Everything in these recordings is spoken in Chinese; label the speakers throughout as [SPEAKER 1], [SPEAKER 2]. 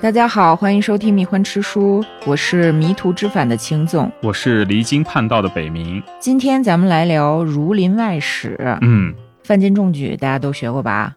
[SPEAKER 1] 大家好，欢迎收听《迷幻吃书》，我是迷途知返的秦总。
[SPEAKER 2] 我是离经叛道的北冥。
[SPEAKER 1] 今天咱们来聊《儒林外史》，
[SPEAKER 2] 嗯，
[SPEAKER 1] 范进中举大家都学过吧？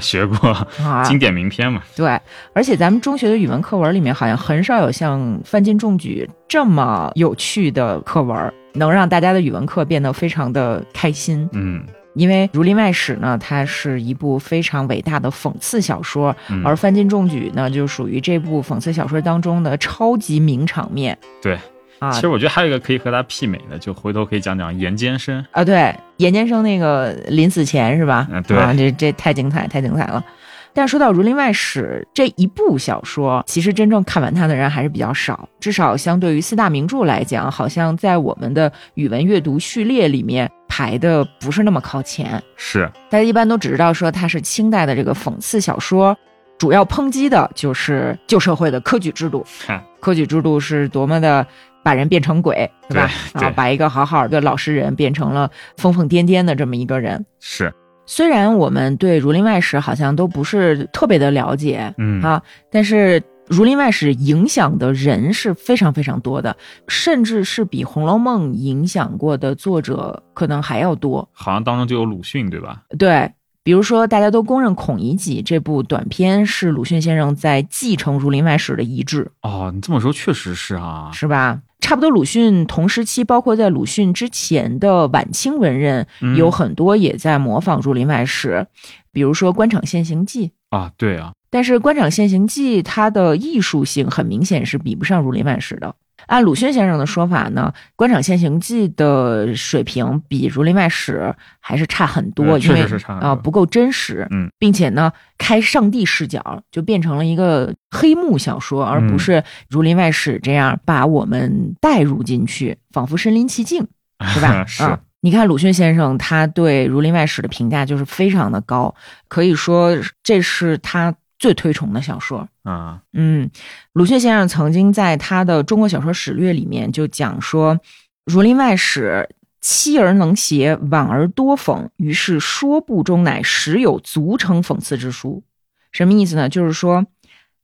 [SPEAKER 2] 学过
[SPEAKER 1] 啊，
[SPEAKER 2] 经典名篇嘛。
[SPEAKER 1] 对，而且咱们中学的语文课文里面好像很少有像范进中举这么有趣的课文，能让大家的语文课变得非常的开心。
[SPEAKER 2] 嗯
[SPEAKER 1] 因为《儒林外史》呢，它是一部非常伟大的讽刺小说，
[SPEAKER 2] 嗯，
[SPEAKER 1] 而范进中举呢，就属于这部讽刺小说当中的超级名场面。
[SPEAKER 2] 对，
[SPEAKER 1] 啊
[SPEAKER 2] 其实我觉得还有一个可以和他媲美的，就回头可以讲讲颜坚生。
[SPEAKER 1] 啊，对，严监生那个临死前是吧？
[SPEAKER 2] 嗯对
[SPEAKER 1] 啊，这这太精彩，太精彩了。但说到《儒林外史》这一部小说，其实真正看完它的人还是比较少，至少相对于四大名著来讲，好像在我们的语文阅读序列里面排的不是那么靠前。
[SPEAKER 2] 是，
[SPEAKER 1] 大家一般都只知道说它是清代的这个讽刺小说，主要抨击的就是旧社会的科举制度。
[SPEAKER 2] 哈
[SPEAKER 1] 科举制度是多么的把人变成鬼，对吧？
[SPEAKER 2] 对对
[SPEAKER 1] 啊，把一个好好的老实人变成了疯疯癫癫的这么一个人。
[SPEAKER 2] 是，
[SPEAKER 1] 虽然我们对《儒林外史》好像都不是特别的了解
[SPEAKER 2] 嗯，
[SPEAKER 1] 啊，但是。《儒林外史》影响的人是非常非常多的，甚至是比《红楼梦》影响过的作者可能还要多。
[SPEAKER 2] 好像当中就有鲁迅，对吧？
[SPEAKER 1] 对，比如说大家都公认《孔乙己》这部短篇是鲁迅先生在继承《儒林外史》的遗志，
[SPEAKER 2] 哦，你这么说确实是啊。
[SPEAKER 1] 是吧？差不多，鲁迅同时期，包括在鲁迅之前的晚清文人，
[SPEAKER 2] 嗯
[SPEAKER 1] 有很多也在模仿《儒林外史》，比如说《官场现形记》。
[SPEAKER 2] 啊，对啊，
[SPEAKER 1] 但是《官场现形记》它的艺术性很明显是比不上《儒林外史》的。按鲁迅先生的说法呢，《官场现形记》的水平比《儒林外史》还是差很多，
[SPEAKER 2] 呃
[SPEAKER 1] 因为
[SPEAKER 2] 确实是差很多
[SPEAKER 1] 啊、不够真实，
[SPEAKER 2] 嗯，
[SPEAKER 1] 并且呢开上帝视角，就变成了一个黑幕小说，而
[SPEAKER 2] 嗯
[SPEAKER 1] 不是《儒林外史》这样把我们带入进去，仿佛身临其境，是吧？
[SPEAKER 2] 是
[SPEAKER 1] 啊你看鲁迅先生，他对《儒林外史》的评价就是非常的高，可以说这是他最推崇的小说。
[SPEAKER 2] 啊，
[SPEAKER 1] 嗯，鲁迅先生曾经在他的《中国小说史略》里面就讲说，《儒林外史》妻而能谐，婉而多讽，于是说不中乃实有足成讽刺之书。什么意思呢？就是说，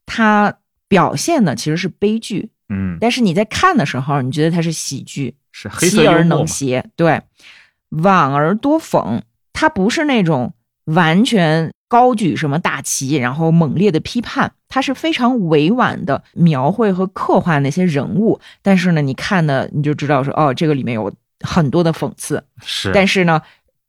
[SPEAKER 1] 他表现的其实是悲剧，
[SPEAKER 2] 嗯，
[SPEAKER 1] 但是你在看的时候，你觉得它是喜剧，
[SPEAKER 2] 是黑色
[SPEAKER 1] 妻
[SPEAKER 2] 幽
[SPEAKER 1] 而
[SPEAKER 2] 默
[SPEAKER 1] 能
[SPEAKER 2] 嘛。
[SPEAKER 1] 谐，对，婉而多讽，它不是那种完全高举什么大旗，然后猛烈的批判，它是非常委婉的描绘和刻画那些人物，但是呢，你看呢，你就知道说，哦，这个里面有很多的讽刺，
[SPEAKER 2] 是，
[SPEAKER 1] 但是呢。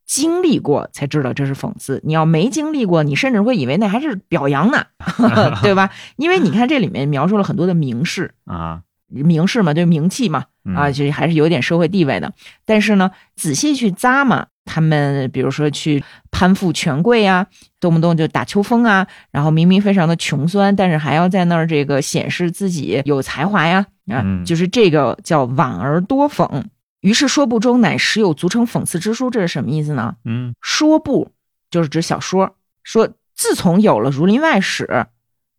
[SPEAKER 1] 经历过才知道这是讽刺，你要没经历过，你甚至会以为那还是表扬呢， 对吧？因为你看这里面描述了很多的名士，
[SPEAKER 2] 啊，
[SPEAKER 1] 名士嘛，就是名气嘛，
[SPEAKER 2] 嗯
[SPEAKER 1] 啊，就是还是有点社会地位的。但是呢，仔细去咂嘛，他们比如说去攀附权贵呀、动不动就打秋风啊，然后明明非常的穷酸，但是还要在那儿这个显示自己有才华呀，啊，
[SPEAKER 2] 嗯
[SPEAKER 1] 就是这个叫婉而多讽。于是说不中乃实有足成讽刺之书，这是什么意思呢？
[SPEAKER 2] 嗯，
[SPEAKER 1] 说不就是指小说，说自从有了《儒林外史》，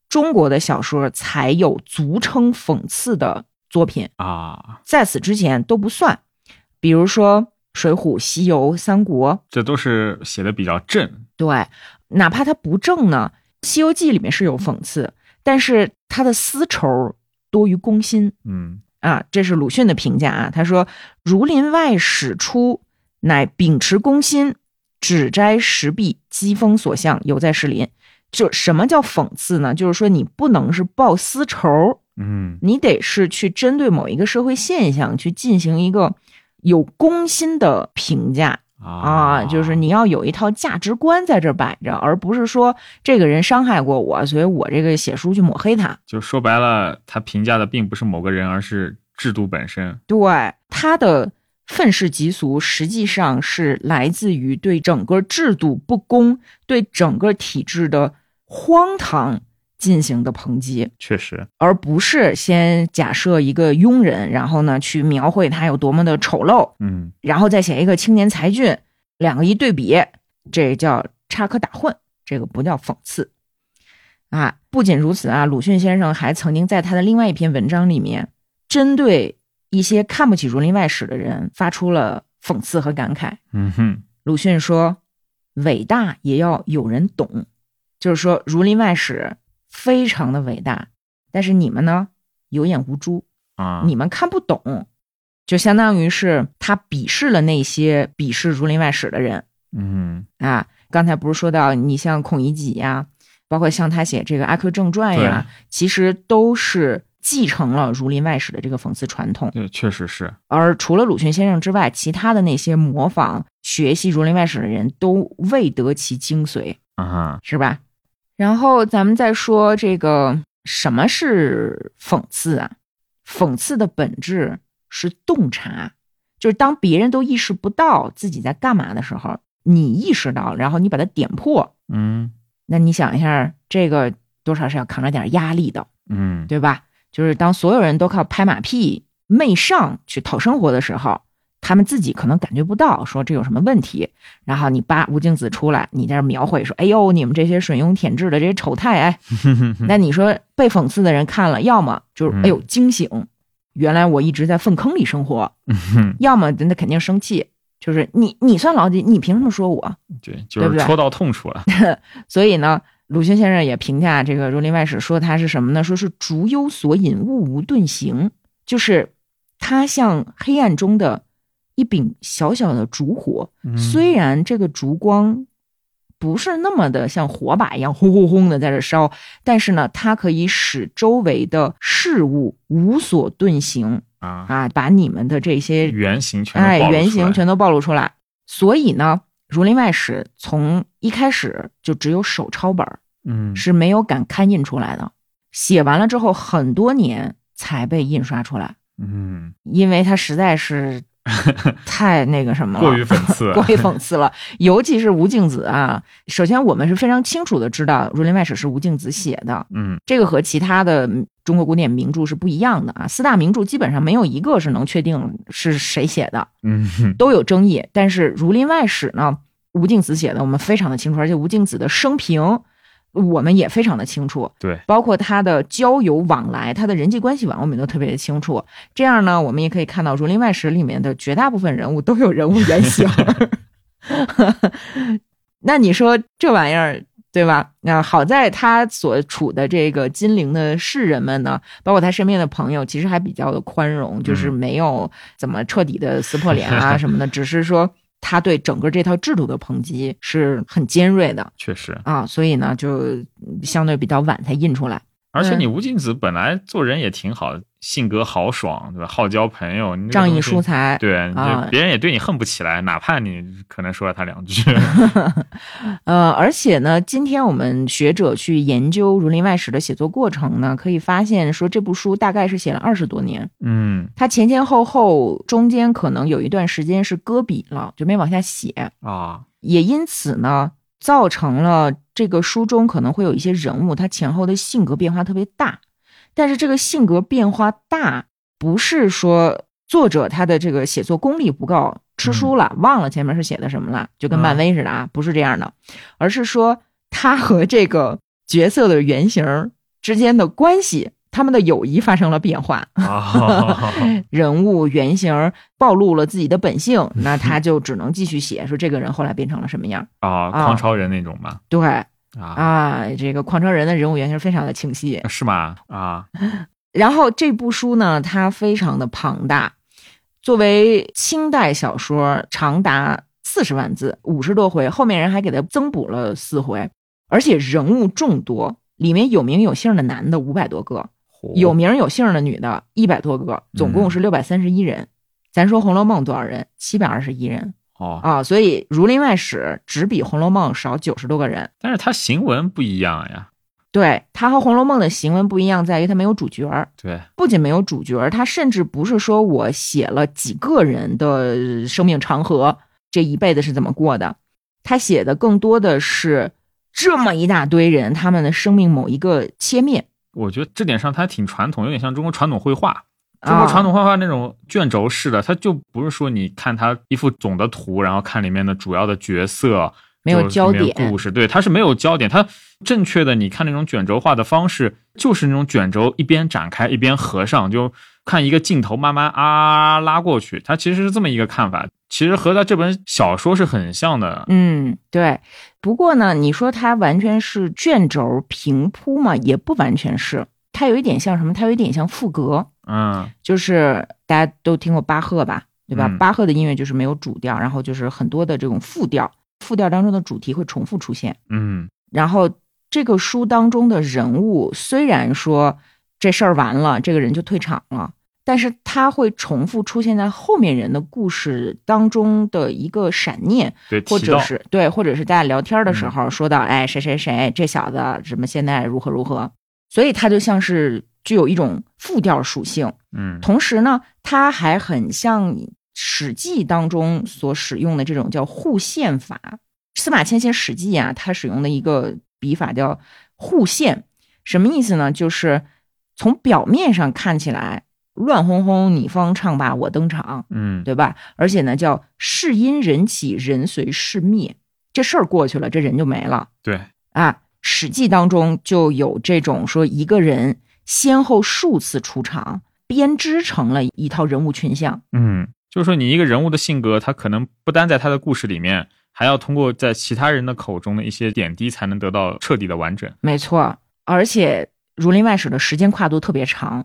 [SPEAKER 1] 中国的小说才有足称讽刺的作品。
[SPEAKER 2] 啊，
[SPEAKER 1] 在此之前都不算。比如说《水浒》《西游》《三国》，
[SPEAKER 2] 这都是写的比较正，
[SPEAKER 1] 对，哪怕它不正呢，《西游记》里面是有讽刺，但是它的丝绸多于攻心
[SPEAKER 2] 嗯，
[SPEAKER 1] 啊，这是鲁迅的评价啊。他说：“儒林外史出，乃秉持攻心，只摘石壁，讥风所向，犹在士林。”就什么叫讽刺呢？就是说你不能是报私仇，
[SPEAKER 2] 嗯，
[SPEAKER 1] 你得是去针对某一个社会现象去进行一个有公心的评价啊，就是你要有一套价值观在这儿摆着，而不是说这个人伤害过我，所以我这个写书去抹黑他。
[SPEAKER 2] 就说白了，他评价的并不是某个人，而是制度本身。
[SPEAKER 1] 对他的愤世嫉俗，实际上是来自于对整个制度不公、对整个体制的荒唐进行的抨击。
[SPEAKER 2] 确实，
[SPEAKER 1] 而不是先假设一个庸人，然后呢去描绘他有多么的丑陋，
[SPEAKER 2] 嗯，
[SPEAKER 1] 然后再写一个青年才俊，两个一对比，这叫插科打诨，这个不叫讽刺啊。不仅如此啊，鲁迅先生还曾经在他的另外一篇文章里面，针对一些看不起《儒林外史》的人发出了讽刺和感慨。
[SPEAKER 2] 嗯哼，
[SPEAKER 1] 鲁迅说：“伟大也要有人懂。”就是说，《儒林外史》非常的伟大，但是你们呢有眼无珠，
[SPEAKER 2] 啊，
[SPEAKER 1] 你们看不懂，就相当于是他鄙视了那些鄙视儒林外史的人
[SPEAKER 2] 嗯，
[SPEAKER 1] 啊。刚才不是说到你像孔乙己呀，包括像他写这个《阿 Q 正传》呀，其实都是继承了儒林外史的这个讽刺传统。
[SPEAKER 2] 对，确实是，
[SPEAKER 1] 而除了鲁迅先生之外，其他的那些模仿学习儒林外史的人都未得其精髓，
[SPEAKER 2] 啊，
[SPEAKER 1] 是吧？然后咱们再说这个什么是讽刺啊？讽刺的本质是洞察，就是当别人都意识不到自己在干嘛的时候，你意识到，然后你把它点破。
[SPEAKER 2] 嗯
[SPEAKER 1] 那你想一下，这个多少是要扛着点压力的，
[SPEAKER 2] 嗯，
[SPEAKER 1] 对吧？就是当所有人都靠拍马屁、媚上去讨生活的时候，他们自己可能感觉不到，说这有什么问题。然后你扒吴敬梓出来，你在这描绘说：“哎呦，你们这些吮庸舔舐的这些丑态！” 哎，那你说被讽刺的人看了，要么就是
[SPEAKER 2] 嗯
[SPEAKER 1] 哎呦惊醒，原来我一直在粪坑里生活；
[SPEAKER 2] 嗯
[SPEAKER 1] 要么那肯定生气，就是你你算老几？你凭什么说我？
[SPEAKER 2] 对，就
[SPEAKER 1] 对不
[SPEAKER 2] 是
[SPEAKER 1] 对
[SPEAKER 2] 戳到痛处 了，
[SPEAKER 1] 所以呢，鲁迅先生也评价这个《儒林外史》，说他是什么呢？说是“逐幽所隐，物无遁形”，就是他像黑暗中的一柄小小的烛火，
[SPEAKER 2] 嗯
[SPEAKER 1] 虽然这个烛光不是那么的像火把一样轰轰轰的在这烧，但是呢，它可以使周围的事物无所遁形
[SPEAKER 2] 啊，
[SPEAKER 1] 啊，把你们的这些
[SPEAKER 2] 原型全都
[SPEAKER 1] 哎
[SPEAKER 2] 暴露出
[SPEAKER 1] 原
[SPEAKER 2] 来
[SPEAKER 1] 型全都暴露出来。所以呢，《儒林外史》从一开始就只有手抄本儿，
[SPEAKER 2] 嗯
[SPEAKER 1] 是没有敢刊印出来的。写完了之后，很多年才被印刷出来，
[SPEAKER 2] 嗯，
[SPEAKER 1] 因为它实在 是太那个什么了，
[SPEAKER 2] 过于讽刺，
[SPEAKER 1] 啊 过于讽刺了。尤其是吴敬梓啊，首先我们是非常清楚的知道《儒林外史》是吴敬梓写的，
[SPEAKER 2] 嗯
[SPEAKER 1] 这个和其他的嗯中国古典名著是不一样的啊。四大名著基本上没有一个是能确定是谁写的，
[SPEAKER 2] 嗯哼
[SPEAKER 1] 都有争议。但是《儒林外史》呢，吴敬梓写的，我们非常的清楚，而且吴敬梓的生平。我们也非常的清楚，
[SPEAKER 2] 对，
[SPEAKER 1] 包括他的交友往来、他的人际关系网，我们都特别的清楚。这样呢，我们也可以看到《儒林外史》里面的绝大部分人物都有人物原型。 那你说这玩意儿对吧？那好在他所处的这个金陵的士人们呢，包括他身边的朋友，其实还比较的宽容，就是没有怎么彻底的撕破脸啊什么的，只是说他对整个这套制度的抨击是很尖锐的
[SPEAKER 2] 确实，
[SPEAKER 1] 啊，所以呢，就相对比较晚才印出来。
[SPEAKER 2] 而且
[SPEAKER 1] 嗯
[SPEAKER 2] 你吴敬梓本来做人也挺好，性格豪爽，对吧？好交朋友，你这个
[SPEAKER 1] 仗义
[SPEAKER 2] 东西
[SPEAKER 1] 疏财，
[SPEAKER 2] 对，你
[SPEAKER 1] 啊
[SPEAKER 2] 这别人也对你恨不起来，哪怕你可能说了他两 句，
[SPEAKER 1] 呃，而且呢，今天我们学者去研究《儒林外史》的写作过程呢，可以发现说这部书大概是写了二十多年，
[SPEAKER 2] 嗯
[SPEAKER 1] 它前前后后中间可能有一段时间是搁笔了，就没往下写，
[SPEAKER 2] 啊，
[SPEAKER 1] 也因此呢，造成了这个书中可能会有一些人物他前后的性格变化特别大，但是这个性格变化大不是说作者他的这个写作功力不够，吃书了，忘了前面是写的什么了，就跟漫威似的啊，不是这样的，而是说他和这个角色的原型之间的关系，他们的友谊发生了变化。
[SPEAKER 2] 啊，
[SPEAKER 1] 人物原型暴露了自己的本性，那他就只能继续写，说这个人后来变成了什么样。
[SPEAKER 2] 啊，狂潮人那种嘛，
[SPEAKER 1] 对
[SPEAKER 2] 啊，
[SPEAKER 1] 啊，这个矿车人的人物原型非常的清晰。
[SPEAKER 2] 是吗？啊，
[SPEAKER 1] 然后这部书呢，它非常的庞大，作为清代小说，长达四十万字，五十多回，后面人还给它增补了四回，而且人物众多，里面有名有姓的男的五百多个，
[SPEAKER 2] 火
[SPEAKER 1] 有名有姓的女的一百多个，总共是六百三十一人。咱说《红楼梦》多少人？七百二十一人。
[SPEAKER 2] 哦，
[SPEAKER 1] 啊，所以《儒林外史》只比《红楼梦》少九十多个人。
[SPEAKER 2] 但是他行文不一样呀，
[SPEAKER 1] 对，它和《红楼梦》的行文不一样，在于它没有主角儿。
[SPEAKER 2] 对，
[SPEAKER 1] 不仅没有主角儿，它甚至不是说我写了几个人的生命长河，这一辈子是怎么过的。他写的更多的是这么一大堆人他们的生命某一个切面。
[SPEAKER 2] 我觉得这点上他挺传统，有点像中国传统绘画。中
[SPEAKER 1] 啊
[SPEAKER 2] 国传统画画那种卷轴式的，它就不是说你看它一幅总的图，然后看里面的主要的角色，
[SPEAKER 1] 没有
[SPEAKER 2] 就是
[SPEAKER 1] 焦点
[SPEAKER 2] 里面故事，对，它是没有焦点。它正确的，你看那种卷轴画的方式，就是那种卷轴一边展开一边合上，就看一个镜头慢慢啊拉过去。它其实是这么一个看法，其实和他这本小说是很像的。
[SPEAKER 1] 嗯，对。不过呢，你说它完全是卷轴平铺嘛，也不完全是。它有一点像什么？它有一点像赋格，
[SPEAKER 2] 嗯
[SPEAKER 1] 就是大家都听过巴赫吧，对吧？
[SPEAKER 2] 嗯
[SPEAKER 1] 巴赫的音乐就是没有主调，然后就是很多的这种副调，副调当中的主题会重复出现。
[SPEAKER 2] 嗯
[SPEAKER 1] 然后这个书当中的人物，虽然说这事儿完了，这个人就退场了，但是他会重复出现在后面人的故事当中的一个闪念，
[SPEAKER 2] 对，
[SPEAKER 1] 或
[SPEAKER 2] 提
[SPEAKER 1] 者
[SPEAKER 2] 到
[SPEAKER 1] 是对，或者是大家聊天的时候说到，哎，谁谁谁，这小子什么现在如何如何，所以他就像是具有一种复调属性，
[SPEAKER 2] 嗯
[SPEAKER 1] 同时呢，它还很像《史记》当中所使用的这种叫互宪法。司马迁写《史记》啊，他使用的一个笔法叫互宪，什么意思呢？就是从表面上看起来乱哄哄，你方唱罢我登场，
[SPEAKER 2] 嗯
[SPEAKER 1] 对吧？而且呢，叫事因人起，人随事灭，这事儿过去了，这人就没了。
[SPEAKER 2] 对，
[SPEAKER 1] 啊，《史记》当中就有这种说一个人先后数次出场，编织成了一套人物群像。
[SPEAKER 2] 嗯，就是说你一个人物的性格，他可能不单在他的故事里面，还要通过在其他人的口中的一些点滴，才能得到彻底的完整。
[SPEAKER 1] 没错，而且《儒林外史》的时间跨度特别长，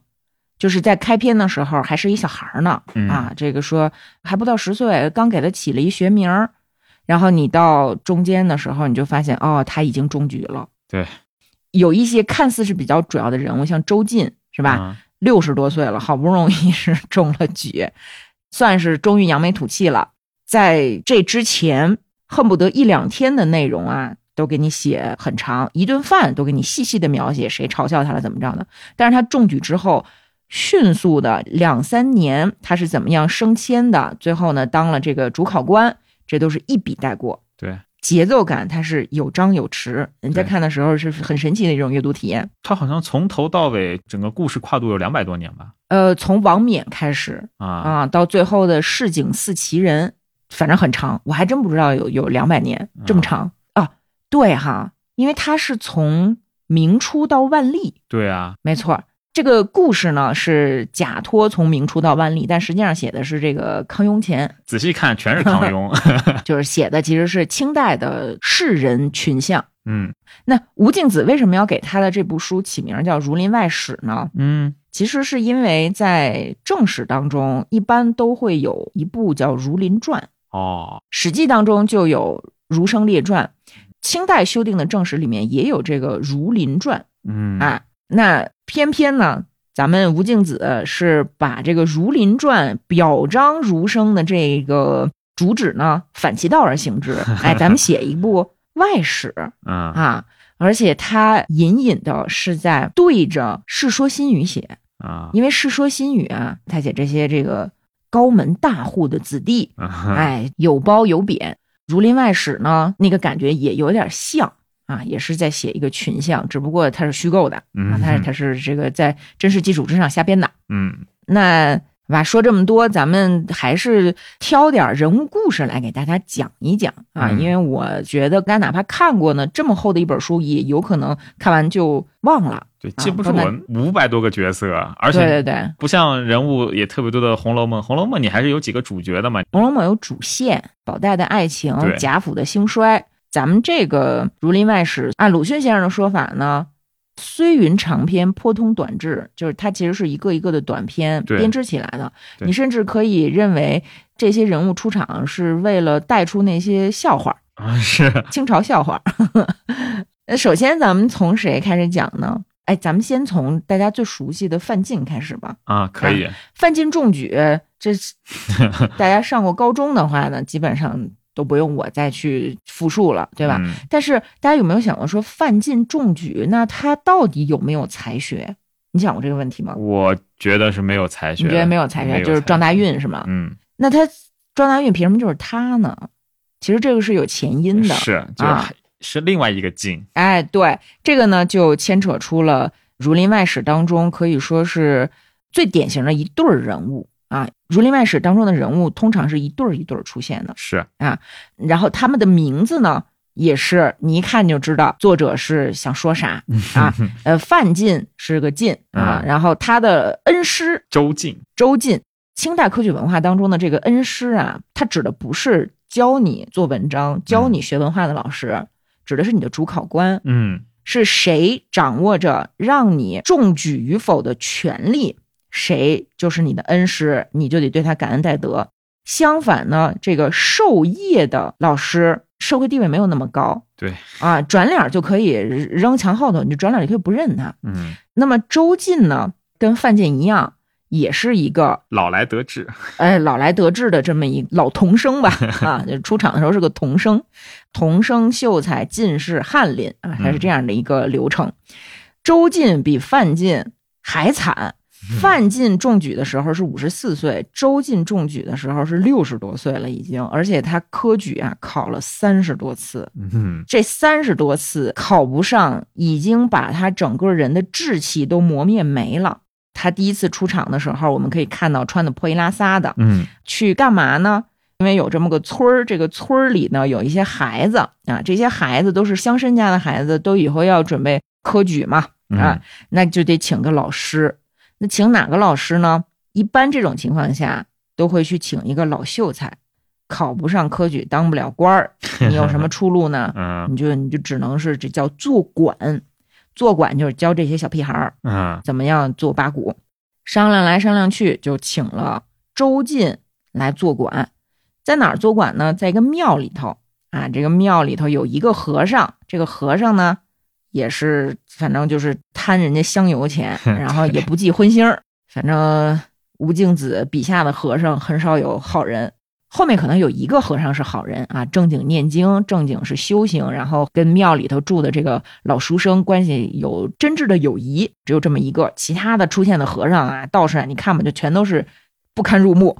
[SPEAKER 1] 就是在开篇的时候还是一小孩儿呢，
[SPEAKER 2] 嗯
[SPEAKER 1] 啊，这个说还不到十岁，刚给他起了一学名儿，然后你到中间的时候，你就发现哦，他已经中举了。
[SPEAKER 2] 对，
[SPEAKER 1] 有一些看似是比较主要的人物，像周进是吧？
[SPEAKER 2] 嗯
[SPEAKER 1] 六十多岁了，好不容易 是中了举，算是终于扬眉吐气了。在这之前，恨不得一两天的内容啊，都给你写很长，一顿饭都给你细细的描写谁嘲笑他了，怎么着的。但是他中举之后，迅速的两三年他是怎么样升迁的，最后呢当了这个主考官，这都是一笔带过。
[SPEAKER 2] 对，
[SPEAKER 1] 节奏感它是有张有弛，你在
[SPEAKER 2] 对
[SPEAKER 1] 看的时候是很神奇的一种阅读体验。
[SPEAKER 2] 他好像从头到尾整个故事跨度有两百多年吧？
[SPEAKER 1] 呃，从王冕开始，
[SPEAKER 2] 啊，
[SPEAKER 1] 啊，到最后的市井四奇人，反正很长，我还真不知道有有两百年这么长啊。对哈，因为它是从明初到万历，
[SPEAKER 2] 对啊，
[SPEAKER 1] 没错儿。这个故事呢是假托从明初到万历，但实际上写的是这个康雍乾，
[SPEAKER 2] 仔细看全是康雍。
[SPEAKER 1] 就是写的其实是清代的士人群像。
[SPEAKER 2] 嗯
[SPEAKER 1] 那吴敬梓为什么要给他的这部书起名叫《儒林外史》呢？
[SPEAKER 2] 嗯
[SPEAKER 1] 其实是因为在正史当中，一般都会有一部叫《儒林传》，
[SPEAKER 2] 哦，
[SPEAKER 1] 《史记》当中就有《儒生列传》，清代修订的正史里面也有这个《儒林传
[SPEAKER 2] 嗯》
[SPEAKER 1] 啊。那偏偏呢，咱们吴敬梓是把这个《儒林传》表彰儒生的这个主旨呢，反其道而行之。哎，咱们写一部外史
[SPEAKER 2] 嗯
[SPEAKER 1] 啊，而且他隐隐的是在对着《世说新语》写。
[SPEAKER 2] 啊
[SPEAKER 1] 因为《世说新语》啊，他写这些这个高门大户的子弟，
[SPEAKER 2] 啊，
[SPEAKER 1] 哎，有褒有贬。《儒林外史》呢，那个感觉也有点像啊，也是在写一个群像，只不过它是虚构的啊
[SPEAKER 2] 嗯，
[SPEAKER 1] 它它是这个在真实基础之上瞎编的。
[SPEAKER 2] 嗯
[SPEAKER 1] 那吧，说这么多，咱们还是挑点人物故事来给大家讲一讲啊，
[SPEAKER 2] 嗯
[SPEAKER 1] 因为我觉得大家哪怕看过呢，这么厚的一本书，也有可能看完就忘了。
[SPEAKER 2] 对，记
[SPEAKER 1] 啊
[SPEAKER 2] 不住
[SPEAKER 1] 刚才
[SPEAKER 2] 五百多个角色，而
[SPEAKER 1] 对
[SPEAKER 2] 且
[SPEAKER 1] 对对，《
[SPEAKER 2] 不像人物也特别多的《红楼梦》，《红楼梦》你还是有几个主角的嘛。
[SPEAKER 1] 红楼梦》有主线，宝黛的爱情
[SPEAKER 2] 对，
[SPEAKER 1] 贾府的兴衰。咱们这个《儒林外史》，按鲁迅先生的说法呢，虽云长篇，颇通短志，就是它其实是一个一个的短篇
[SPEAKER 2] 对
[SPEAKER 1] 编织起来的。
[SPEAKER 2] 对
[SPEAKER 1] 你甚至可以认为这些人物出场是为了带出那些笑话，
[SPEAKER 2] 啊，是，
[SPEAKER 1] 清朝笑话。 那首先，咱们从谁开始讲呢？哎，咱们先从大家最熟悉的范进开始吧。
[SPEAKER 2] 啊，可以，
[SPEAKER 1] 范进中举， 这是大家上过高中的话呢，基本上都不用我再去复述了，对吧？
[SPEAKER 2] 嗯
[SPEAKER 1] 但是大家有没有想过说，范进中举，那他到底有没有才学？你想过这个问题吗？
[SPEAKER 2] 我觉得是没有才学
[SPEAKER 1] 你
[SPEAKER 2] 的，
[SPEAKER 1] 觉得没有才学，就是撞大。运啊是吗？
[SPEAKER 2] 嗯，
[SPEAKER 1] 那他撞大运凭什么就是他呢？其实这个是有前因的，
[SPEAKER 2] 是，就
[SPEAKER 1] 啊
[SPEAKER 2] 是是另外一个劲。
[SPEAKER 1] 哎，对，这个呢就牵扯出了《儒林外史》当中可以说是最典型的一对儿人物啊。《儒林外史》当中的人物通常是一对儿一对儿出现的，
[SPEAKER 2] 是，
[SPEAKER 1] 然后他们的名字呢也是你一看就知道作者是想说啥啊。呃，范进是个进啊，
[SPEAKER 2] 嗯
[SPEAKER 1] 然后他的恩师
[SPEAKER 2] 周进，
[SPEAKER 1] 周进，清代科举文化当中的这个恩师啊，他指的不是教你做文章、教你学文化的老师，指的是你的主考官。
[SPEAKER 2] 嗯
[SPEAKER 1] 是谁掌握着让你中举与否的权利，谁就是你的恩师，你就得对他感恩戴德。相反呢，这个授业的老师社会地位没有那么高，
[SPEAKER 2] 对
[SPEAKER 1] 啊，转脸就可以扔墙后头，你就转脸就可以不认他。
[SPEAKER 2] 嗯，
[SPEAKER 1] 那么周进呢，跟范进一样，也是一个
[SPEAKER 2] 老来得志，
[SPEAKER 1] 哎老来得志的这么一老童生吧，啊，就出场的时候是个童生，童生秀才进士翰林啊，它是这样的一个流程。周进比范进还惨，范进中举的时候是五十四岁，周进中举的时候是六十多岁了已经，而且他科举啊考了三十多次，
[SPEAKER 2] 嗯，
[SPEAKER 1] 这三十多次考不上，已经把他整个人的志气都磨灭没了。他第一次出场的时候，我们可以看到穿的破衣拉撒的，
[SPEAKER 2] 嗯，
[SPEAKER 1] 去干嘛呢？因为有这么个村儿，这个村儿里呢有一些孩子啊，这些孩子都是乡绅家的孩子，都以后要准备科举嘛，
[SPEAKER 2] 嗯
[SPEAKER 1] 啊，那就得请个老师。那请哪个老师呢？一般这种情况下都会去请一个老秀才，考不上科举，当不了官儿，你有什么出路呢？
[SPEAKER 2] 嗯
[SPEAKER 1] 你就你就只能是这叫做管，做管就是教这些小屁孩儿
[SPEAKER 2] 嗯
[SPEAKER 1] 怎么样做八股，商量来商量去，就请了周进来做管，在哪儿做管呢？在一个庙里头啊，这个庙里头有一个和尚，这个和尚呢也是反正就是贪人家香油钱，然后也不计荤腥儿，反正吴敬梓笔下的和尚很少有好人。后面可能有一个和尚是好人啊，正经念经，正经是修行，然后跟庙里头住的这个老书生关系有真挚的友谊，只有这么一个。其他的出现的和尚啊、道士啊，你看吧，就全都是不堪入目。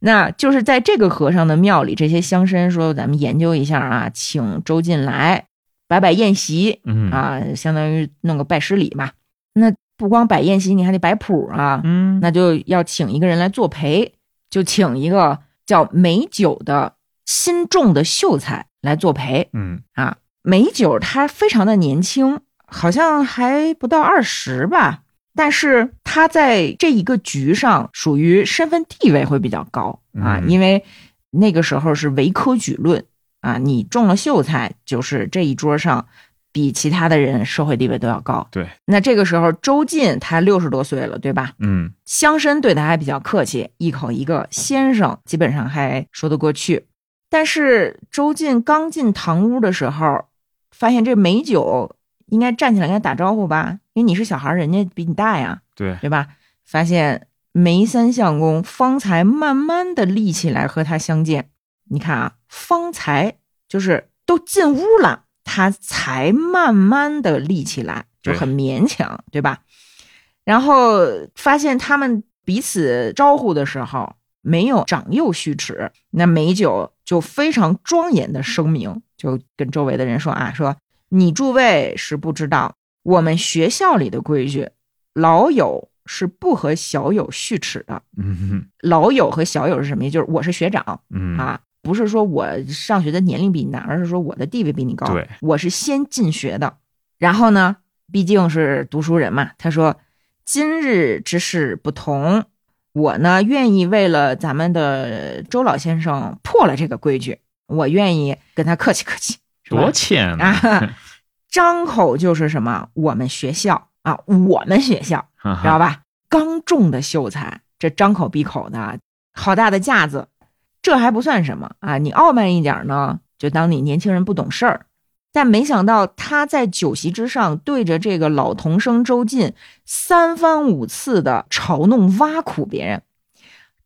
[SPEAKER 1] 那就是在这个和尚的庙里，这些乡绅说：“咱们研究一下啊，请周进来摆摆宴席
[SPEAKER 2] 嗯
[SPEAKER 1] 啊，相当于弄个拜师礼嘛。那不光摆宴席，你还得摆谱啊，
[SPEAKER 2] 嗯
[SPEAKER 1] 那就要请一个人来作陪，就请一个叫美酒的新中的秀才来作陪。
[SPEAKER 2] 嗯
[SPEAKER 1] 美酒他非常的年轻，好像还不到二十吧，但是他在这一个局上属于身份地位会比较高啊，
[SPEAKER 2] 嗯
[SPEAKER 1] 因为那个时候是唯科举论啊，你中了秀才就是这一桌上比其他的人社会地位都要高。
[SPEAKER 2] 对，
[SPEAKER 1] 那这个时候周进他六十多岁了，对吧？
[SPEAKER 2] 嗯
[SPEAKER 1] 乡绅对他还比较客气，一口一个先生，基本上还说得过去。但是周进刚进堂屋的时候，发现这美酒应该站起来跟他打招呼吧，因为你是小孩儿，人家比你大呀，
[SPEAKER 2] 对，
[SPEAKER 1] 对吧？发现梅三相公方才慢慢的立起来和他相见。你看啊，方才就是都进屋了，他才慢慢的立起来，就
[SPEAKER 2] 对
[SPEAKER 1] 很勉强，对吧？然后发现他们彼此招呼的时候没有长幼序齿，那美酒就非常庄严的声明，就跟周围的人说啊，说你诸位是不知道，我们学校里的规矩，老友是不和小友序齿的。
[SPEAKER 2] 嗯
[SPEAKER 1] 老友和小友是什么意思？就是我是学长
[SPEAKER 2] 嗯
[SPEAKER 1] 啊，不是说我上学的年龄比你大，而是说我的地位比你高。
[SPEAKER 2] 对，
[SPEAKER 1] 我是先进学的。然后呢，毕竟是读书人嘛，他说今日之事不同，我呢愿意为了咱们的周老先生破了这个规矩，我愿意跟他客气客气。是吧
[SPEAKER 2] 多浅呢，
[SPEAKER 1] 啊， 张口就是什么？我们学校啊，我们学校，
[SPEAKER 2] 哈
[SPEAKER 1] 知
[SPEAKER 2] 哈
[SPEAKER 1] 道吧？刚种的秀才，这张口闭口的，好大的架子，这还不算什么啊！你傲慢一点呢，就当你年轻人不懂事儿。但没想到他在酒席之上，对着这个老童生周进三番五次的嘲弄、挖苦别人。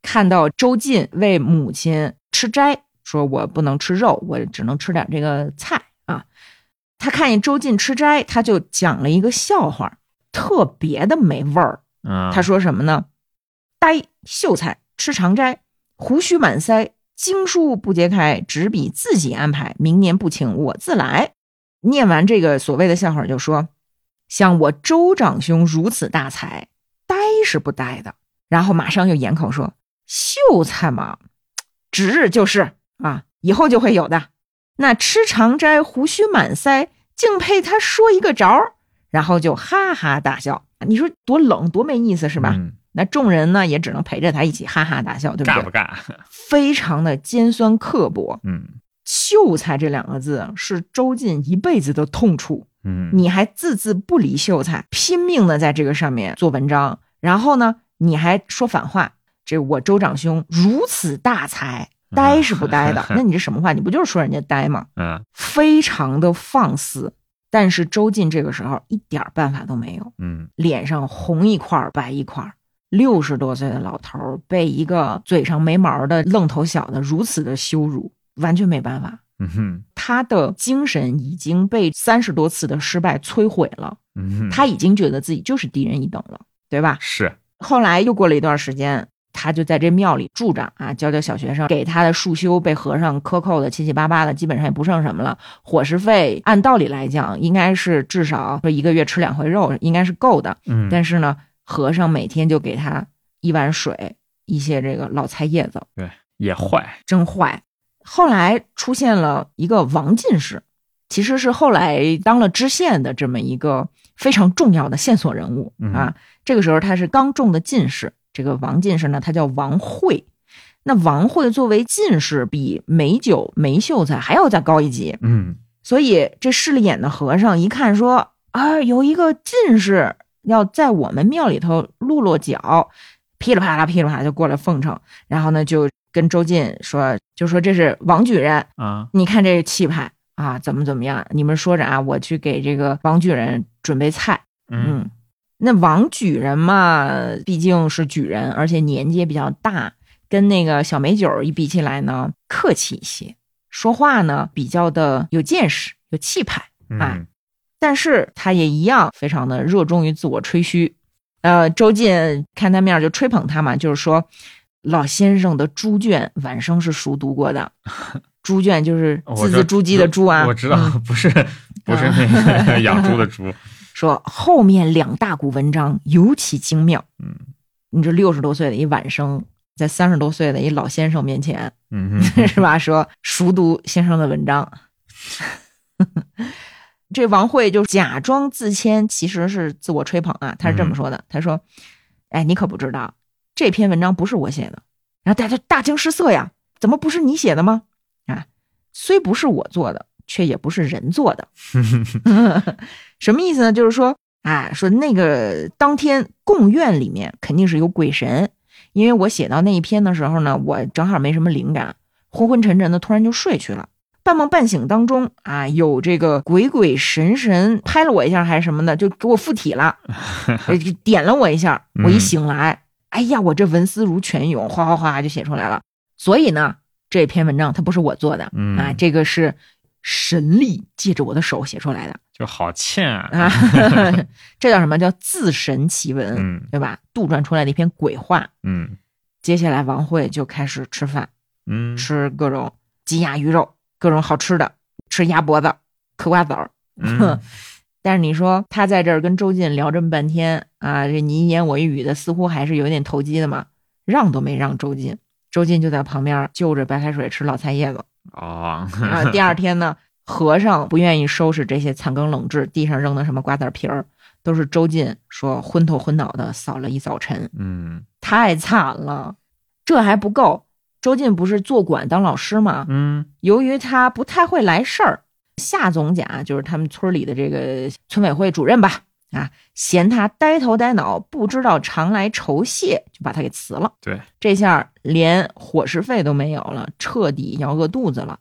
[SPEAKER 1] 看到周进为母亲吃斋，说我不能吃肉，我只能吃点这个菜啊。他看见周进吃斋，他就讲了一个笑话，特别的没味儿。
[SPEAKER 2] 嗯，
[SPEAKER 1] 他说什么呢？呆秀才吃长斋，胡须满腮，经书不揭开，纸笔自己安排，明年不请我自来。念完这个所谓的笑话，就说：像我周长兄如此大才，呆是不呆的。然后马上又掩口说：秀才嘛，指日就是啊，以后就会有的。那吃长斋，胡须满腮，竟配他说一个着儿，然后就哈哈大笑。你说多冷，多没意思是吧？
[SPEAKER 2] 嗯
[SPEAKER 1] 那众人呢也只能陪着他一起哈哈大笑，对不
[SPEAKER 2] 尬
[SPEAKER 1] 对
[SPEAKER 2] 不？尬？
[SPEAKER 1] 非常的尖酸刻薄。
[SPEAKER 2] 嗯
[SPEAKER 1] 秀才这两个字是周进一辈子的痛处。
[SPEAKER 2] 嗯，
[SPEAKER 1] 你还字字不离秀才，拼命的在这个上面做文章，然后呢，你还说反话。这我周长兄如此大才，呆是不呆的？那你这什么话？你不就是说人家呆吗？
[SPEAKER 2] 嗯
[SPEAKER 1] 非常的放肆。但是周进这个时候一点儿办法都没有，
[SPEAKER 2] 嗯
[SPEAKER 1] 脸上红一块儿白一块儿。六十多岁的老头儿被一个嘴上没毛的愣头小子如此的羞辱，完全没办法。
[SPEAKER 2] 嗯哼
[SPEAKER 1] 他的精神已经被三十多次的失败摧毁了，
[SPEAKER 2] 嗯哼，
[SPEAKER 1] 他已经觉得自己就是低人一等了，对吧？
[SPEAKER 2] 是
[SPEAKER 1] 后来又过了一段时间，他就在这庙里住着啊，教教小学生，给他的束修被和尚克扣的七七八八的，基本上也不剩什么了。伙食费按道理来讲，应该是至少说一个月吃两回肉，应该是够的。
[SPEAKER 2] 嗯，
[SPEAKER 1] 但是呢，和尚每天就给他一碗水，一些这个老菜叶子，
[SPEAKER 2] 也坏，
[SPEAKER 1] 真坏。后来出现了一个王进士，其实是后来当了知县的这么一个非常重要的线索人物
[SPEAKER 2] 嗯
[SPEAKER 1] 啊。这个时候他是刚中的进士，这个王进士呢，他叫王惠。那王惠作为进士，比梅九、梅秀才还要再高一级，
[SPEAKER 2] 嗯
[SPEAKER 1] 所以这势利眼的和尚一看说啊，有一个进士要在我们庙里头落落脚，噼里啪啦噼里啪啦就过来奉承，然后呢就跟周进说，就说这是王举人，
[SPEAKER 2] 啊
[SPEAKER 1] 你看这气派啊，怎么怎么样？你们说着啊，我去给这个王举人准备菜。
[SPEAKER 2] 嗯，
[SPEAKER 1] 那王举人嘛，毕竟是举人，而且年纪也比较大，跟那个小美酒一比起来呢，客气一些，说话呢比较的有见识、有气派。啊
[SPEAKER 2] 嗯
[SPEAKER 1] 但是他也一样非常的热衷于自我吹嘘。呃，周进看他面儿就吹捧他嘛，就是说老先生的猪圈晚生是熟读过的，猪圈就是
[SPEAKER 2] 我
[SPEAKER 1] 字
[SPEAKER 2] 知
[SPEAKER 1] 字珠玑的猪啊，
[SPEAKER 2] 我知道
[SPEAKER 1] 嗯， 啊
[SPEAKER 2] 不是不是那个 养猪的猪，
[SPEAKER 1] 说后面两大股文章尤其精妙。
[SPEAKER 2] 嗯，
[SPEAKER 1] 你这六十多岁的一晚生，在三十多岁的一老先生面前，
[SPEAKER 2] 嗯 哼，
[SPEAKER 1] 是吧？说熟读先生的文章。 这王慧就假装自谦，其实是自我吹捧啊。他是
[SPEAKER 2] 嗯
[SPEAKER 1] 这么说的：“他说，哎，你可不知道，这篇文章不是我写的。”然后大家就大惊失色呀，怎么不是你写的吗？啊，虽不是我做的，却也不是人做的。什么意思呢？就是说啊，说那个当天贡院里面肯定是有鬼神，因为我写到那一篇的时候呢，我正好没什么灵感，昏昏沉沉的，突然就睡去了。半梦半醒当中啊，有这个鬼鬼神神拍了我一下还是什么的，就给我附体了，呃就点了我一下。我一醒来，哎呀，我这文思如泉涌，哗哗哗就写出来了。所以呢，这篇文章它不是我做的
[SPEAKER 2] 嗯
[SPEAKER 1] 啊，这个是神力借着我的手写出来的。
[SPEAKER 2] 就好欠啊，
[SPEAKER 1] 啊，这叫什么叫自神奇文，
[SPEAKER 2] 嗯
[SPEAKER 1] 对吧？杜撰出来的一篇鬼话。
[SPEAKER 2] 嗯
[SPEAKER 1] 接下来王慧就开始吃饭，
[SPEAKER 2] 嗯，
[SPEAKER 1] 吃各种鸡鸭鱼肉，各种好吃的，吃鸭脖子，嗑瓜子儿。
[SPEAKER 2] 嗯
[SPEAKER 1] 但是你说他在这儿跟周进聊这么半天啊，这你一言我一语的，似乎还是有点投机的嘛，让都没让周进。周进就在旁边就着白开水吃老菜叶子，
[SPEAKER 2] 哦，
[SPEAKER 1] 啊，第二天呢，和尚不愿意收拾这些残羹冷炙，地上扔的什么瓜子皮儿，都是周进说昏头昏脑的扫了一早晨，
[SPEAKER 2] 嗯
[SPEAKER 1] 太惨了。这还不够，周进不是做馆当老师吗？
[SPEAKER 2] 嗯
[SPEAKER 1] 由于他不太会来事儿，夏总甲就是他们村里的这个村委会主任吧，啊，嫌他呆头呆脑，不知道常来酬谢，就把他给辞了。
[SPEAKER 2] 对，
[SPEAKER 1] 这下连伙食费都没有了，彻底要饿肚子了。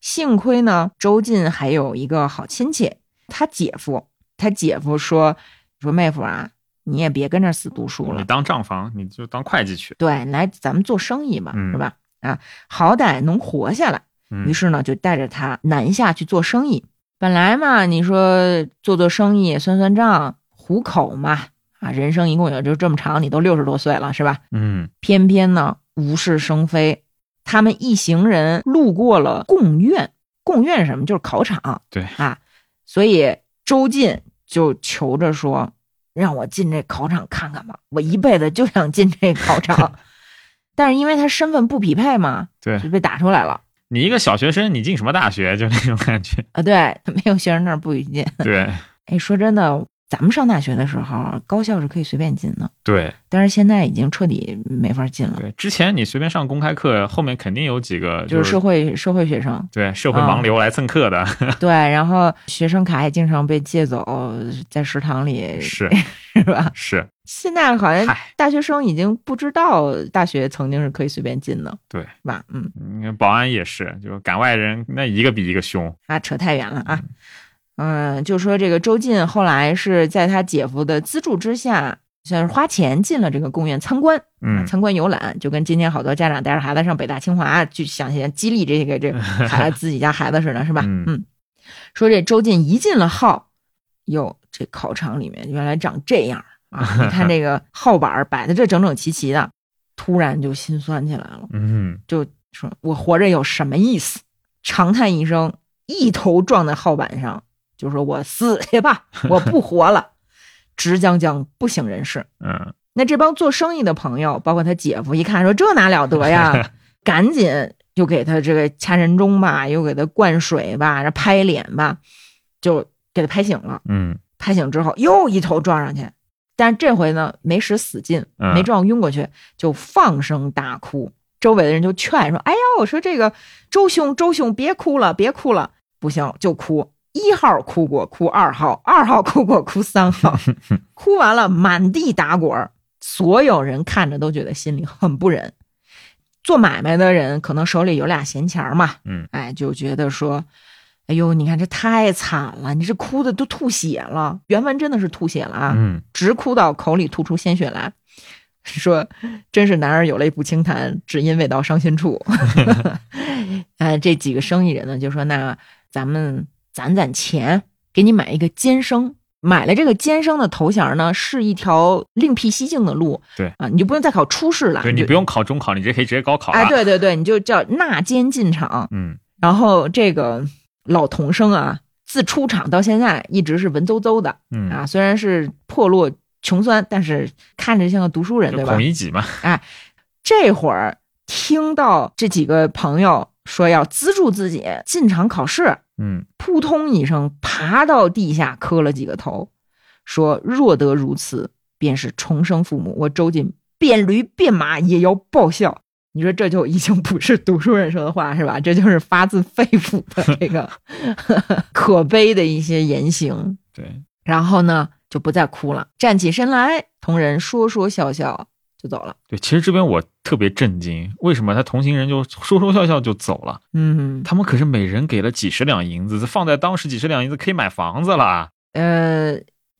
[SPEAKER 1] 幸亏呢，周进还有一个好亲戚，他姐夫，他姐夫说说妹夫啊，你也别跟这儿死读书了
[SPEAKER 2] 你，当账房，你就当会计去，
[SPEAKER 1] 对，来咱们做生意嘛，
[SPEAKER 2] 嗯
[SPEAKER 1] 是吧？啊，好歹能活下来。
[SPEAKER 2] 嗯
[SPEAKER 1] 于是呢，就带着他南下去做生意。本来嘛，你说做做生意、算算账、糊口嘛，啊，人生一共也就这么长，你都六十多岁了，是吧？
[SPEAKER 2] 嗯
[SPEAKER 1] 偏偏呢，无事生非。他们一行人路过了贡院，贡院是什么就是考场，
[SPEAKER 2] 对
[SPEAKER 1] 啊，所以周进就求着说，让我进这考场看看吧，我一辈子就想进这考 场，但是因为他身份不匹配嘛，
[SPEAKER 2] 对
[SPEAKER 1] 就被打出来了。
[SPEAKER 2] 你一个小学生，你 进
[SPEAKER 1] 呃
[SPEAKER 2] 什么大学？就那种感觉。
[SPEAKER 1] 啊，对，没有学生证不许进。
[SPEAKER 2] 对，
[SPEAKER 1] 哎，说真的，咱们上大学的时候，高校是可以随便进的，
[SPEAKER 2] 对
[SPEAKER 1] 但是现在已经彻底没法进了，
[SPEAKER 2] 对，之前你随便上公开课，后面肯定有几个
[SPEAKER 1] 就是
[SPEAKER 2] 是，
[SPEAKER 1] 社会社会学生
[SPEAKER 2] 对社会
[SPEAKER 1] 啊
[SPEAKER 2] 盲流来蹭课的，
[SPEAKER 1] 对，然后学生卡也经常被借走，在食堂里
[SPEAKER 2] 是
[SPEAKER 1] 是吧？
[SPEAKER 2] 是，
[SPEAKER 1] 现在好像
[SPEAKER 2] 嗨，
[SPEAKER 1] 大学生已经不知道大学曾经是可以随便进的，
[SPEAKER 2] 对
[SPEAKER 1] 是吧？嗯，
[SPEAKER 2] 嗯保安也是，就赶外人那一个比一个凶，
[SPEAKER 1] 啊，扯太远了啊。嗯，就说这个周进后来是在他姐夫的资助之下，算是花钱进了这个公园参观，
[SPEAKER 2] 嗯，
[SPEAKER 1] 参观游览，就跟今天好多家长带着孩子上北大清华去想想激励这个这孩子自己家孩子似的，是吧？
[SPEAKER 2] 嗯
[SPEAKER 1] 嗯，说这周进一进了号，哟，这考场里面原来长这样啊！你看这个号板儿摆的这整整齐齐的，突然就心酸起来了。
[SPEAKER 2] 嗯，
[SPEAKER 1] 就说我活着有什么意思？长叹一声，一头撞在号板上，就说我死去吧，我不活了， 直将将不省人事。
[SPEAKER 2] 嗯，
[SPEAKER 1] 那这帮做生意的朋友，包括他姐夫，一看说这哪了得呀，赶紧就给他这个掐人中吧，又给他灌水吧，然后拍脸吧，就给他拍醒了。
[SPEAKER 2] 嗯，
[SPEAKER 1] 拍醒之后又一头撞上去，但这回呢没使死劲，
[SPEAKER 2] 嗯
[SPEAKER 1] 没撞晕过去，就放声大哭。周围的人就劝说：“哎呦，说这个周兄，周兄别哭了，别哭了，不行就哭。”一号哭过，哭二号，二号哭过，哭三号，哭完了满地打滚儿，所有人看着都觉得心里很不忍。做买卖的人可能手里有俩闲钱儿嘛，
[SPEAKER 2] 嗯，
[SPEAKER 1] 哎，就觉得说，哎呦，你看这太惨了，你这哭的都吐血了，原文真的是吐血了啊，
[SPEAKER 2] 嗯，
[SPEAKER 1] 直哭到口里吐出鲜血来，说真是男儿有泪不轻弹，只因未到伤心 处。哎，这几个生意人呢就说，那咱们攒攒钱，给你买一个监生。买了这个监生的头衔呢，是一条另辟蹊径的路。
[SPEAKER 2] 对
[SPEAKER 1] 啊，你就不用再考初试了，
[SPEAKER 2] 对你
[SPEAKER 1] 就
[SPEAKER 2] 不用考中考，你这可以直接高考
[SPEAKER 1] 哎，
[SPEAKER 2] 了，
[SPEAKER 1] 对对对，你就叫纳监进场。
[SPEAKER 2] 嗯，
[SPEAKER 1] 然后这个老童生啊，自出场到现在一直是文绉绉的
[SPEAKER 2] 嗯
[SPEAKER 1] 啊，虽然是破落穷酸，但是看着像个读书人，
[SPEAKER 2] 就
[SPEAKER 1] 对吧
[SPEAKER 2] 孔？乙己嘛，
[SPEAKER 1] 这会儿听到这几个朋友说要资助自己进场考试，
[SPEAKER 2] 嗯，
[SPEAKER 1] 扑通一声爬到地下磕了几个头，说：“若得如此，便是重生父母。我周进变驴变马也要报效。”你说这就已经不是读书人说的话是吧？这就是发自肺腑的这个 可悲的一些言行。
[SPEAKER 2] 对，
[SPEAKER 1] 然后呢，就不再哭了，站起身来，同人说说笑笑就走了。
[SPEAKER 2] 对，其实这边我特别震惊，为什么他同行人就说说笑笑就走了？
[SPEAKER 1] 嗯，
[SPEAKER 2] 他们可是每人给了几十两银子，放在当时几十两银子可以买房子了啊。
[SPEAKER 1] 呃，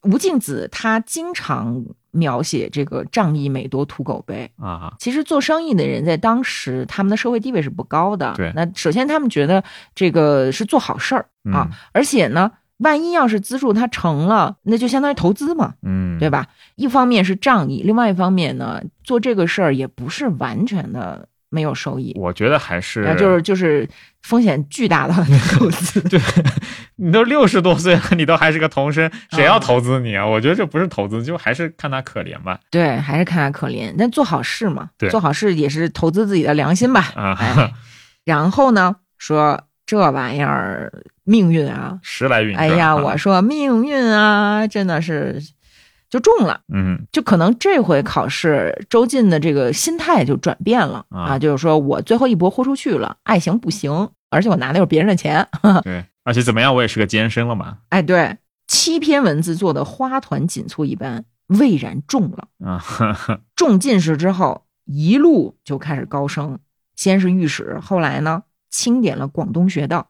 [SPEAKER 1] 吴敬梓他经常描写这个仗义每多屠狗辈。
[SPEAKER 2] 啊，
[SPEAKER 1] 其实做生意的人在当时他们的社会地位是不高的。
[SPEAKER 2] 对
[SPEAKER 1] 那首先他们觉得这个是做好事儿啊，
[SPEAKER 2] 嗯
[SPEAKER 1] 而且呢，万一要是资助他成了，那就相当于投资嘛，
[SPEAKER 2] 嗯，
[SPEAKER 1] 对
[SPEAKER 2] 吧？
[SPEAKER 1] 吧？一方面是仗义，另外一方面呢，做这个事儿也不是完全的没有收益，
[SPEAKER 2] 我觉得还是
[SPEAKER 1] 啊，就是就是风险巨大 的投资。
[SPEAKER 2] 对，你都六十多岁了，你都还是个童生，谁要投资你啊？我觉得这不是投资，就还是看他可怜吧。
[SPEAKER 1] 对，还是看他可怜，但做好事嘛，
[SPEAKER 2] 对
[SPEAKER 1] 做好事也是投资自己的良心 吧。
[SPEAKER 2] 啊
[SPEAKER 1] 哎，然后呢，说这玩意儿命运啊，
[SPEAKER 2] 时来运转。
[SPEAKER 1] 哎呀，
[SPEAKER 2] 啊
[SPEAKER 1] 我说命运啊，真的是就中了。
[SPEAKER 2] 嗯
[SPEAKER 1] 就可能这回考试，周进的这个心态就转变了
[SPEAKER 2] 啊
[SPEAKER 1] 啊，就是说我最后一搏豁出去了，爱情不行，而且我拿的又是别人的钱。
[SPEAKER 2] 对，而且怎么样，我也是个监生了嘛。
[SPEAKER 1] 哎，对，七篇文字做的花团锦簇一般，蔚然中了。
[SPEAKER 2] 啊， 呵呵
[SPEAKER 1] 中进士之后，一路就开始高升，先是御史，后来呢清点了广东学道。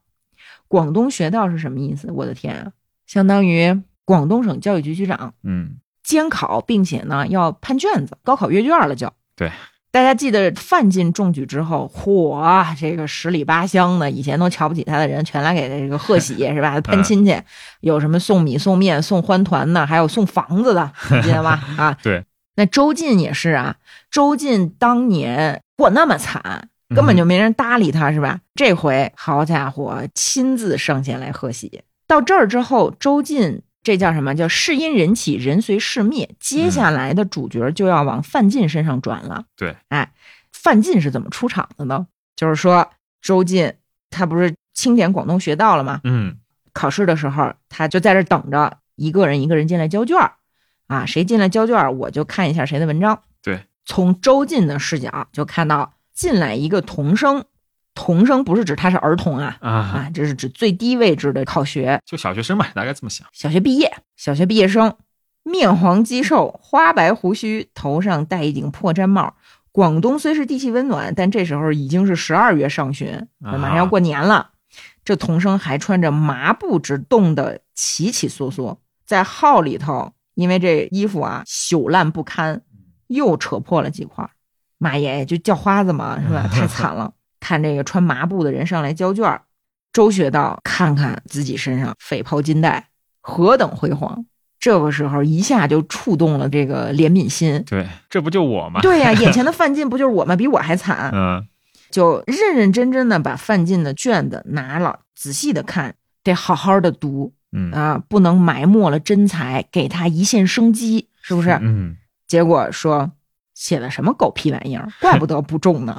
[SPEAKER 1] 广东学道是什么意思？我的天啊，相当于广东省教育局局长
[SPEAKER 2] 嗯，
[SPEAKER 1] 监考，并且呢要判卷子，高考阅卷了就。
[SPEAKER 2] 对。
[SPEAKER 1] 大家记得范进中举之后，嚯，这个十里八乡的以前都瞧不起他的人，全来给他这个贺喜是 吧？
[SPEAKER 2] 嗯
[SPEAKER 1] 喷亲戚，有什么送米、送面、送欢团的，还有送房子的，你记得吗？啊，
[SPEAKER 2] 对。
[SPEAKER 1] 那周进也是啊，周进当年过那么惨，根
[SPEAKER 2] 嗯
[SPEAKER 1] 本就没人搭理他，是吧？这回好家伙，亲自上前来贺喜。到这儿之后，周进这叫什么叫事因人起，人随事灭。接下来的主角就要往范进身上转了。
[SPEAKER 2] 对，
[SPEAKER 1] 哎，范进是怎么出场的呢？就是说，周进他不是清点广东学道了吗？
[SPEAKER 2] 嗯
[SPEAKER 1] 考试的时候，他就在这儿等着，一个人一个人进来交卷儿啊，谁进来交卷儿，我就看一下谁的文章。
[SPEAKER 2] 对，
[SPEAKER 1] 从周进的视角就看到进来一个童生，童生不是指他是儿童啊
[SPEAKER 2] 啊，
[SPEAKER 1] 啊，这是指最低位置的考学，
[SPEAKER 2] 就小学生吧，大概这么想。
[SPEAKER 1] 小学毕业，小学毕业生，面黄肌瘦，花白胡须，头上戴一顶破毡帽。广东虽是地气温暖，但这时候已经是十二月上旬，
[SPEAKER 2] 啊
[SPEAKER 1] 马上要过年了。这童生还穿着麻布只冻得起起缩缩，在号里头，因为这衣服啊朽烂不堪，又扯破了几块儿。妈耶，就叫花子嘛，是吧？太惨了。看这个穿麻布的人上来交卷儿，周学道看看自己身上匪袍金带，何等辉煌！这个时候一下就触动了这个怜悯心。
[SPEAKER 2] 对，这不就我吗？
[SPEAKER 1] 对 呀、眼前的范进不就是我吗？比我还惨，
[SPEAKER 2] 嗯，
[SPEAKER 1] 就认认真真的把范进的卷子拿了，仔细的看，得好好的读
[SPEAKER 2] 嗯嗯，
[SPEAKER 1] 啊，不能埋没了真才，给他一线生机，是不是？
[SPEAKER 2] 嗯，
[SPEAKER 1] 结果说写的什么狗屁玩意儿，怪不得不中 呢。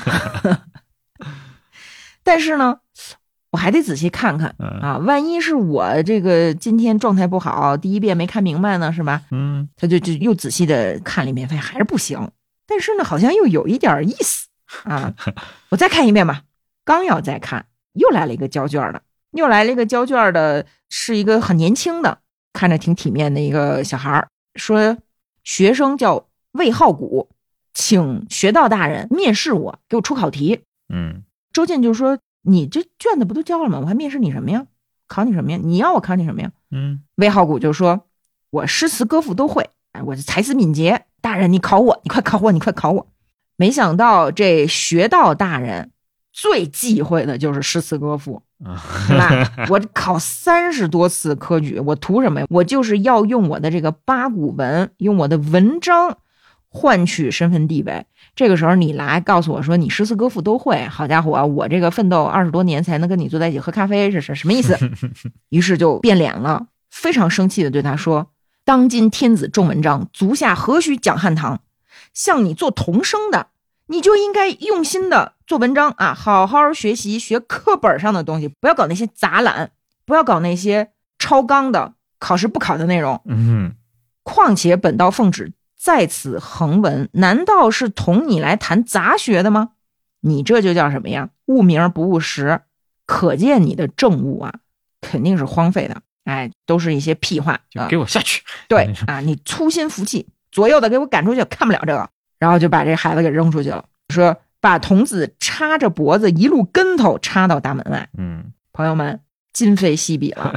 [SPEAKER 1] 但是呢，我还得仔细看看
[SPEAKER 2] 嗯，
[SPEAKER 1] 啊，万一是我这个今天状态不好，第一遍没看明白呢，是吧？
[SPEAKER 2] 嗯，
[SPEAKER 1] 他就就又仔细的看了一遍，发现还是不行。但是呢，好像又有一点意思啊。我再看一遍吧。刚要再看，又来了一个交卷的，又来了一个交卷的，是一个很年轻的，看着挺体面的一个小孩儿，说学生叫魏浩古，请学道大人面试我，给我出考题。
[SPEAKER 2] 嗯，
[SPEAKER 1] 周进就说：“你这卷子不都交了吗？我还面试你什么呀？考你什么呀？你要我考你什么呀？”
[SPEAKER 2] 嗯，
[SPEAKER 1] 魏浩古就说：“我诗词歌赋都会，哎，我才思敏捷。大人，你考我，你快考我，你快考我。”没想到这学道大人最忌讳的就是诗词歌赋，是吧？ 我考三十多次科举，我图什么呀？我就是要用我的这个八股文，用我的文章换取身份地位。这个时候你来告诉我说你诗词歌赋都会，好家伙，啊我这个奋斗二十多年才能跟你坐在一起喝咖啡，这是什么意思？于是就变脸了，非常生气的对他说：“当今天子重文章，足下何须讲汉唐？像你做童生的，你就应该用心的做文章啊，好好学习，学课本上的东西，不要搞那些杂览，不要搞那些超纲的考试不考的内容。
[SPEAKER 2] 嗯，
[SPEAKER 1] 况且本道奉旨在此横文，难道是同你来谈杂学的吗？你这就叫什么呀？务名不务实，可见你的政务啊，肯定是荒废的。哎，都是一些屁话
[SPEAKER 2] 就
[SPEAKER 1] 啊！
[SPEAKER 2] 给我下去。
[SPEAKER 1] 对啊，你粗心服气，左右的给我赶出去，看不了这个。然后就把这孩子给扔出去了，说把童子插着脖子，一路跟头插到大门外。
[SPEAKER 2] 嗯，
[SPEAKER 1] 朋友们，今非昔比了。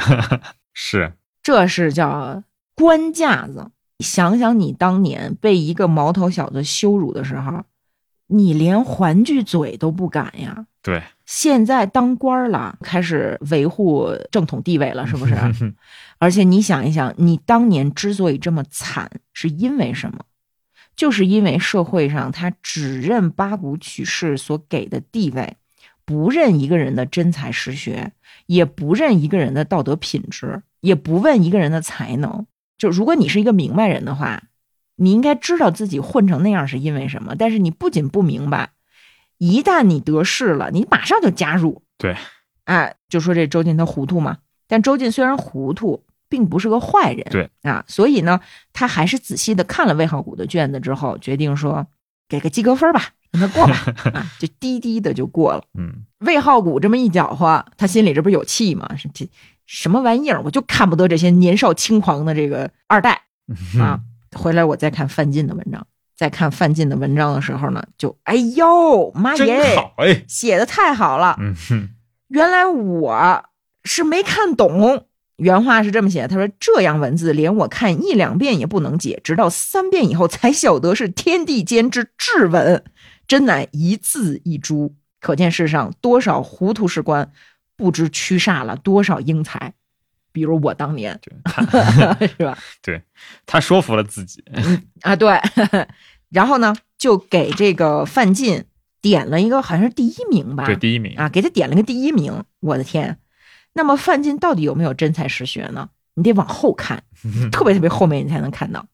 [SPEAKER 2] 是，
[SPEAKER 1] 这是叫官架子。想想你当年被一个毛头小子羞辱的时候，你连还句嘴都不敢呀。
[SPEAKER 2] 对，
[SPEAKER 1] 现在当官儿了，开始维护正统地位了，是 啊不是？
[SPEAKER 2] 嗯
[SPEAKER 1] 而且你想一想，你当年之所以这么惨，是因为什么？就是因为社会上他只认八股取士所给的地位，不认一个人的真才实学，也不认一个人的道德品质，也不问一个人的才能。就如果你是一个明白人的话，你应该知道自己混成那样是因为什么。但是你不仅不明白，一旦你得势了，你马上就加入。
[SPEAKER 2] 对，
[SPEAKER 1] 哎，就说这周进他糊涂嘛，但周进虽然糊涂，并不是个坏人。
[SPEAKER 2] 对
[SPEAKER 1] 啊，所以呢，他还是仔细的看了魏浩古的卷子之后，决定说给个及格分吧，让他过吧。 啊，就低低的就过了。
[SPEAKER 2] 嗯，
[SPEAKER 1] 魏浩古这么一搅和，他心里这不是有气吗？是这什么玩意儿？我就看不得这些年少轻狂的这个二代
[SPEAKER 2] 嗯
[SPEAKER 1] 啊！回来我再看范进的文章，在看范进的文章的时候呢，就哎呦妈
[SPEAKER 2] 真
[SPEAKER 1] 耶，
[SPEAKER 2] 好哎。
[SPEAKER 1] 写的太好了！
[SPEAKER 2] 嗯哼，
[SPEAKER 1] 原来我是没看懂。原话是这么写的，他说：“这样文字，连我看一两遍也不能解，直到三遍以后才晓得是天地间之至文，真乃一字一珠。可见世上多少糊涂士官，不知驱煞了多少英才。比如我当年， 是吧？
[SPEAKER 2] 他说服了自己。
[SPEAKER 1] 啊，对。 然后呢，就给这个范进点了一个，好像是第一名吧？
[SPEAKER 2] 对，第一名。
[SPEAKER 1] 啊，给他点了个第一名，我的天！那么范进到底有没有真才实学呢？你得往后看，
[SPEAKER 2] 嗯
[SPEAKER 1] 特别特别后面你才能看到。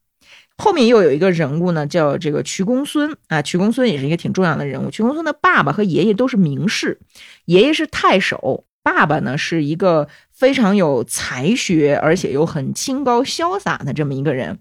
[SPEAKER 1] 后面又有一个人物呢，叫这个瞿公孙啊，瞿公孙也是一个挺重要的人物。瞿公孙的爸爸和爷爷都是名士，爷爷是太守，爸爸呢是一个非常有才学，而且又很清高潇洒的这么一个人。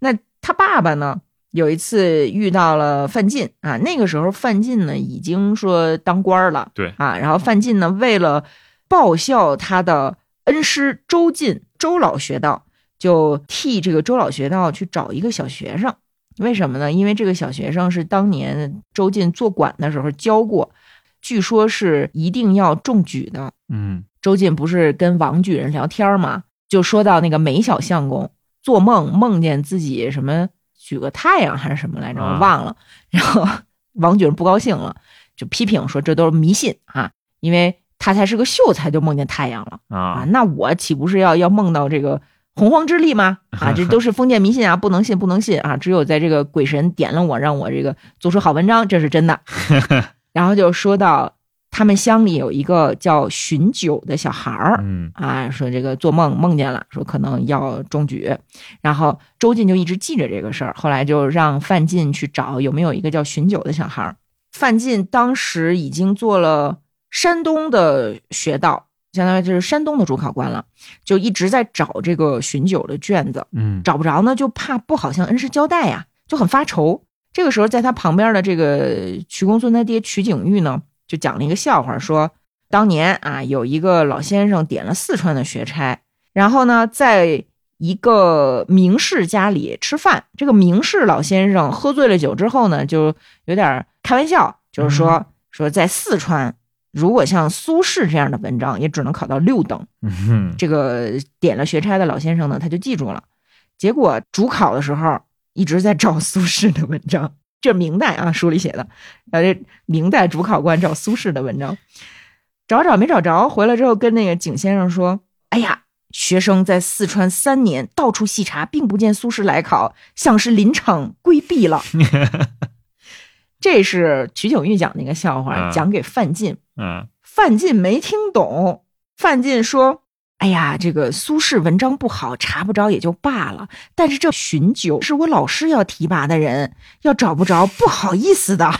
[SPEAKER 1] 那他爸爸呢？有一次遇到了范进啊，那个时候范进呢已经说当官儿了，
[SPEAKER 2] 对
[SPEAKER 1] 啊，然后范进呢为了报效他的恩师周进周老学道，就替这个周老学道去找一个小学生。为什么呢？因为这个小学生是当年周进做馆的时候教过，据说是一定要中举的。
[SPEAKER 2] 嗯，
[SPEAKER 1] 周进不是跟王举人聊天嘛，就说到那个梅小相公做梦梦见自己什么举个太阳还是什么来着，
[SPEAKER 2] 啊
[SPEAKER 1] 我忘了。然后 王举人不高兴了，就批评说这都是迷信啊，因为他才是个秀才就梦见太阳了啊，
[SPEAKER 2] 啊，
[SPEAKER 1] 那我岂不是要要梦到这个洪荒之力吗？啊，这都是封建迷信啊，不能信，不能信啊！只有在这个鬼神点了我，让我这个做出好文章，这是真的。然后就说到他们乡里有一个叫寻九的小孩儿，
[SPEAKER 2] 嗯
[SPEAKER 1] 啊，说这个做梦梦见了，说可能要中举，然后周进就一直记着这个事儿，后来就让范进去找有没有一个叫荀九的小孩儿。范进当时已经做了山东的学道，相当于就是山东的主考官了，就一直在找这个荀九的卷子，
[SPEAKER 2] 嗯
[SPEAKER 1] 找不着呢，就怕不好向恩师交代呀，就很发愁。这个时候，在他旁边的这个曲公孙他爹曲景玉呢，就讲了一个笑话，说当年啊，有一个老先生点了四川的学差，然后呢，在一个名士家里吃饭，这个名士老先生喝醉了酒之后呢，就有点开玩笑，就是说、说在四川，如果像苏轼这样的文章，也只能考到六等。
[SPEAKER 2] 嗯
[SPEAKER 1] 这个点了学差的老先生呢，他就记住了。结果主考的时候一直在找苏轼的文章， 这是明代啊书里写的，呃，这明代主考官找苏轼的文章，找找没找着，回来之后跟那个景先生说：“哎呀，学生在四川三年到处细查，并不见苏轼来考，像是临场规避 了。”这是曲景玉讲的一个笑话，
[SPEAKER 2] 啊
[SPEAKER 1] 讲给范进。
[SPEAKER 2] 嗯
[SPEAKER 1] 范进没听懂，范进说：“哎呀，这个苏轼文章不好，查不着也就罢了，但是这荀九是我老师要提拔的人，要找不着不好意思的。”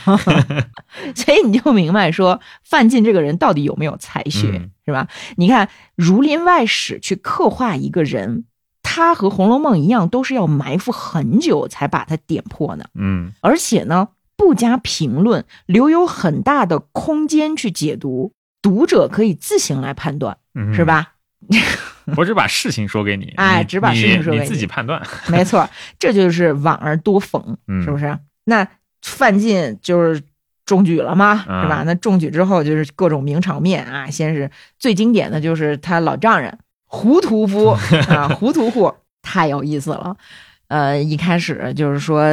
[SPEAKER 1] 所以你就明白说，范进这个人到底有没有才学，
[SPEAKER 2] 嗯
[SPEAKER 1] 是吧？你看《儒林外史》去刻画一个人。他和《红楼梦》一样，都是要埋伏很久才把他点破的。
[SPEAKER 2] 嗯
[SPEAKER 1] 而且呢不加评论，留有很大的空间去解读，读者可以自行来判断，
[SPEAKER 2] 嗯，
[SPEAKER 1] 是？吧？
[SPEAKER 2] 我只把事情说给你，
[SPEAKER 1] 哎
[SPEAKER 2] 你
[SPEAKER 1] 只把事情说给
[SPEAKER 2] 你，
[SPEAKER 1] 你
[SPEAKER 2] 自己判断。
[SPEAKER 1] 没错，这就是婉而多讽，
[SPEAKER 2] 嗯
[SPEAKER 1] 是不是？那范进就是。中举了嘛，
[SPEAKER 2] 嗯
[SPEAKER 1] 是吧？那中举之后就是各种名场面啊，先是最经典的就是他老丈人胡屠 夫啊，胡屠户太有意思了。呃，一开始就是说，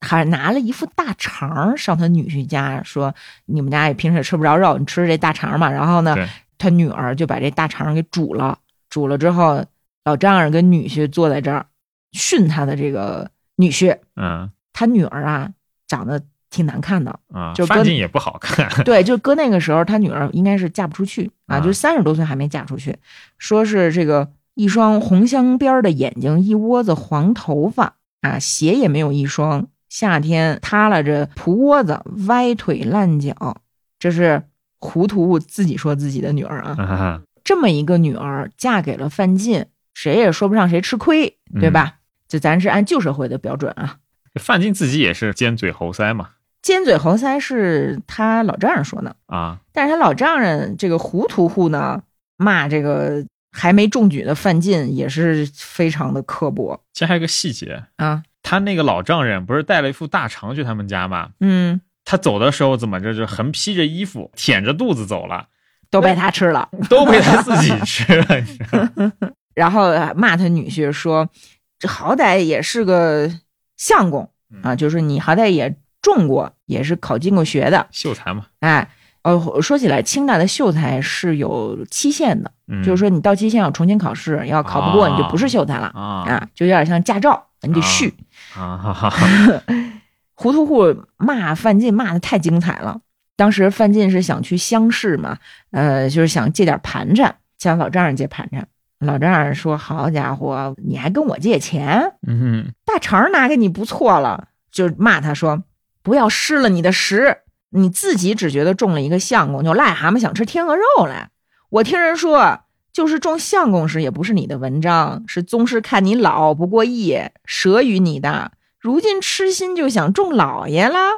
[SPEAKER 1] 还拿了一副大肠儿上他女婿家，说你们家也平时也吃不着肉，你吃这大肠儿嘛。然后呢
[SPEAKER 2] 对，
[SPEAKER 1] 他女儿就把这大肠儿给煮了，煮了之后，老丈人跟女婿坐在这儿，训他的这个女婿，
[SPEAKER 2] 嗯
[SPEAKER 1] 他女儿啊长得挺难看 的，
[SPEAKER 2] 啊
[SPEAKER 1] 就，跟
[SPEAKER 2] 范进也不好看。
[SPEAKER 1] 对，就搁那个时候，他女儿应该是嫁不出去啊，
[SPEAKER 2] 啊
[SPEAKER 1] 就是三十多岁还没嫁出去，说是这个一双红镶边儿的眼睛，一窝子黄头发啊，鞋也没有一双，夏天塌拉着蒲窝子，歪腿烂脚，这是糊涂自己说自己的女儿啊，
[SPEAKER 2] 啊
[SPEAKER 1] 这么一个女儿嫁给了范进，谁也说不上谁吃亏，对吧？就咱是按旧社会的标准啊，
[SPEAKER 2] 范进自己也是尖嘴猴腮嘛。
[SPEAKER 1] 尖嘴猴腮是他老丈人说的，
[SPEAKER 2] 啊，
[SPEAKER 1] 但是他老丈人这个糊涂户呢，骂这个还没中举的范进也是非常的刻薄
[SPEAKER 2] 其实还有一个细节，
[SPEAKER 1] 啊，
[SPEAKER 2] 他那个老丈人不是带了一副大肠去他们家嘛？
[SPEAKER 1] 嗯，
[SPEAKER 2] 他走的时候怎么着，就横披着衣服，舔着肚子走了，
[SPEAKER 1] 都被他吃了，
[SPEAKER 2] 都被他自 己吃了。你知道吗
[SPEAKER 1] 然后骂他女婿说，这好歹也是个相公啊，就是你好歹也中过，也是考进过学的，
[SPEAKER 2] 秀才嘛，
[SPEAKER 1] 哎。哦，说起来，清代的秀才是有期限的，
[SPEAKER 2] 嗯，
[SPEAKER 1] 就是说你到期限要重新考试，要考不过你就不是秀才了
[SPEAKER 2] 啊
[SPEAKER 1] 啊，就有点像驾照，你得续。
[SPEAKER 2] 啊哈哈，
[SPEAKER 1] 糊涂户骂范进骂的太精彩了。当时范进是想去乡试嘛，呃，就是想借点盘缠，向老丈人借盘缠。老丈人说：“好家伙，你还跟我借钱？
[SPEAKER 2] 嗯
[SPEAKER 1] 大肠儿拿给你不错了。”就骂他说：“不要失了你的食，你自己只觉得中了一个相公，就癞蛤蟆想吃天鹅肉来。我听人说，就是中相公时也不是你的文章，是宗室看你老不过意，舍与你的。如今痴心就想中老爷啦，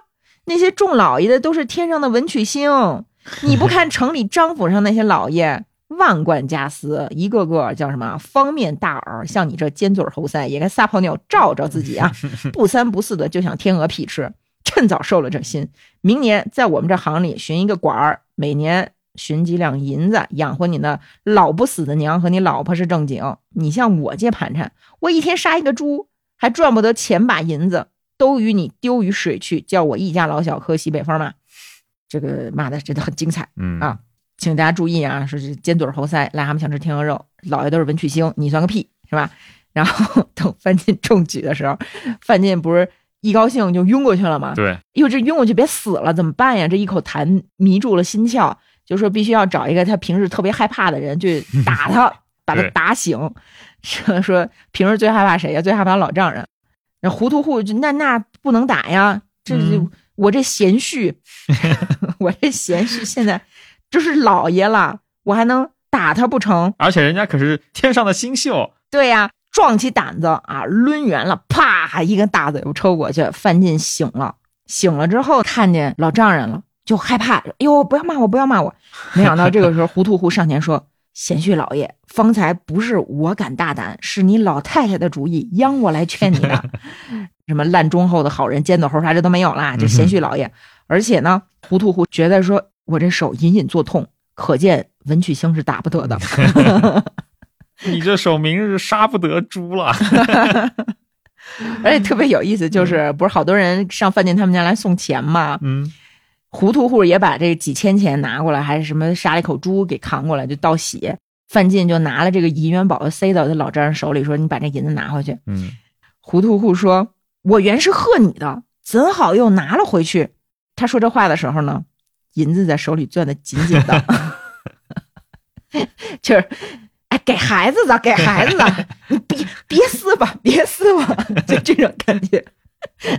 [SPEAKER 1] 那些中老爷的都是天上的文曲星，你不看城里张府上那些老爷，万贯家私，一个个叫什么方面大耳，像你这尖嘴猴腮也该撒泡尿照照自己啊，不三不四的就想天鹅屁吃，趁早受了这心，明年在我们这行里寻一个馆儿，每年。寻几两银子养活你那老不死的娘和你老婆是正经，你向我借盘缠，我一天杀一个猪，还赚不得钱把银子，都与你丢于水去，叫我一家老小喝西北风嘛。这个骂的真的很精彩，
[SPEAKER 2] 嗯
[SPEAKER 1] 啊请大家注意啊，说是尖嘴猴腮，癞蛤蟆想吃天鹅肉，老爷都是文曲星，你算个屁是吧？ 然后等范进中举的时候，范进不是一高兴就晕过去了吗？
[SPEAKER 2] 对，
[SPEAKER 1] 哟，这晕过去别死了，怎么办呀？这一口痰迷住了心窍，就说必须要找一个他平时特别害怕的人 去打他，把他
[SPEAKER 2] 对
[SPEAKER 1] 打醒。说说平时最害怕谁呀？最害怕老丈人。那糊涂户就那那不能打呀，这就、
[SPEAKER 2] 嗯
[SPEAKER 1] 我这贤 婿，我这贤婿现在就是老爷了，我还能打他不成？
[SPEAKER 2] 而且人家可是天上的星宿，
[SPEAKER 1] 对呀、壮起胆子啊，抡圆了，啪一个大嘴巴抽过去。范进醒了，醒了之后看见老丈人了，就害怕，哎呦，不要骂我，不要骂我！没想到这个时候，糊涂糊上前说：“贤婿老爷，方才不是我敢大胆，是你老太太的主意，央我来劝你的。什么烂忠厚的好人，尖嘴猴啥这都没有啦，就贤婿老爷。而且呢，糊涂糊觉得说我这手隐隐作痛，可见文曲星是打不得的。”
[SPEAKER 2] 你这手明日杀不得猪了。
[SPEAKER 1] 而且特别有意思，就是不是好多人上饭店他们家来送钱嘛？
[SPEAKER 2] 嗯，
[SPEAKER 1] 糊涂户也把这几千钱拿过来，还是什么杀了一口猪给扛过来就道喜。范进就拿了这个银元宝塞到他老丈人手里，说：“你把这银子拿回去。
[SPEAKER 2] 嗯，”
[SPEAKER 1] 糊涂户说：“我原是贺你的，怎好又拿了回去？”他说这话的时候呢，银子在手里攥得紧紧的， 就是。哎，给孩子的，给孩子的，你别别撕吧，别撕吧， 就这种感觉。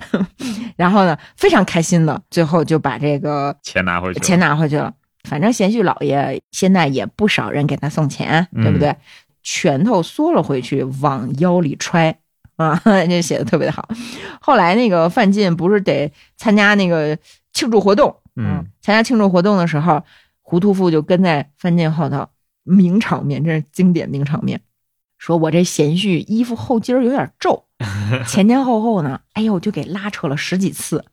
[SPEAKER 1] 然后呢，非常开心的，最后就把这个
[SPEAKER 2] 钱拿回去了。
[SPEAKER 1] 钱拿回去了。反正贤婿老爷现在也不少人给他送钱，
[SPEAKER 2] 嗯
[SPEAKER 1] 对不对？拳头缩了回去，往腰里揣 啊，这写的特别的好。后来那个范进不是得参加那个庆祝活动，啊
[SPEAKER 2] 嗯，
[SPEAKER 1] 参加庆祝活动的时候，糊涂父就跟在范进后头，名场面，这是经典名场面。说我这贤婿衣服后襟儿有点皱，前前后后呢，哎呦，就给拉扯了十几次。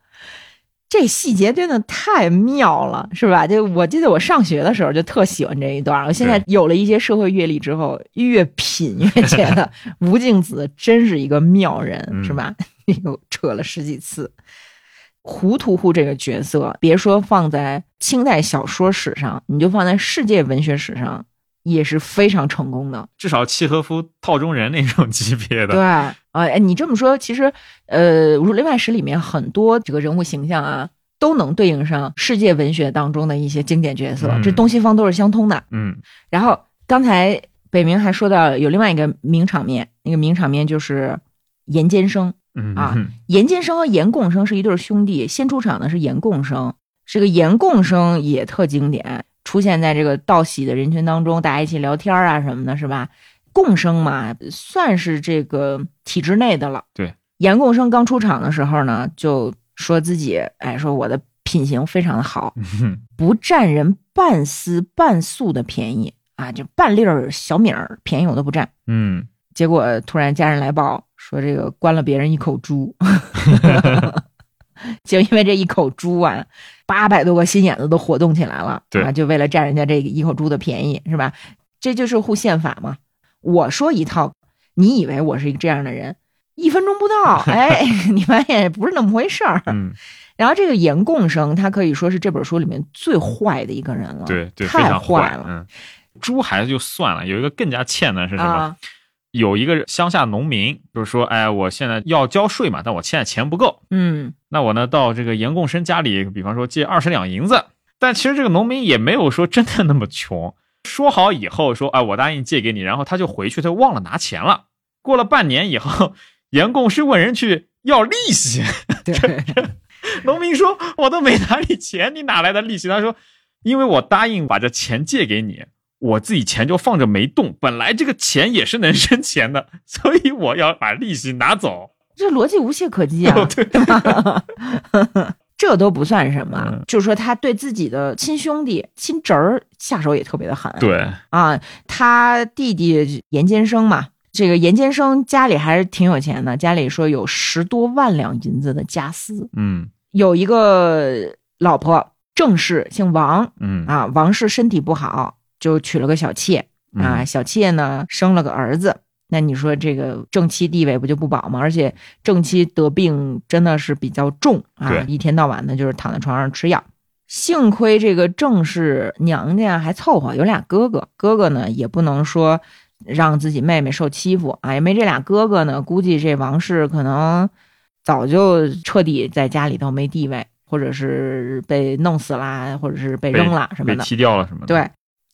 [SPEAKER 1] 这细节真的太妙了，是吧？就我记得我上学的时候就特喜欢这一段儿，我现在有了一些社会阅历之后，越品越觉得吴敬梓真是一个妙人，
[SPEAKER 2] 嗯
[SPEAKER 1] 是吧？ 又扯了十几次。糊涂户这个角色，别说放在清代小说史上，你就放在世界文学史上也是非常成功的。
[SPEAKER 2] 至少契诃夫套中人那种级别
[SPEAKER 1] 对，
[SPEAKER 2] 的。
[SPEAKER 1] 啊、哎，你这么说，其实，呃，《儒林外史》里面很多这个人物形象啊，都能对应上世界文学当中的一些经典角色，
[SPEAKER 2] 嗯
[SPEAKER 1] 这东西方都是相通的。
[SPEAKER 2] 嗯，
[SPEAKER 1] 然后刚才北明还说到有另外一个名场面，那个名场面就是颜监生。
[SPEAKER 2] 嗯
[SPEAKER 1] 啊
[SPEAKER 2] 嗯
[SPEAKER 1] 颜监生和颜贡生是一对兄弟，先出场的是颜贡生，这个颜贡生也特经典，出现在这个道喜的人群当中，大家一起聊天啊什么的，是吧？贡生嘛，算是这个体制内的了。
[SPEAKER 2] 对，
[SPEAKER 1] 颜贡生刚出场的时候呢，就说自己，哎，说我的品行非常的好，
[SPEAKER 2] 嗯
[SPEAKER 1] 不占人半丝半素的便宜啊，就半粒儿小米儿便宜我都不占。
[SPEAKER 2] 嗯，
[SPEAKER 1] 结果呃突然家人来报说这个关了别人一口 猪，就因为这一口猪啊，八百多个心眼子都活动起来了，
[SPEAKER 2] 对
[SPEAKER 1] 啊，就为了占人家这一口猪的便宜，是吧？这就是护宪法嘛。我说一套，你以为我是一个这样的人，一分钟不到， 哎，你发现不是那么回事儿。
[SPEAKER 2] 嗯，
[SPEAKER 1] 然后这个严贡生，他可以说是这本书里面最坏的一个人了，
[SPEAKER 2] 对对，非
[SPEAKER 1] 啊太
[SPEAKER 2] 常
[SPEAKER 1] 坏了。
[SPEAKER 2] 嗯，猪还就算了，有一个更加欠嗯的是什么？
[SPEAKER 1] 啊，
[SPEAKER 2] 有一个乡下农民，就是说，哎，我现在要交税嘛，但我现在钱不够，
[SPEAKER 1] 嗯，
[SPEAKER 2] 那我呢到这个严贡生家里，比方说借二十两银子，但其实这个农民也没有说真的那么穷，说好以后说，哎，我答应借给你，然后他就回去，他就忘了拿钱了。过了半年以后，严贡生问人去要利息，
[SPEAKER 1] 对，
[SPEAKER 2] 农民说：“我都没拿你钱，你哪来的利息？”他说：“因为我答应把这钱借给你，我自己钱就放着没动，本来这个钱也是能生钱的，所以我要把利息拿走。
[SPEAKER 1] 这逻辑无懈可击啊，
[SPEAKER 2] 对
[SPEAKER 1] 对吧？这都不算什么，
[SPEAKER 2] 嗯
[SPEAKER 1] 就是说他对自己的亲兄弟、亲侄儿下手也特别的狠。
[SPEAKER 2] 对，
[SPEAKER 1] 啊，他弟弟严监生嘛，这个严监生家里还是挺有钱的，家里说有十多万两银子的家私，
[SPEAKER 2] 嗯
[SPEAKER 1] 有一个老婆郑氏，姓王
[SPEAKER 2] 嗯
[SPEAKER 1] 啊，王氏身体不好，就娶了个小妾啊，
[SPEAKER 2] 嗯
[SPEAKER 1] 小妾呢生了个儿子。那你说这个正妻地位不就不保吗？而且正妻得病真的是比较重啊
[SPEAKER 2] 对，
[SPEAKER 1] 一天到晚的就是躺在床上吃药。幸亏这个郑氏娘家还凑合，有俩哥哥，哥哥呢也不能说让自己妹妹受欺负啊，也没这俩哥哥呢，估计这王氏可能早就彻底在家里头没地位，或者是被弄死啦，或者是被扔啦什么
[SPEAKER 2] 被
[SPEAKER 1] 的。
[SPEAKER 2] 踢掉了什么的。
[SPEAKER 1] 对，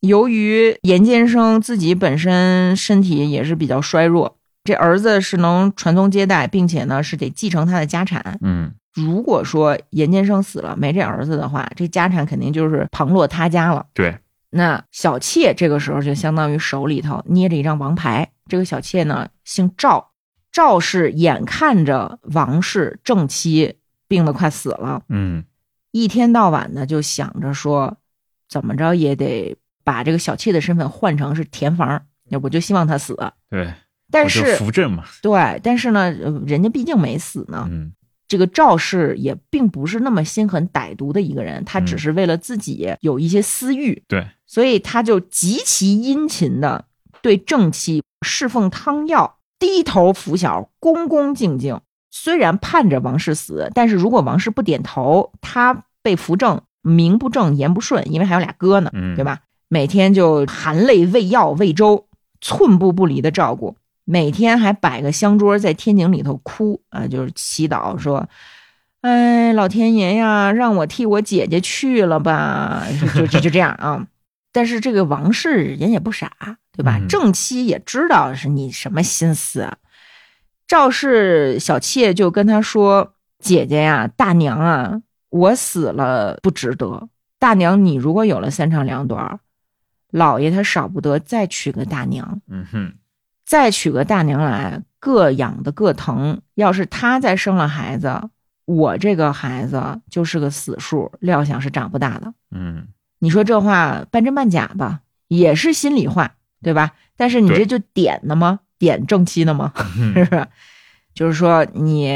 [SPEAKER 1] 由于严监生自己本身身体也是比较衰弱，这儿子是能传宗接代，并且呢是得继承他的家产。
[SPEAKER 2] 嗯，
[SPEAKER 1] 如果说严监生死了没这儿子的话，这家产肯定就是旁落他家了。
[SPEAKER 2] 对，
[SPEAKER 1] 那小妾这个时候就相当于手里头捏着一张王牌。这个小妾呢，姓赵，赵氏眼看着王氏正妻病得快死了，
[SPEAKER 2] 嗯
[SPEAKER 1] 一天到晚的就想着说，怎么着也得把这个小妾的身份换成是填房，我就希望她死。
[SPEAKER 2] 对，
[SPEAKER 1] 但
[SPEAKER 2] 我就是扶正嘛。
[SPEAKER 1] 对，但是呢，呃人家毕竟没死呢，
[SPEAKER 2] 嗯
[SPEAKER 1] 这个赵氏也并不是那么心狠歹毒的一个人，他
[SPEAKER 2] 嗯
[SPEAKER 1] 只是为了自己有一些私欲，
[SPEAKER 2] 对，
[SPEAKER 1] 所以他就极其殷勤的对正妻侍奉汤药，低头拂晓，恭恭敬敬。虽然盼着王氏死，但是如果王氏不点头，他被扶正，名不正言不顺，因为还有俩哥呢，
[SPEAKER 2] 嗯，
[SPEAKER 1] 对？吧？每天就含泪喂药喂粥，寸步不离的照顾，每天还摆个香桌在天井里头哭啊、就是祈祷说。哎，老天爷呀，让我替我姐姐去了吧，就就就就这样啊。但是这个王氏人也不傻，对吧？
[SPEAKER 2] 嗯
[SPEAKER 1] 正妻也知道是你什么心思啊。赵氏小妾就跟他说：“姐姐呀，大娘啊，我死了不值得，大娘，你如果有了三长两短儿，老爷他少不得再娶个大娘，
[SPEAKER 2] 嗯哼，
[SPEAKER 1] 再娶个大娘来，各养的各疼。要是他再生了孩子，我这个孩子就是个死数，料想是长不大的。
[SPEAKER 2] 嗯
[SPEAKER 1] 你说这话半真半假吧，也是心里话，对吧？但是你这
[SPEAKER 2] 对
[SPEAKER 1] 就点呢吗？点正妻呢吗？是
[SPEAKER 2] 嗯
[SPEAKER 1] 不是？就是说你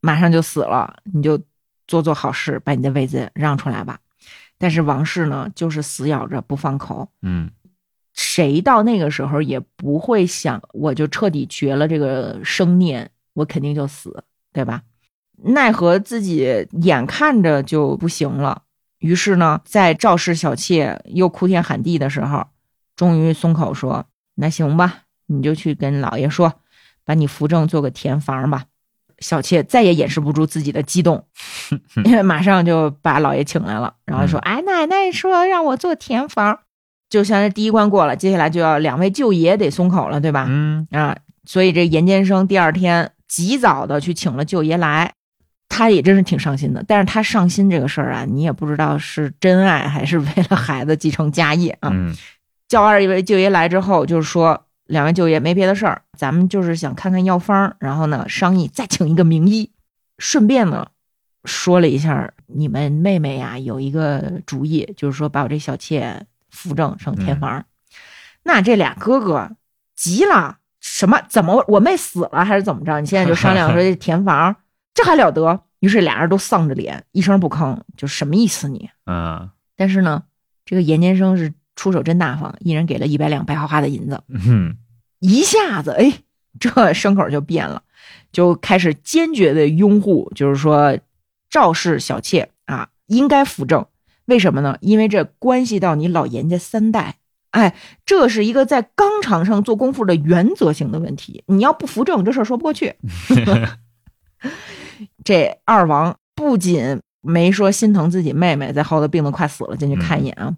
[SPEAKER 1] 马上就死了，你就做做好事，把你的位子让出来吧。但是王氏呢，就是死咬着不放口，
[SPEAKER 2] 嗯，
[SPEAKER 1] 谁到那个时候也不会想，我就彻底绝了这个生念，我肯定就死，对吧？奈何自己眼看着就不行了，于是呢，在赵氏小妾又哭天喊地的时候，终于松口说：“那行吧，你就去跟老爷说，把你扶正做个填房吧。”小妾再也掩饰不住自己的激动，马上就把老爷请来了，然后说：“哎，奶奶说让我做填房。”就像是第一关过了，接下来就要两位舅爷得松口了，对吧？
[SPEAKER 2] 嗯
[SPEAKER 1] 啊，所以这严监生第二天极早的去请了舅爷来，他也真是挺上心的。但是他上心这个事儿啊，你也不知道是真爱还是为了孩子继承家业啊。
[SPEAKER 2] 嗯
[SPEAKER 1] 叫二位舅爷来之后，就是说两位舅爷没别的事儿，咱们就是想看看药方，然后呢商议再请一个名医，顺便呢说了一下你们妹妹呀、有一个主意，就是说把我这小妾扶正上天房。那这俩哥哥急了，什么怎么我妹死了还是怎么着？你现在就商量说这填房，这还了得？于是俩人都丧着脸，一声不吭，就什么意思你？
[SPEAKER 2] 嗯
[SPEAKER 1] 但是呢，这个严监生是出手真大方，一人给了一百两白花花的银子，
[SPEAKER 2] 嗯
[SPEAKER 1] 一下子哎，这牲口就变了，就开始坚决的拥护，就是说赵氏小妾啊应该扶正，为什么呢？因为这关系到你老严家三代。哎，这是一个在纲常上做功夫的原则性的问题。你要不扶正，这事儿说不过去。这二王不仅没说心疼自己妹妹在后头病得快死了，进去看一眼啊，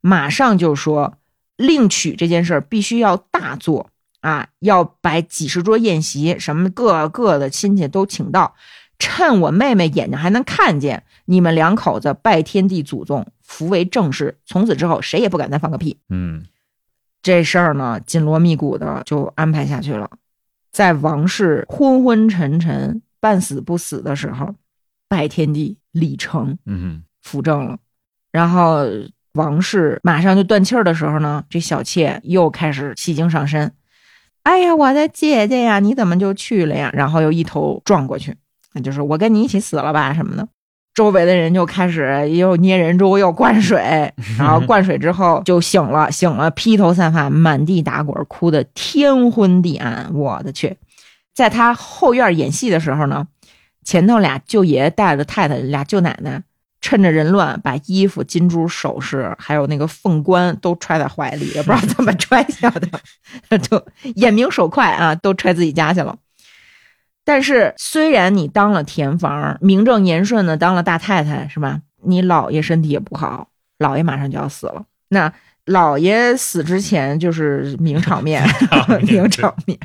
[SPEAKER 1] 马上就说另娶这件事儿必须要大做啊，要摆几十桌宴席，什么各个的亲戚都请到，趁我妹妹眼睛还能看见，你们两口子拜天地祖宗，福为正室，从此之后谁也不敢再放个屁。
[SPEAKER 2] 嗯
[SPEAKER 1] 这事儿呢，紧锣密鼓的就安排下去了。在王氏昏昏沉沉、半死不死的时候，拜天地李成
[SPEAKER 2] 嗯
[SPEAKER 1] 扶正了。然后王氏马上就断气儿的时候呢，这小妾又开始戏精上身。哎呀，我的姐姐呀，你怎么就去了呀？然后又一头撞过去，那就是我跟你一起死了吧什么的。周围的人就开始又捏人中，又灌水，然后灌水之后就醒了，醒了披头散发，满地打滚，哭得天昏地暗。我的去，在他后院演戏的时候呢，前头俩舅爷带着太太俩舅奶奶，趁着人乱，把衣服、金珠、首饰，还有那个凤冠都揣在怀里，也不知道怎么揣下的， 就眼明手快啊，都揣自己家去了。但是虽然你当了田房，名正言顺的当了大太太，是吧？你姥爷身体也不好，姥爷马上就要死了。那姥爷死之前就是名场面
[SPEAKER 2] 场，面
[SPEAKER 1] 名场面。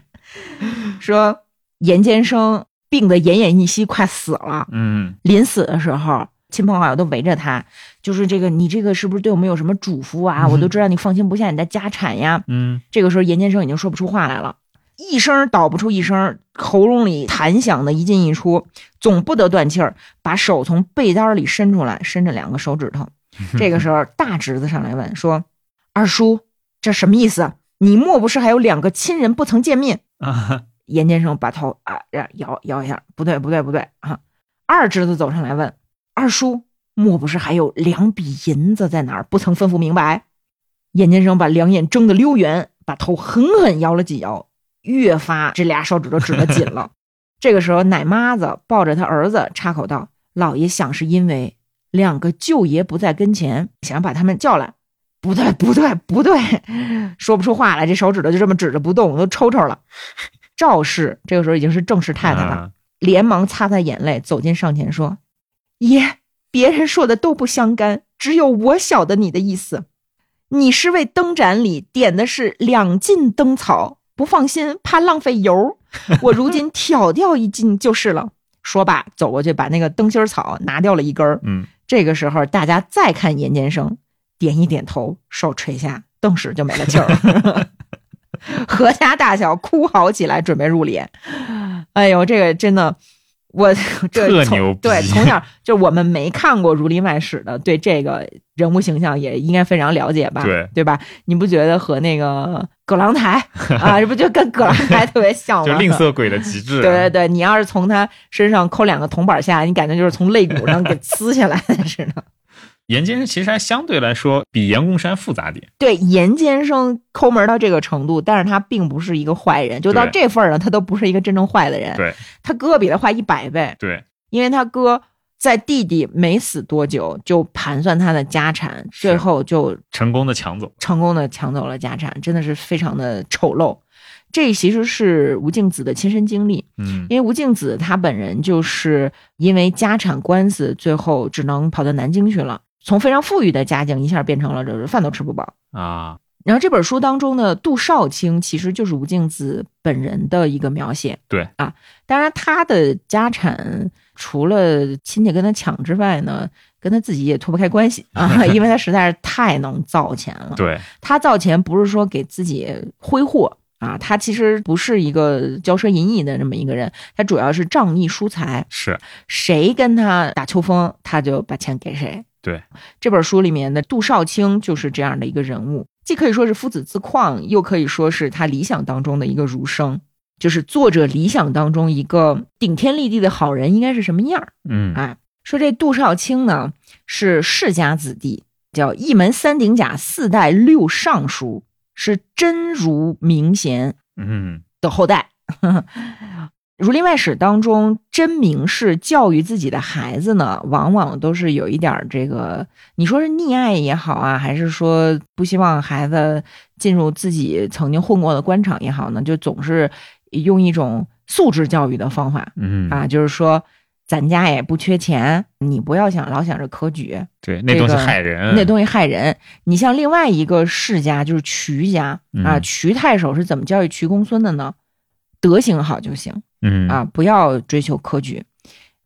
[SPEAKER 1] 说严监生病得奄奄一息，快死了。
[SPEAKER 2] 嗯
[SPEAKER 1] 临死的时候，亲朋好友都围着他，就是这个你这个是不是对我们有什么嘱咐啊？
[SPEAKER 2] 嗯
[SPEAKER 1] 我都知道你放心不下你的家产呀。
[SPEAKER 2] 嗯
[SPEAKER 1] 这个时候，严监生已经说不出话来了，一声倒不出一声，喉咙里痰响的一进一出，总不得断气儿，把手从被单里伸出来，伸着两个手指头。这个时候，大侄子上来问说：“二叔，这什么意思？你莫不是还有两个亲人不曾见面？”
[SPEAKER 2] 啊
[SPEAKER 1] 严先生把头啊呀摇摇一下，不对不对不对啊！二侄子走上来问：“二叔，莫不是还有两笔银子在哪儿？不曾吩咐明白？”严先生把两眼睁得溜圆，把头狠狠摇了几摇，越发这俩手指头指得紧了。 这个时候，奶妈子抱着他儿子插口道：“老爷想是因为两个舅爷不在跟前，想把他们叫来。”不对，不对，不对，说不出话来，这手指头就这么指着不动，我都抽抽了。赵氏这个时候已经是正式太太了，
[SPEAKER 2] 啊
[SPEAKER 1] 连忙擦擦眼泪，走近上前说：“爷，别人说的都不相干，只有我晓得你的意思。你是为灯盏里点的是两斤灯草，不放心，怕浪费油。我如今挑掉一斤就是了。”说罢，走过去把那个灯芯儿草拿掉了一根儿。
[SPEAKER 2] 嗯
[SPEAKER 1] 这个时候，大家再看严监生，点一点头，手垂下，顿时就没了气儿了， 阖家大小哭嚎起来，准备入殓。哎呦，这个真的，我这
[SPEAKER 2] 特
[SPEAKER 1] 从
[SPEAKER 2] 牛逼
[SPEAKER 1] 对从小就我们没看过《儒林外史》的，对这个人物形象也应该非常了解吧？
[SPEAKER 2] 对
[SPEAKER 1] 对吧？你不觉得和那个葛朗 台啊，这不就跟葛朗台特别像
[SPEAKER 2] 就
[SPEAKER 1] 吗？
[SPEAKER 2] 吝啬鬼的极 致，
[SPEAKER 1] 对对对，你要是从他身上抠两个铜板下，你感觉就是从肋骨上给撕下来的似的。
[SPEAKER 2] 严监生其实还相对来说比严公山复杂点，
[SPEAKER 1] 对，严监生抠门到这个程度，但是他并不是一个坏人，就到
[SPEAKER 2] 对
[SPEAKER 1] 这份儿上，他都不是一个真正坏的人。
[SPEAKER 2] 对，
[SPEAKER 1] 他哥比他坏一百倍，
[SPEAKER 2] 对，
[SPEAKER 1] 因为他哥在弟弟没死多久就盘算他的家产，
[SPEAKER 2] 是
[SPEAKER 1] 最后就
[SPEAKER 2] 成功的抢走，
[SPEAKER 1] 成功的抢走了家产，真的是非常的丑陋。这其实是吴敬梓的亲身经历，
[SPEAKER 2] 嗯
[SPEAKER 1] 因为吴敬梓他本人就是因为家产官司，最后只能跑到南京去了，从非常富裕的家境一下变成了就是饭都吃不饱。
[SPEAKER 2] 啊，
[SPEAKER 1] 然后这本书当中的杜少卿其实就是吴敬梓本人的一个描写。
[SPEAKER 2] 对
[SPEAKER 1] 啊，当然他的家产除了亲戚跟他抢之外呢，跟他自己也脱不开关系 啊，因为他实在是太能造钱了。
[SPEAKER 2] 对，
[SPEAKER 1] 他造钱不是说给自己挥霍啊，他其实不是一个骄奢淫逸的这么一个人，他主要是仗义疏财，
[SPEAKER 2] 是，
[SPEAKER 1] 谁跟他打秋风，他就把钱给谁。
[SPEAKER 2] 对，
[SPEAKER 1] 这本书里面的杜少卿就是这样的一个人物，既可以说是夫子自况，又可以说是他理想当中的一个儒生。就是作者理想当中一个顶天立地的好人应该是什么样儿？
[SPEAKER 2] 嗯
[SPEAKER 1] 啊说这杜少卿呢是世家子弟，叫一门三顶甲，四代六尚书，是真儒名贤
[SPEAKER 2] 嗯
[SPEAKER 1] 的后代。《儒林外史》当中，真名士教育自己的孩子呢，往往都是有一点儿这个，你说是溺爱也好啊，还是说不希望孩子进入自己曾经混过的官场也好呢，就总是用一种素质教育的方法。
[SPEAKER 2] 嗯
[SPEAKER 1] 啊，就是说咱家也不缺钱，你不要想老想着科举，
[SPEAKER 2] 对，那
[SPEAKER 1] 这
[SPEAKER 2] 东西
[SPEAKER 1] 个
[SPEAKER 2] 害人，
[SPEAKER 1] 那东西害人。你像另外一个世家就是瞿家啊，
[SPEAKER 2] 嗯
[SPEAKER 1] 瞿太守是怎么教育瞿公孙的呢？德行好就行
[SPEAKER 2] 嗯
[SPEAKER 1] 啊，不要追求科举。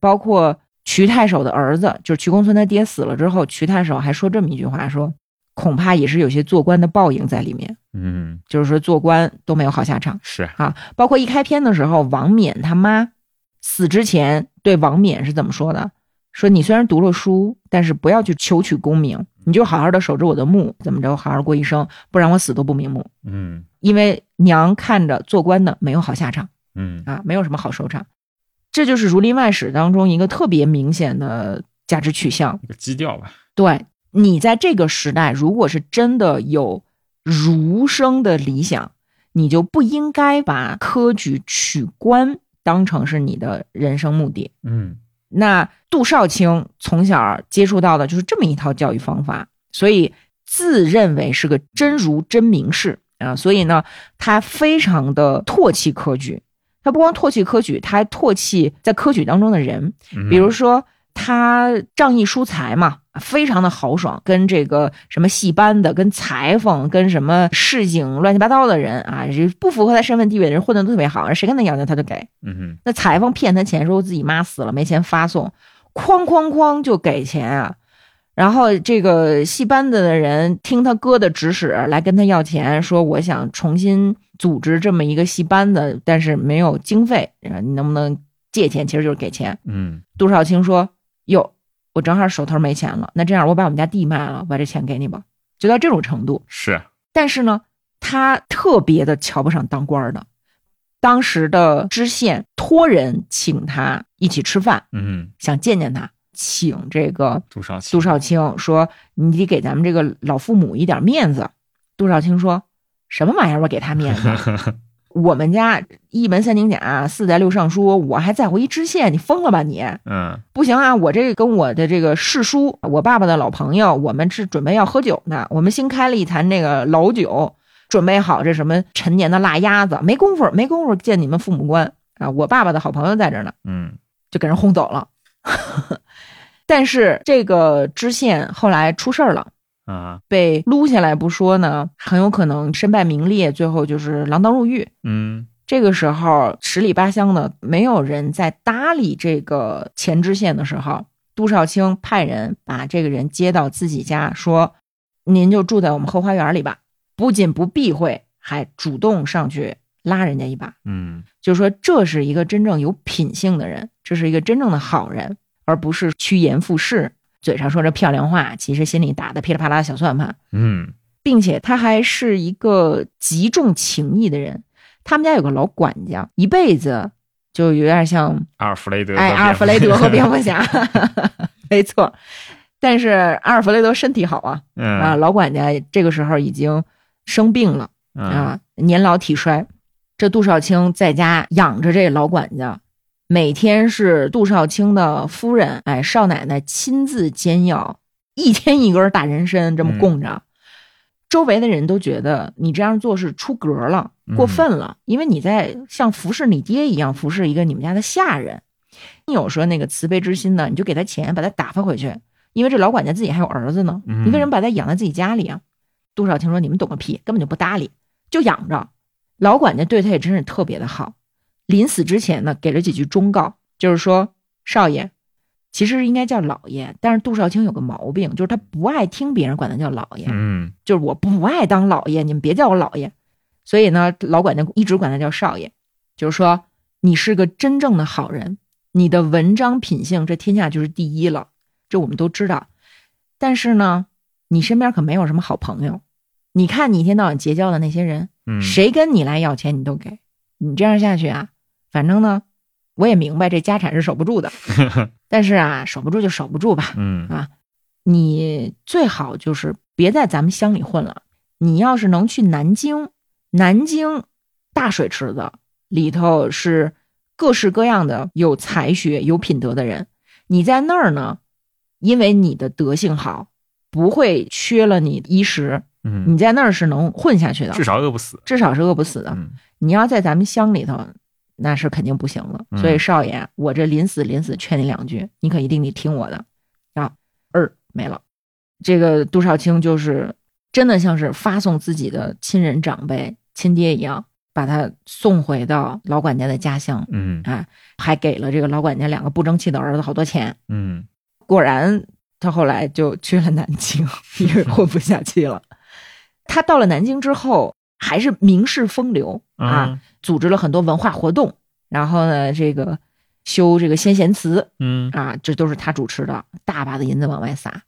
[SPEAKER 1] 包括瞿太守的儿子，就是瞿公孙他爹死了之后，瞿太守还说这么一句话说。恐怕也是有些做官的报应在里面，
[SPEAKER 2] 嗯，
[SPEAKER 1] 就是说做官都没有好下场
[SPEAKER 2] 是，
[SPEAKER 1] 啊。包括一开篇的时候，王冕他妈死之前对王冕是怎么说的？说你虽然读了书，但是不要去求取功名，你就好好的守着我的墓，怎么着，好好过一生，不然我死都不瞑目。
[SPEAKER 2] 嗯
[SPEAKER 1] 因为娘看着做官的没有好下场。
[SPEAKER 2] 嗯
[SPEAKER 1] 啊，没有什么好收场。这就是《儒林外史》当中一个特别明显的价值取向。
[SPEAKER 2] 一个基调吧，
[SPEAKER 1] 对你在这个时代，如果是真的有儒生的理想，你就不应该把科举取官当成是你的人生目的。
[SPEAKER 2] 嗯
[SPEAKER 1] 那杜少卿从小接触到的就是这么一套教育方法，所以自认为是个真儒真名士啊，所以呢，他非常的唾弃科举。他不光唾弃科举，他还唾弃在科举当中的人，
[SPEAKER 2] 嗯
[SPEAKER 1] 比如说他仗义疏财嘛，非常的豪爽，跟这个什么戏班子、跟裁缝、跟什么市井乱七八糟的人啊，这不符合他身份地位的人混的都特别好，谁跟他要牛他就给。
[SPEAKER 2] 嗯
[SPEAKER 1] 那裁缝骗他钱，说自己妈死了没钱发送，哐哐哐就给钱啊。然后这个戏班子的人听他哥的指使来跟他要钱，说我想重新组织这么一个戏班子，但是没有经费，啊你能不能借钱？其实就是给钱。
[SPEAKER 2] 嗯
[SPEAKER 1] 杜少卿说：“哟，我正好手头没钱了，那这样我把我们家地卖了，我把这钱给你吧。”就到这种程度。
[SPEAKER 2] 是，
[SPEAKER 1] 但是呢，他特别的瞧不上当官儿的。当时的知县托人请他一起吃饭，
[SPEAKER 2] 嗯
[SPEAKER 1] 想见见他，请这个
[SPEAKER 2] 杜少奇，
[SPEAKER 1] 杜少卿说：“你得给咱们这个老父母一点面子。”杜少卿说：“什么玩意儿？我给他面子？ 我们家一门三丁甲，四代六尚书，我还在乎一知县？你疯了吧你？
[SPEAKER 2] 嗯
[SPEAKER 1] 不行啊！我这跟我的这个世叔，我爸爸的老朋友，我们是准备要喝酒呢。我们新开了一坛那个老酒，准备好这什么陈年的腊鸭子，没工夫，没工夫见你们父母官啊！我爸爸的好朋友在这儿呢，
[SPEAKER 2] 嗯
[SPEAKER 1] 就给人轰走了。但是这个知县后来出事儿了，
[SPEAKER 2] 啊
[SPEAKER 1] 被撸下来不说呢，很有可能身败名裂，最后就是锒铛入狱。
[SPEAKER 2] 嗯
[SPEAKER 1] 这个时候十里八乡的没有人在搭理这个前知县的时候，杜少卿派人把这个人接到自己家，说：“您就住在我们后花园里吧。”不仅不避讳，还主动上去拉人家一把，
[SPEAKER 2] 嗯
[SPEAKER 1] 就说这是一个真正有品性的人，这是一个真正的好人，而不是趋炎附势，嘴上说着漂亮话，其实心里打的噼里啪啦的小算盘。
[SPEAKER 2] 嗯
[SPEAKER 1] 并且他还是一个极重情义的人。他们家有个老管家，一辈子就有点像
[SPEAKER 2] 阿尔弗雷德，
[SPEAKER 1] 哎阿尔弗雷德和蝙，蝠侠， 没错。但是阿尔弗雷德身体好啊啊，
[SPEAKER 2] 嗯
[SPEAKER 1] 老管家这个时候已经生病了
[SPEAKER 2] 嗯
[SPEAKER 1] 啊，年老体衰。这杜少卿在家养着这老管家，每天是杜少卿的夫人哎少奶奶亲自煎药，一天一根大人参这么供着。周围的人都觉得你这样做是出格了，过分了，因为你在像服侍你爹一样服侍一个你们家的下人。你有说那个慈悲之心呢，你就给他钱，把他打发回去，因为这老管家自己还有儿子呢，
[SPEAKER 2] 嗯
[SPEAKER 1] 你为什么把他养在自己家里啊？杜少卿说：“你们懂个屁，根本就不搭理，就养着。”老管家对他也真是特别的好，临死之前呢，给了几句忠告，就是说：“少爷，其实应该叫老爷，但是杜少卿有个毛病，就是他不爱听别人管他叫老爷。
[SPEAKER 2] 嗯
[SPEAKER 1] 就是我不爱当老爷，你们别叫我老爷。所以呢，老管家一直管他叫少爷，就是说你是个真正的好人，你的文章品性这天下就是第一了，这我们都知道。但是呢，你身边可没有什么好朋友。你看你一天到晚结交的那些人，
[SPEAKER 2] 嗯
[SPEAKER 1] 谁跟你来要钱你都给，你这样下去啊，反正呢，我也明白这家产是守不住的，但是啊，守不住就守不住吧，
[SPEAKER 2] 嗯
[SPEAKER 1] 你最好就是别在咱们乡里混了。你要是能去南京，南京大水池子里头是各式各样的有才学、有品德的人。你在那儿呢，因为你的德性好，不会缺了你衣食，
[SPEAKER 2] 嗯，
[SPEAKER 1] 你在那儿是能混下去的，
[SPEAKER 2] 至少饿不死，
[SPEAKER 1] 至少是饿不死的。
[SPEAKER 2] 嗯
[SPEAKER 1] 你要在咱们乡里头，那是肯定不行了。
[SPEAKER 2] 嗯
[SPEAKER 1] 所以少爷，我这临死临死劝你两句，你可一定得听我的。啊，二没了。这个杜少卿就是真的像是发送自己的亲人长辈、亲爹一样，把他送回到老管家的家乡，啊
[SPEAKER 2] 嗯
[SPEAKER 1] 还给了这个老管家两个不争气的儿子好多钱。
[SPEAKER 2] 嗯
[SPEAKER 1] 果然，他后来就去了南京，因为混不下去了。他到了南京之后，还是名士风流啊，
[SPEAKER 2] 嗯
[SPEAKER 1] 组织了很多文化活动，然后呢，这个修这个先贤祠
[SPEAKER 2] 嗯
[SPEAKER 1] 啊，这都是他主持的，大把的银子往外撒。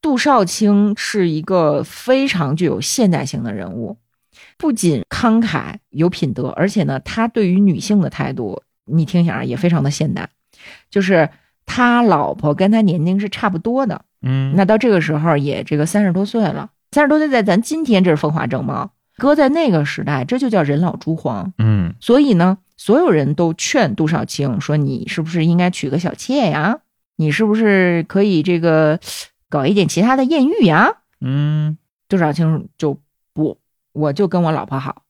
[SPEAKER 1] 杜少卿是一个非常具有现代性的人物，不仅慷慨有品德，而且呢，他对于女性的态度，你听一下啊，也非常的现代，就是他老婆跟他年龄是差不多的，
[SPEAKER 2] 嗯，
[SPEAKER 1] 那到这个时候也这个三十多岁了，三十多岁在咱今天这是风华正茂，搁在那个时代这就叫人老珠黄。
[SPEAKER 2] 嗯
[SPEAKER 1] 所以呢，所有人都劝杜少卿说：“你是不是应该娶个小妾呀？你是不是可以这个搞一点其他的艳遇呀
[SPEAKER 2] 嗯？”
[SPEAKER 1] 杜少卿就不，我就跟我老婆好，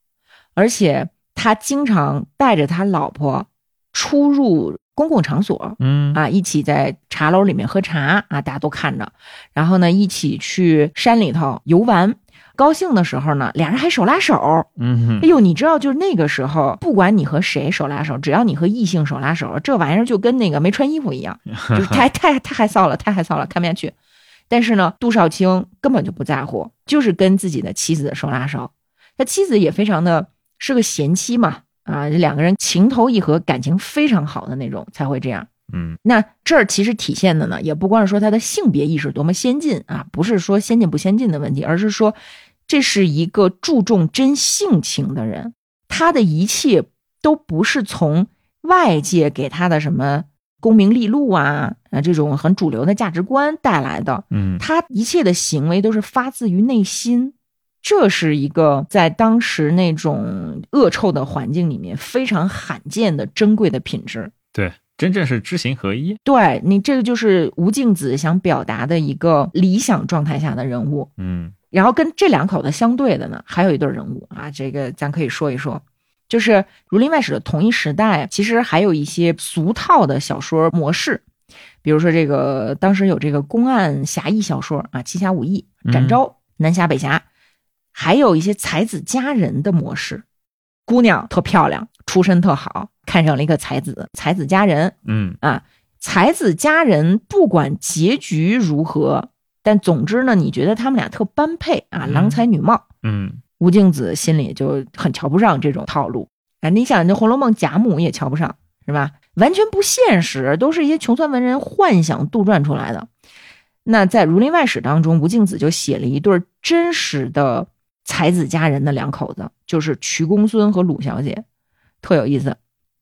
[SPEAKER 1] 而且他经常带着他老婆出入公共场所，
[SPEAKER 2] 嗯
[SPEAKER 1] 啊，一起在茶楼里面喝茶啊，大家都看着，然后呢，一起去山里头游玩。高兴的时候呢，俩人还手拉手。
[SPEAKER 2] 嗯
[SPEAKER 1] 哎呦，你知道，就是那个时候，不管你和谁手拉手，只要你和异性手拉手，这玩意儿就跟那个没穿衣服一样，就是太太太害臊了，太害臊了，看不下去。但是呢，杜少卿根本就不在乎，就是跟自己的妻子手拉手。他妻子也非常的是个贤妻嘛，啊，两个人情投意合，感情非常好的那种，才会这样。
[SPEAKER 2] 嗯
[SPEAKER 1] 那这儿其实体现的呢，也不光是说他的性别意识多么先进啊，不是说先进不先进的问题，而是说这是一个注重真性情的人，他的一切都不是从外界给他的什么功名利禄啊啊这种很主流的价值观带来的，
[SPEAKER 2] 嗯
[SPEAKER 1] 他一切的行为都是发自于内心，这是一个在当时那种恶臭的环境里面非常罕见的珍贵的品质。
[SPEAKER 2] 对，真正是知行合一。
[SPEAKER 1] 对你这个就是吴敬梓想表达的一个理想状态下的人物。
[SPEAKER 2] 嗯
[SPEAKER 1] 然后跟这两口子相对的呢，还有一对人物啊，这个咱可以说一说。就是《儒林外史》的同一时代，其实还有一些俗套的小说模式，比如说这个当时有这个公案侠义小说啊，《七侠五义》《展昭》《南侠北侠》，还有一些才子佳人的模式，姑娘特漂亮，出身特好，看上了一个才子，才子佳人，
[SPEAKER 2] 嗯
[SPEAKER 1] 才子佳人不管结局如何，但总之呢，你觉得他们俩特般配啊，
[SPEAKER 2] 嗯
[SPEAKER 1] 郎才女貌。
[SPEAKER 2] 嗯
[SPEAKER 1] 吴敬梓心里就很瞧不上这种套路。哎，你想，这《红楼梦》贾母也瞧不上，是吧？完全不现实，都是一些穷酸文人幻想杜撰出来的。那在《儒林外史》当中，吴敬梓就写了一对儿真实的才子佳人的两口子，就是瞿公孙和鲁小姐，特有意思。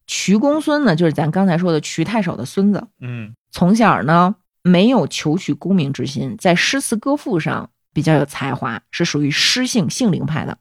[SPEAKER 1] 瞿公孙呢，就是咱刚才说的瞿太守的孙子，
[SPEAKER 2] 嗯
[SPEAKER 1] 从小呢没有求取功名之心，在诗词歌赋上比较有才华，是属于诗性性灵派的。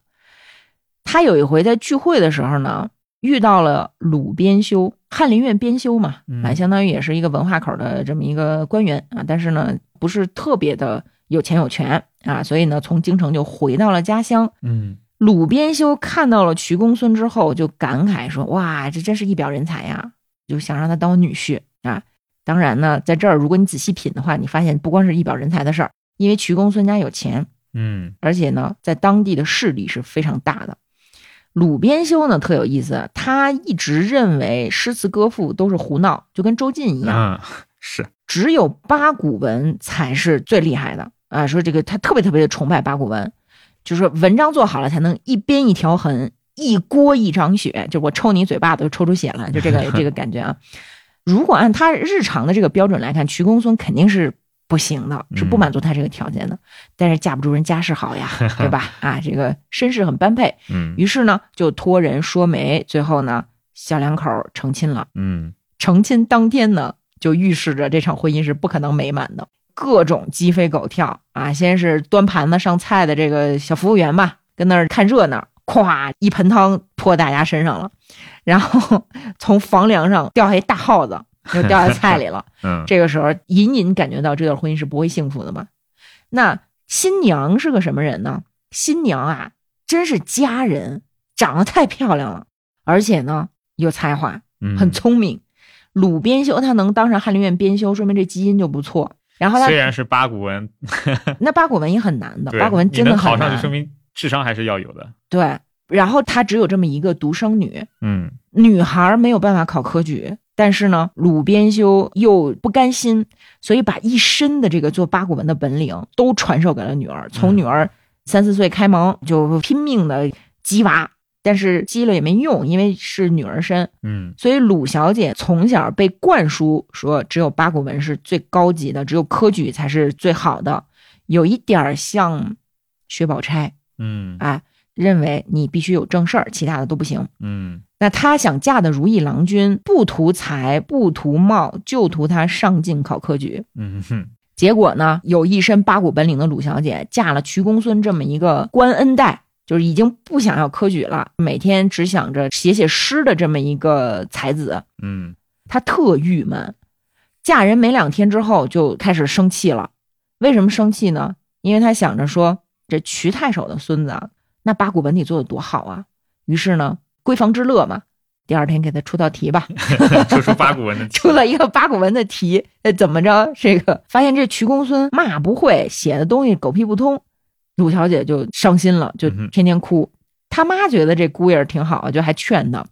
[SPEAKER 1] 他有一回在聚会的时候呢，遇到了鲁编修，翰林院编修嘛，
[SPEAKER 2] 嗯
[SPEAKER 1] 啊，相当于也是一个文化口的这么一个官员啊，但是呢，不是特别的有钱有权啊，所以呢，从京城就回到了家乡，
[SPEAKER 2] 嗯
[SPEAKER 1] 鲁编修看到了瞿公孙之后，就感慨说：“哇，这真是一表人才呀！”就想让他当我女婿啊。当然呢，在这儿如果你仔细品的话，你发现不光是一表人才的事儿，因为瞿公孙家有钱，
[SPEAKER 2] 嗯
[SPEAKER 1] 而且呢，在当地的势力是非常大的。鲁编修呢特有意思，他一直认为诗词歌赋都是胡闹，就跟周进一样，
[SPEAKER 2] 啊是
[SPEAKER 1] 只有八股文才是最厉害的啊！说这个他特别特别的崇拜八股文，就是说文章做好了才能一边一条痕，一锅一张血，就我抽你嘴巴都抽出血来，就这个这个感觉啊。如果按他日常的这个标准来看，瞿公孙肯定是不行的，是不满足他这个条件的。但是架不住人家世好呀， 对吧？啊，这个身世很般配，
[SPEAKER 2] 嗯
[SPEAKER 1] 于是呢就托人说媒，最后呢小两口儿成亲了。
[SPEAKER 2] 嗯
[SPEAKER 1] 成亲当天呢，就预示着这场婚姻是不可能美满的，各种鸡飞狗跳啊！先是端盘子上菜的这个小服务员吧，跟那儿看热闹，咵一盆汤泼大家身上了，然后从房梁上掉下一大耗子，就掉在菜里了。
[SPEAKER 2] 嗯
[SPEAKER 1] 这个时候隐隐感觉到这段婚姻是不会幸福的嘛。那新娘是个什么人呢？新娘啊，真是佳人，长得太漂亮了，而且呢有才华，
[SPEAKER 2] 嗯
[SPEAKER 1] 很聪明。鲁编修他能当上翰林院编修，说明这基因就不错。然后他
[SPEAKER 2] 虽然是八股文，
[SPEAKER 1] 那八股文也很难的，
[SPEAKER 2] 对
[SPEAKER 1] 八股文
[SPEAKER 2] 你
[SPEAKER 1] 真的
[SPEAKER 2] 能
[SPEAKER 1] 很
[SPEAKER 2] 考上，
[SPEAKER 1] 难。
[SPEAKER 2] 就说明智商还是要有的。
[SPEAKER 1] 对，然后他只有这么一个独生女，
[SPEAKER 2] 嗯
[SPEAKER 1] 女孩没有办法考科举，但是呢，鲁边修又不甘心，所以把一身的这个做八股文的本领都传授给了女
[SPEAKER 2] 嗯
[SPEAKER 1] 儿。从女儿三四岁开蒙，就拼命的激娃，但是激了也没用，因为是女儿身。
[SPEAKER 2] 嗯
[SPEAKER 1] 所以鲁小姐从小被灌输说，只有八股文是最高级的，只有科举才是最好的，有一点儿像薛宝钗，
[SPEAKER 2] 嗯
[SPEAKER 1] 哎，认为你必须有正事儿，其他的都不行。
[SPEAKER 2] 嗯
[SPEAKER 1] 那她想嫁的如意郎君，不图财，不图貌，就图他上进考科举。
[SPEAKER 2] 嗯哼
[SPEAKER 1] 结果呢，有一身八股本领的鲁小姐嫁了瞿公孙这么一个官恩代，就是已经不想要科举了，每天只想着写写诗的这么一个才子，
[SPEAKER 2] 嗯
[SPEAKER 1] 她特郁闷。嫁人没两天之后就开始生气了，为什么生气呢？因为她想着说，这瞿太守的孙子啊，那八股文体做的多好啊。于是呢，闺房之乐嘛，第二天给他出道题吧，
[SPEAKER 2] 嗯，说出八股文的
[SPEAKER 1] 出了一个八股文的题，呃，怎么着？这个发现这瞿公孙骂不会，写的东西狗屁不通，鲁小姐就伤心了，就
[SPEAKER 2] 嗯哼
[SPEAKER 1] 天天哭。他妈觉得这姑爷儿挺好，就还劝他，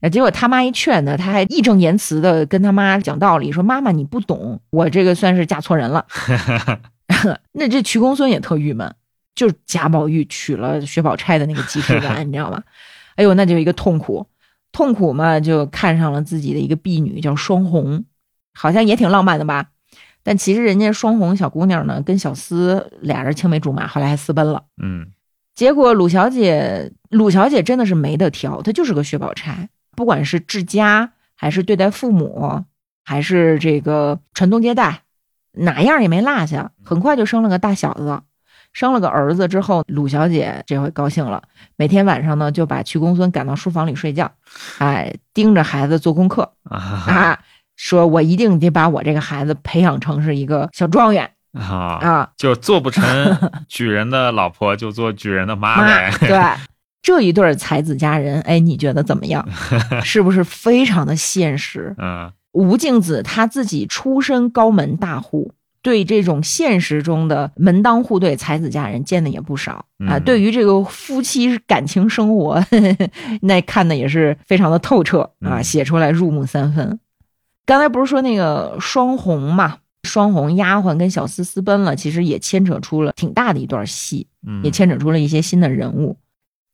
[SPEAKER 1] 呃结果他妈一劝他，他还义正言辞的跟他妈讲道理，说妈妈你不懂，我这个算是嫁错人了。 那这瞿公孙也特郁闷，就是贾宝玉娶了薛宝钗的那个即视 感，你知道吗？哎呦，那就一个痛苦，痛苦嘛，就看上了自己的一个婢女叫双红，好像也挺浪漫的吧？但其实人家双红小姑娘呢，跟小厮俩人青梅竹马，后来还私奔了。
[SPEAKER 2] 嗯
[SPEAKER 1] 结果鲁小姐，鲁小姐真的是没得挑，她就是个薛宝钗。不管是治家，还是对待父母，还是这个传宗接代，哪样也没落下。很快就生了个大小子，生了个儿子之后，鲁小姐这回高兴了，每天晚上呢就把瞿公孙赶到书房里睡觉，哎，盯着孩子做功课
[SPEAKER 2] 啊哈
[SPEAKER 1] 啊，说我一定得把我这个孩子培养成是一个小状元
[SPEAKER 2] 啊
[SPEAKER 1] 啊。
[SPEAKER 2] 就做不成举人的老婆，就做举人的妈呗。
[SPEAKER 1] 对，这一对儿才子佳人，哎，你觉得怎么样？是不是非常的现实？
[SPEAKER 2] 嗯
[SPEAKER 1] 吴敬梓他自己出身高门大户，对这种现实中的门当户对才子佳人见的也不少啊。
[SPEAKER 2] 嗯
[SPEAKER 1] 对于这个夫妻感情生活， 那看的也是非常的透彻啊，
[SPEAKER 2] 嗯
[SPEAKER 1] 写出来入木三分。刚才不是说那个双红嘛？双红丫鬟跟小厮私奔了，其实也牵扯出了挺大的一段戏。
[SPEAKER 2] 嗯，
[SPEAKER 1] 也牵扯出了一些新的人物。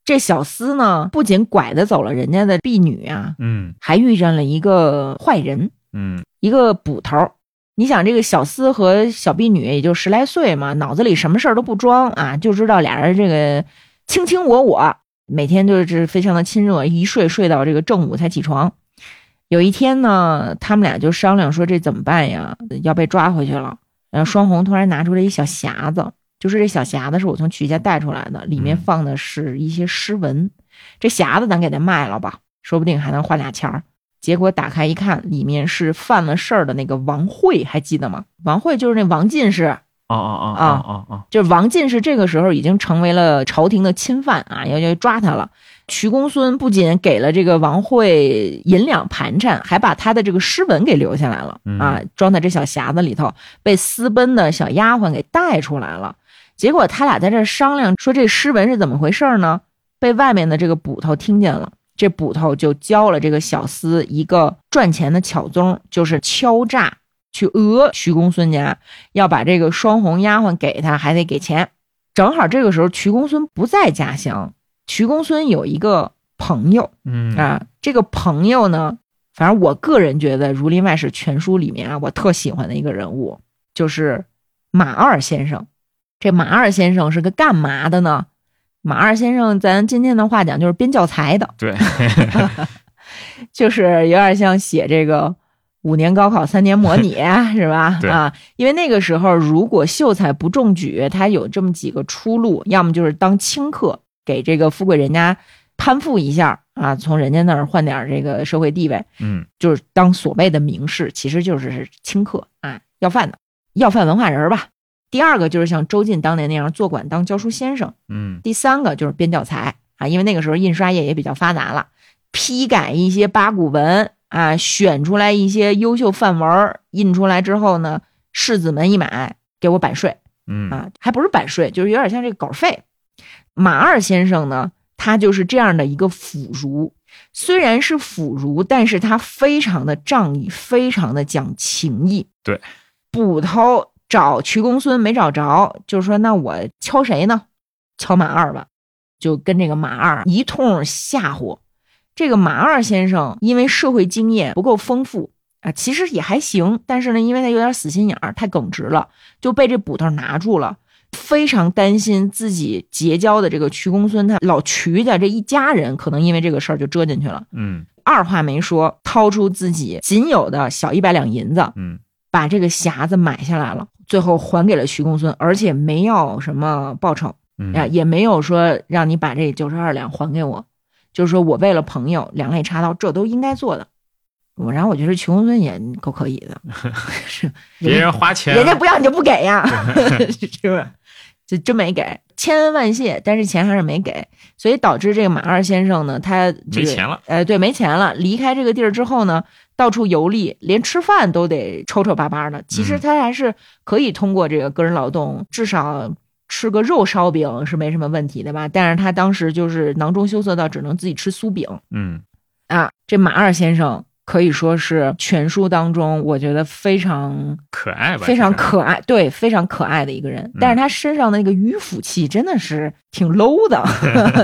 [SPEAKER 1] 这小厮呢，不仅拐的走了人家的婢女啊，
[SPEAKER 2] 嗯
[SPEAKER 1] 还遇上了一个坏人，
[SPEAKER 2] 嗯
[SPEAKER 1] 一个捕头儿。你想，这个小厮和小婢女也就十来岁嘛，脑子里什么事儿都不装啊，就知道俩人这个卿卿我我，每天就是非常的亲热，一睡睡到这个正午才起床。有一天呢，他们俩就商量说这怎么办呀？呃要被抓回去了。然后双红突然拿出了一小匣子，就是这小匣子是我从曲家带出来的，里面
[SPEAKER 2] 嗯
[SPEAKER 1] 放的是一些诗文。这匣子咱给它卖了吧，说不定还能换俩钱儿。结果打开一看，里面是犯了事儿的那个王慧，还记得吗？王慧就是那王进士，
[SPEAKER 2] 哦哦哦哦哦哦，
[SPEAKER 1] 就是王进士这个时候已经成为了朝廷的钦犯啊，要要抓他了。瞿公孙不仅给了这个王慧银两盘缠，还把他的这个诗文给留下来了
[SPEAKER 2] 嗯
[SPEAKER 1] 啊，装在这小匣子里头，被私奔的小丫鬟给带出来了。结果他俩在这商量说这诗文是怎么回事呢？被外面的这个捕头听见了，这捕头就教了这个小厮一个赚钱的巧宗，就是敲诈去讹瞿公孙家，要把这个双红丫鬟给他，还得给钱。正好这个时候，瞿公孙不在家乡，瞿公孙有一个朋友
[SPEAKER 2] 嗯
[SPEAKER 1] 啊，这个朋友呢，反正我个人觉得《儒林外史全书》里面啊，我特喜欢的一个人物就是马二先生。这马二先生是个干嘛的呢？马二先生，咱今天的话讲就是编教材的，
[SPEAKER 2] 对，
[SPEAKER 1] 就是有点像写这个五年高考三年模拟，是吧？
[SPEAKER 2] 对
[SPEAKER 1] 啊，因为那个时候如果秀才不中举，他有这么几个出路，要么就是当清客，给这个富贵人家攀附一下啊，从人家那儿换点这个社会地位；
[SPEAKER 2] 嗯
[SPEAKER 1] 就是当所谓的名士，其实就是清客啊，要饭的，要饭文化人儿吧。第二个就是像周进当年那样坐馆当教书先生。
[SPEAKER 2] 嗯
[SPEAKER 1] 第三个就是编教材啊，因为那个时候印刷业也比较发达了，批改一些八股文啊，选出来一些优秀范文儿，印出来之后呢，世子们一买给我版税
[SPEAKER 2] 嗯
[SPEAKER 1] 啊，还不是版税，就是有点像这个稿费。马二先生呢，他就是这样的一个腐儒，虽然是腐儒，但是他非常的仗义，非常的讲情义。
[SPEAKER 2] 对，
[SPEAKER 1] 捕头找瞿公孙没找着，就说那我敲谁呢？敲马二吧，就跟这个马二一通吓唬。这个马二先生因为社会经验不够丰富啊，其实也还行，但是呢，因为他有点死心眼儿，太耿直了，就被这捕头拿住了。非常担心自己结交的这个瞿公孙他老瞿家这一家人可能因为这个事儿就折进去了。
[SPEAKER 2] 嗯
[SPEAKER 1] 二话没说，掏出自己仅有的小一百两银子，
[SPEAKER 2] 嗯，
[SPEAKER 1] 把这个匣子买下来了，最后还给了瞿公孙，而且没要什么报酬
[SPEAKER 2] 嗯
[SPEAKER 1] 啊，也没有说让你把这九十二两还给我，就是说我为了朋友两肋插刀，这都应该做的。我然后我觉得瞿公孙也够可以 的，是
[SPEAKER 2] 别人花钱，
[SPEAKER 1] 人家不要你就不给 呀， 是不是？就真没给，千恩万谢，但是钱还是没给，所以导致这个马二先生呢，他、这个、
[SPEAKER 2] 没钱了，
[SPEAKER 1] 呃，对，没钱了。离开这个地儿之后呢，到处游历，连吃饭都得抽抽巴巴
[SPEAKER 2] 嗯
[SPEAKER 1] 的。其实他还是可以通过这个个人劳动，至少吃个肉烧饼是没什么问题的吧。但是他当时就是囊中羞涩到只能自己吃酥饼，
[SPEAKER 2] 嗯
[SPEAKER 1] 啊，这马二先生可以说是全书当中我觉得非常
[SPEAKER 2] 可爱吧，
[SPEAKER 1] 非常
[SPEAKER 2] 这是
[SPEAKER 1] 可爱，对，非常可爱的一个人
[SPEAKER 2] 嗯。
[SPEAKER 1] 但是他身上的那个迂腐气真的是挺 low 的，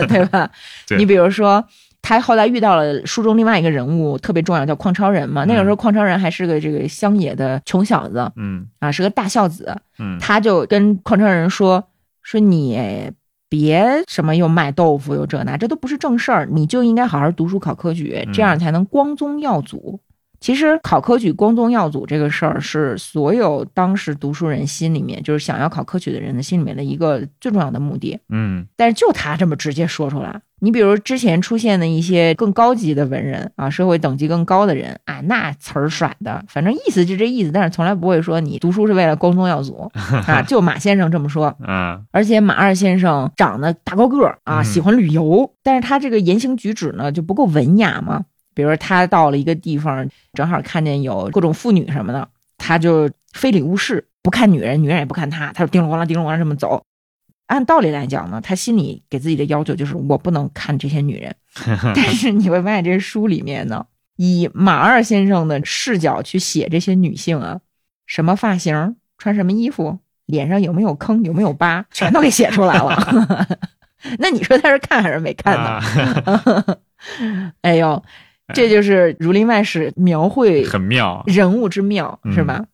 [SPEAKER 1] 对吧？
[SPEAKER 2] 对
[SPEAKER 1] 你比如说。他后来遇到了书中另外一个人物，特别重要，叫邝超人嘛。那个时候，邝超人还是个这个乡野的穷小子
[SPEAKER 2] 嗯
[SPEAKER 1] 啊，是个大孝子。
[SPEAKER 2] 嗯
[SPEAKER 1] 他就跟矿车人说：“说你别什么又卖豆腐又这那，这都不是正事儿，你就应该好好读书考科举，
[SPEAKER 2] 嗯
[SPEAKER 1] 这样才能光宗耀祖。其实考科举、光宗耀祖这个事儿，是所有当时读书人心里面，就是想要考科举的人的心里面的一个最重要的目的。
[SPEAKER 2] 嗯
[SPEAKER 1] 但是就他这么直接说出来，你比如之前出现的一些更高级的文人啊，社会等级更高的人啊，那词儿甩的，反正意思就这意思，但是从来不会说你读书是为了光宗耀祖啊。就马先生这么说，
[SPEAKER 2] 啊
[SPEAKER 1] 而且马二先生长得大高个儿啊，
[SPEAKER 2] 嗯
[SPEAKER 1] 喜欢旅游，但是他这个言行举止呢就不够文雅嘛。比如说他到了一个地方，正好看见有各种妇女什么的，他就非礼勿视，不看女人，女人也不看他，他就叮了咣啷叮了咣啷这么走。按道理来讲呢，他心里给自己的要求就是我不能看这些女人， 但是你会发现这书里面呢，以马二先生的视角去写这些女性啊，什么发型，穿什么衣服，脸上有没有坑，有没有疤，全都给写出来了。 那你说他是看还是没看呢？
[SPEAKER 2] 啊，
[SPEAKER 1] 哎呦，这就是《儒林外史》描绘
[SPEAKER 2] 很妙，
[SPEAKER 1] 人物之妙，
[SPEAKER 2] 嗯
[SPEAKER 1] 是吧？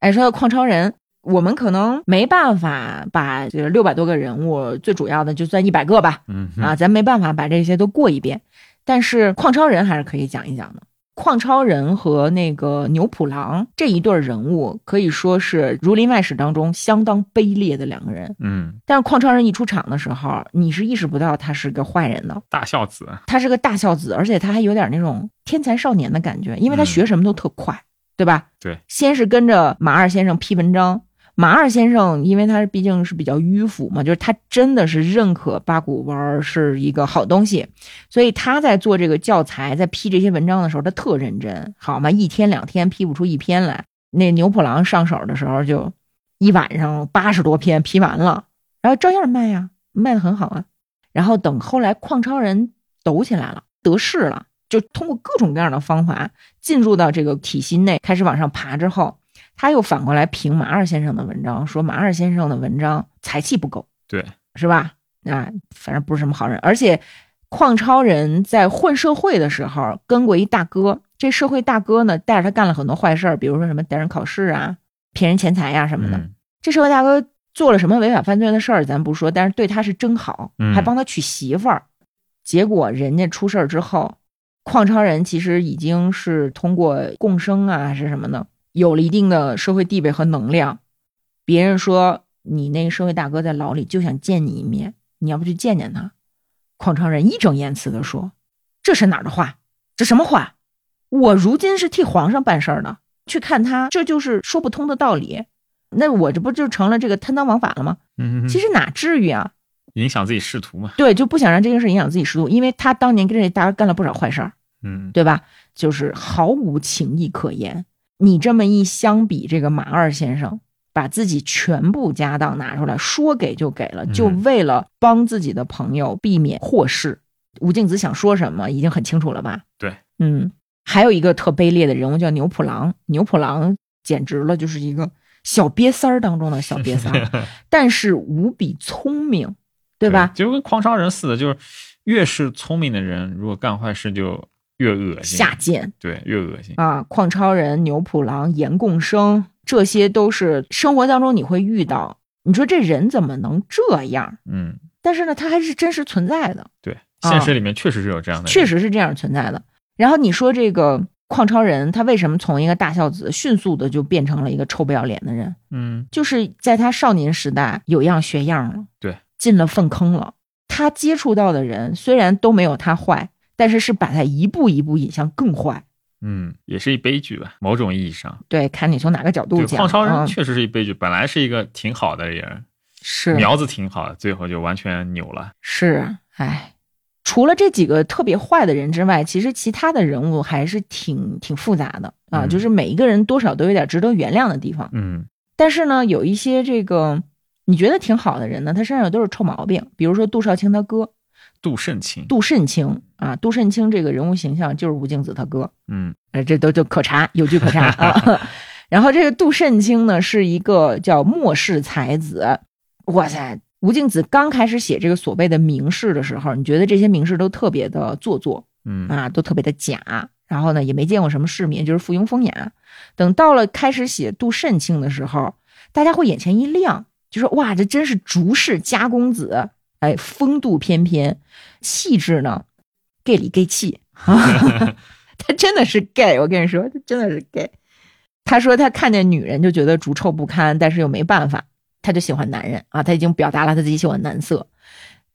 [SPEAKER 1] 哎，说到矿超人，我们可能没办法把这六百多个人物，最主要的就算一百个吧，
[SPEAKER 2] 嗯
[SPEAKER 1] 啊，咱没办法把这些都过一遍，但是矿超人还是可以讲一讲的。矿超人和那个牛普郎这一对儿人物，可以说是《儒林外史》当中相当卑劣的两个人。
[SPEAKER 2] 嗯，
[SPEAKER 1] 但是矿超人一出场的时候，你是意识不到他是个坏人的，
[SPEAKER 2] 大孝子，
[SPEAKER 1] 他是个大孝子，而且他还有点那种天才少年的感觉，因为他
[SPEAKER 2] 嗯
[SPEAKER 1] 学什么都特快，对吧？
[SPEAKER 2] 对，
[SPEAKER 1] 先是跟着马二先生批文章。马二先生，因为他毕竟是比较迂腐嘛，就是他真的是认可八股文儿是一个好东西，所以他在做这个教材，在批这些文章的时候，他特认真，好嘛，一天两天批不出一篇来。那牛普郎上手的时候，就一晚上八十多篇批完了，然后照样卖呀、卖的很好啊。然后等后来矿超人抖起来了，得势了，就通过各种各样的方法进入到这个体系内，开始往上爬之后，他又反过来评马二先生的文章，说马二先生的文章才气不够，
[SPEAKER 2] 对，
[SPEAKER 1] 是吧？啊，反正不是什么好人。而且，矿超人在混社会的时候跟过一大哥，这社会大哥呢带着他干了很多坏事儿，比如说什么带人考试啊、骗人钱财呀、什么的。
[SPEAKER 2] 嗯
[SPEAKER 1] 这社会大哥做了什么违法犯罪的事儿，咱不说，但是对他是真好，
[SPEAKER 2] 嗯
[SPEAKER 1] 还帮他娶媳妇儿。结果人家出事儿之后，矿超人其实已经是通过共生啊，还是什么的，有了一定的社会地位和能量。别人说你那个社会大哥在牢里就想见你一面，你要不去见见他？矿超人义正言辞地说：“这是哪儿的话？这什么话？我如今是替皇上办事儿的，去看他，这就是说不通的道理。那我这不就成了这个贪赃枉法了吗？
[SPEAKER 2] 嗯，嗯
[SPEAKER 1] 其实哪至于啊？
[SPEAKER 2] 影响自己仕途嘛，
[SPEAKER 1] 对，就不想让这件事影响自己仕途，因为他当年跟这大哥干了不少坏事儿，
[SPEAKER 2] 嗯
[SPEAKER 1] 对吧？就是毫无情义可言。你这么一相比，这个马二先生把自己全部家当拿出来，说给就给了，就
[SPEAKER 2] 嗯
[SPEAKER 1] 为了帮自己的朋友避免祸事，吴敬梓想说什么已经很清楚了吧？
[SPEAKER 2] 对，
[SPEAKER 1] 嗯，还有一个特卑劣的人物叫牛普郎，牛普郎简直了，就是一个小瘪三儿当中的小瘪三儿， 但是无比聪明，对吧？
[SPEAKER 2] 就跟狂商人似的，就是越是聪明的人，如果干坏事就越恶心，
[SPEAKER 1] 下贱
[SPEAKER 2] 对，越恶心。
[SPEAKER 1] 啊，邝超人、牛普郎、严贡生，这些都是生活当中你会遇到。你说这人怎么能这样？
[SPEAKER 2] 嗯，
[SPEAKER 1] 但是呢，他还是真实存在的。
[SPEAKER 2] 对，
[SPEAKER 1] 啊
[SPEAKER 2] 现实里面确实是有这样的人，
[SPEAKER 1] 确实是这样存在的。然后你说这个矿超人，他为什么从一个大孝子迅速的就变成了一个臭不要脸的人？
[SPEAKER 2] 嗯，
[SPEAKER 1] 就是在他少年时代有样学样了，
[SPEAKER 2] 对，
[SPEAKER 1] 进了粪坑了。他接触到的人虽然都没有他坏，但是是把他一步一步引向更坏。
[SPEAKER 2] 嗯，也是一悲剧吧，某种意义上。
[SPEAKER 1] 对，看你从哪个角度
[SPEAKER 2] 对，
[SPEAKER 1] 讲。
[SPEAKER 2] 邝超人
[SPEAKER 1] 嗯
[SPEAKER 2] 确实是一悲剧，本来是一个挺好的人，
[SPEAKER 1] 是
[SPEAKER 2] 苗子挺好的，最后就完全扭了。
[SPEAKER 1] 是，哎，除了这几个特别坏的人之外，其实其他的人物还是挺挺复杂的啊，
[SPEAKER 2] 嗯
[SPEAKER 1] 就是每一个人多少都有点值得原谅的地方。
[SPEAKER 2] 嗯，
[SPEAKER 1] 但是呢，有一些这个你觉得挺好的人呢，他身上都是臭毛病，比如说杜少卿他哥
[SPEAKER 2] 杜慎卿，
[SPEAKER 1] 杜慎卿啊，杜慎卿这个人物形象就是吴敬梓他哥，
[SPEAKER 2] 嗯
[SPEAKER 1] 呃，这都就可查，有据可查啊。 然后这个杜慎卿呢，是一个叫末世才子。哇塞，吴敬梓刚开始写这个所谓的名士的时候，你觉得这些名士都特别的做作
[SPEAKER 2] 嗯
[SPEAKER 1] 啊，都特别的假，然后呢也没见过什么世面，就是附庸风雅。等到了开始写杜慎卿的时候，大家会眼前一亮，就说哇，这真是竹氏家公子，哎，风度翩翩，气质呢，gay 里 gay 气。他真的是 gay，我跟你说，他真的是 gay。他说他看见女人就觉得逐臭不堪，但是又没办法，他就喜欢男人啊，他已经表达了他自己喜欢男色。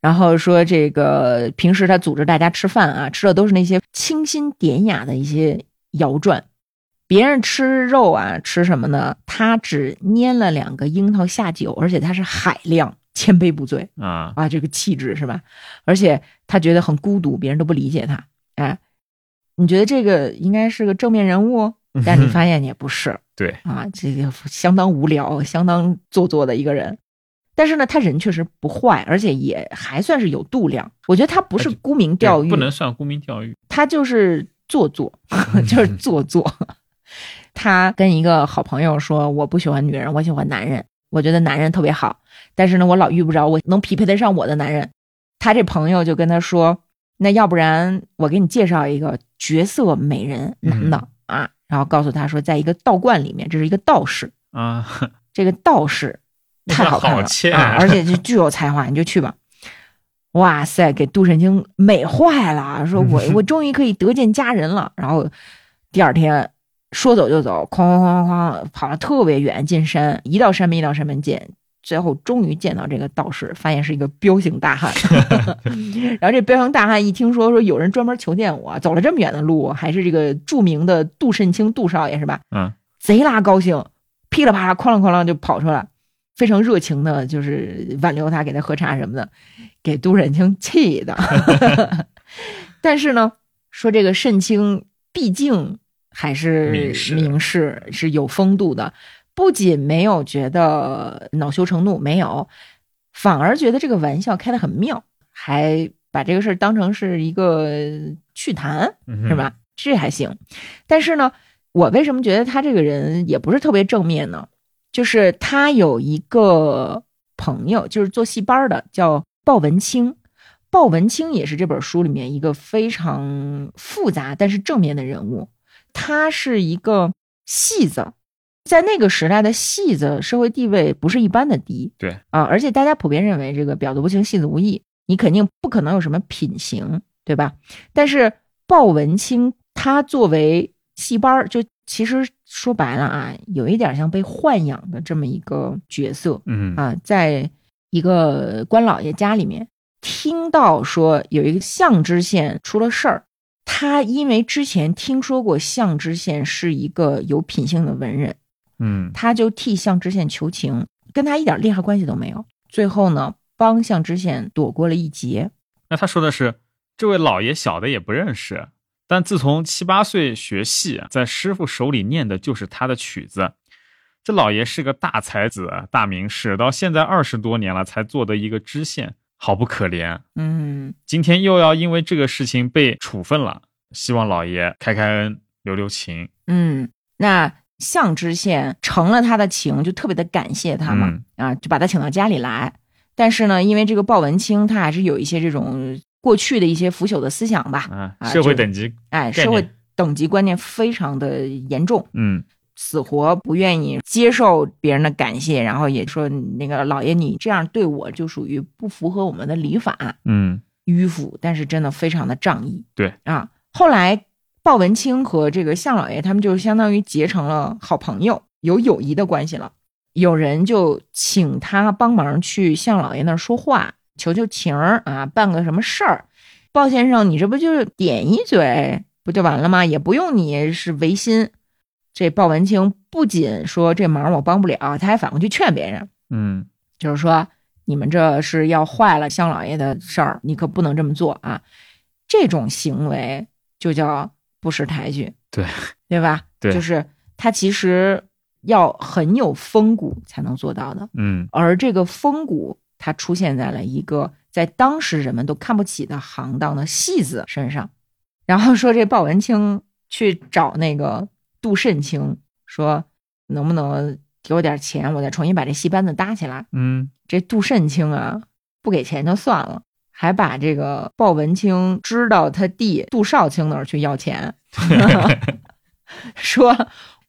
[SPEAKER 1] 然后说这个平时他组织大家吃饭啊，吃的都是那些清新典雅的一些肴馔，别人吃肉啊吃什么呢？他只拈了两个樱桃下酒，而且他是海量，千杯不醉。
[SPEAKER 2] 啊，
[SPEAKER 1] 啊，这个气质是吧？而且他觉得很孤独，别人都不理解他。哎，你觉得这个应该是个正面人物，但你发现也不是
[SPEAKER 2] 对，
[SPEAKER 1] 啊，这个相当无聊、相当做作的一个人。但是呢，他人确实不坏，而且也还算是有度量。我觉得他不是
[SPEAKER 2] 哎对
[SPEAKER 1] 沽名钓
[SPEAKER 2] 对
[SPEAKER 1] 誉，
[SPEAKER 2] 不能算沽名钓誉。
[SPEAKER 1] 他就是做作， 就是做作。他跟一个好朋友说：“我不喜欢女人，我喜欢男人。我觉得男人特别好，但是呢，我老遇不着我能匹配得上我的男人。”他这朋友就跟他说：“那要不然我给你介绍一个绝色美人，男的、
[SPEAKER 2] 嗯
[SPEAKER 1] 啊。”然后告诉他说，在一个道观里面，这是一个道士，
[SPEAKER 2] 啊，
[SPEAKER 1] 这个道士
[SPEAKER 2] 那
[SPEAKER 1] 太好看
[SPEAKER 2] 好
[SPEAKER 1] 了
[SPEAKER 2] 欠
[SPEAKER 1] 啊，而且就具有才华，你就去 吧。哇塞，给杜神经美坏了，说 我我终于可以得见佳人了。然后第二天说走就走，哐哐哐哐跑了特别远，进山，一到山门一到山门见，最后终于见到这个道士，发现是一个彪形大 汉。然后这彪形大汉一听说说有人专门求见我，走了这么远的路，还是这个著名的杜慎卿杜少爷是吧？
[SPEAKER 2] 嗯，
[SPEAKER 1] 贼拉高兴，噼里啪啦哐啷哐啷就跑出来，非常热情的，就是挽留他，给他喝茶什么的，给杜慎卿气的。 但是呢，说这个慎卿毕竟还是
[SPEAKER 2] 名士
[SPEAKER 1] 名士，是有风度的，不仅没有觉得恼羞成怒，没有，反而觉得这个玩笑开得很妙，还把这个事儿当成是一个趣谈， 是
[SPEAKER 2] 是？
[SPEAKER 1] 吧？这还行。但是呢，我为什么觉得他这个人也不是特别正面呢？就是他有一个朋友，就是做戏班儿的，叫鲍文清。鲍文清也是这本书里面一个非常复杂但是正面的人物。他是一个戏子，在那个时代的戏子社会地位不是一般的低。
[SPEAKER 2] 对
[SPEAKER 1] 啊，而且大家普遍认为这个婊子无情，戏子无义，你肯定不可能有什么品行，对吧？但是鲍文清他作为戏班儿，就其实说白了啊，有一点像被豢养的这么一个角色
[SPEAKER 2] 嗯
[SPEAKER 1] 啊，在一个官老爷家里面，听到说有一个象知县出了事儿。他因为之前听说过象知县是一个有品性的文人，
[SPEAKER 2] 嗯
[SPEAKER 1] 他就替向知县求情，跟他一点利害关系都没有。最后呢，帮向知县躲过了一劫。
[SPEAKER 2] 那他说的是，这位老爷小的也不认识，但自从七八岁学戏，在师傅手里念的就是他的曲子。这老爷是个大才子、大名士，到现在二十多年了才做得一个知县，好不可怜。
[SPEAKER 1] 嗯，
[SPEAKER 2] 今天又要因为这个事情被处分了，希望老爷开开恩，留留情。
[SPEAKER 1] 嗯，那项知县成了他的情，就特别的感谢他嘛，
[SPEAKER 2] 嗯
[SPEAKER 1] 啊，就把他请到家里来。但是呢，因为这个鲍文清他还是有一些这种过去的一些腐朽的思想吧，
[SPEAKER 2] 啊，
[SPEAKER 1] 啊
[SPEAKER 2] 社
[SPEAKER 1] 就
[SPEAKER 2] 会等级，
[SPEAKER 1] 哎，
[SPEAKER 2] 概
[SPEAKER 1] 社会
[SPEAKER 2] 念
[SPEAKER 1] 等级观念非常的严重，
[SPEAKER 2] 嗯
[SPEAKER 1] 死活不愿意接受别人的感谢，然后也说那个老爷你这样对我就属于不符合我们的礼法，
[SPEAKER 2] 嗯
[SPEAKER 1] 迂腐，但是真的非常的仗义。
[SPEAKER 2] 对
[SPEAKER 1] 啊，后来鲍文清和这个项老爷他们就相当于结成了好朋友，有友谊的关系了。有人就请他帮忙去项老爷那儿说话，求求情儿啊，办个什么事儿。鲍先生，你这不就是点一嘴不就完了吗？也不用你是违心。这鲍文清不仅说这忙我帮不了，他还反过去劝别人，
[SPEAKER 2] 嗯
[SPEAKER 1] 就是说你们这是要坏了项老爷的事儿，你可不能这么做啊！这种行为就叫不识抬举，
[SPEAKER 2] 对
[SPEAKER 1] 对吧？
[SPEAKER 2] 对
[SPEAKER 1] 就是他其实要很有风骨才能做到的，
[SPEAKER 2] 嗯
[SPEAKER 1] 而这个风骨，它出现在了一个在当时人们都看不起的行当的戏子身上。然后说这鲍文清去找那个杜慎卿说，能不能给我点钱，我再重新把这戏班子搭起来。
[SPEAKER 2] 嗯
[SPEAKER 1] 这杜慎卿啊，不给钱就算了，还把这个鲍文清支到他弟杜少卿那儿去要 钱，说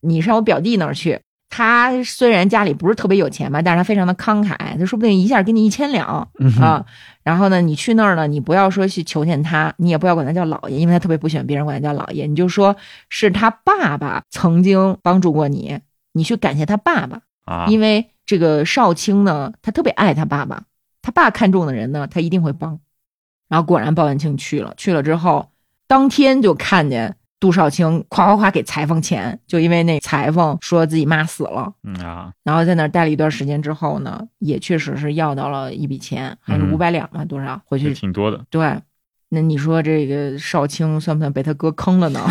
[SPEAKER 1] 你上我表弟那儿去。他虽然家里不是特别有钱吧，但是他非常的慷慨，他说不定一下给你一千两
[SPEAKER 2] 嗯哼
[SPEAKER 1] 啊。然后呢，你去那儿呢，你不要说去求见他，你也不要管他叫老爷，因为他特别不喜欢别人管他叫老爷，你就说是他爸爸曾经帮助过你，你去感谢他爸爸。
[SPEAKER 2] 啊，
[SPEAKER 1] 因为这个少卿呢，他特别爱他爸爸，他爸看中的人呢，他一定会帮。然后果然鲍文清去了，去了之后，当天就看见杜少卿夸夸夸给裁缝钱，就因为那裁缝说自己妈死了，
[SPEAKER 2] 嗯啊，
[SPEAKER 1] 然后在那儿待了一段时间之后呢，也确实是要到了一笔钱，还是
[SPEAKER 2] 嗯
[SPEAKER 1] 五百两吧，多少回
[SPEAKER 2] 也
[SPEAKER 1] 去
[SPEAKER 2] 挺多的。
[SPEAKER 1] 对，那你说这个少卿算不算被他哥坑了呢？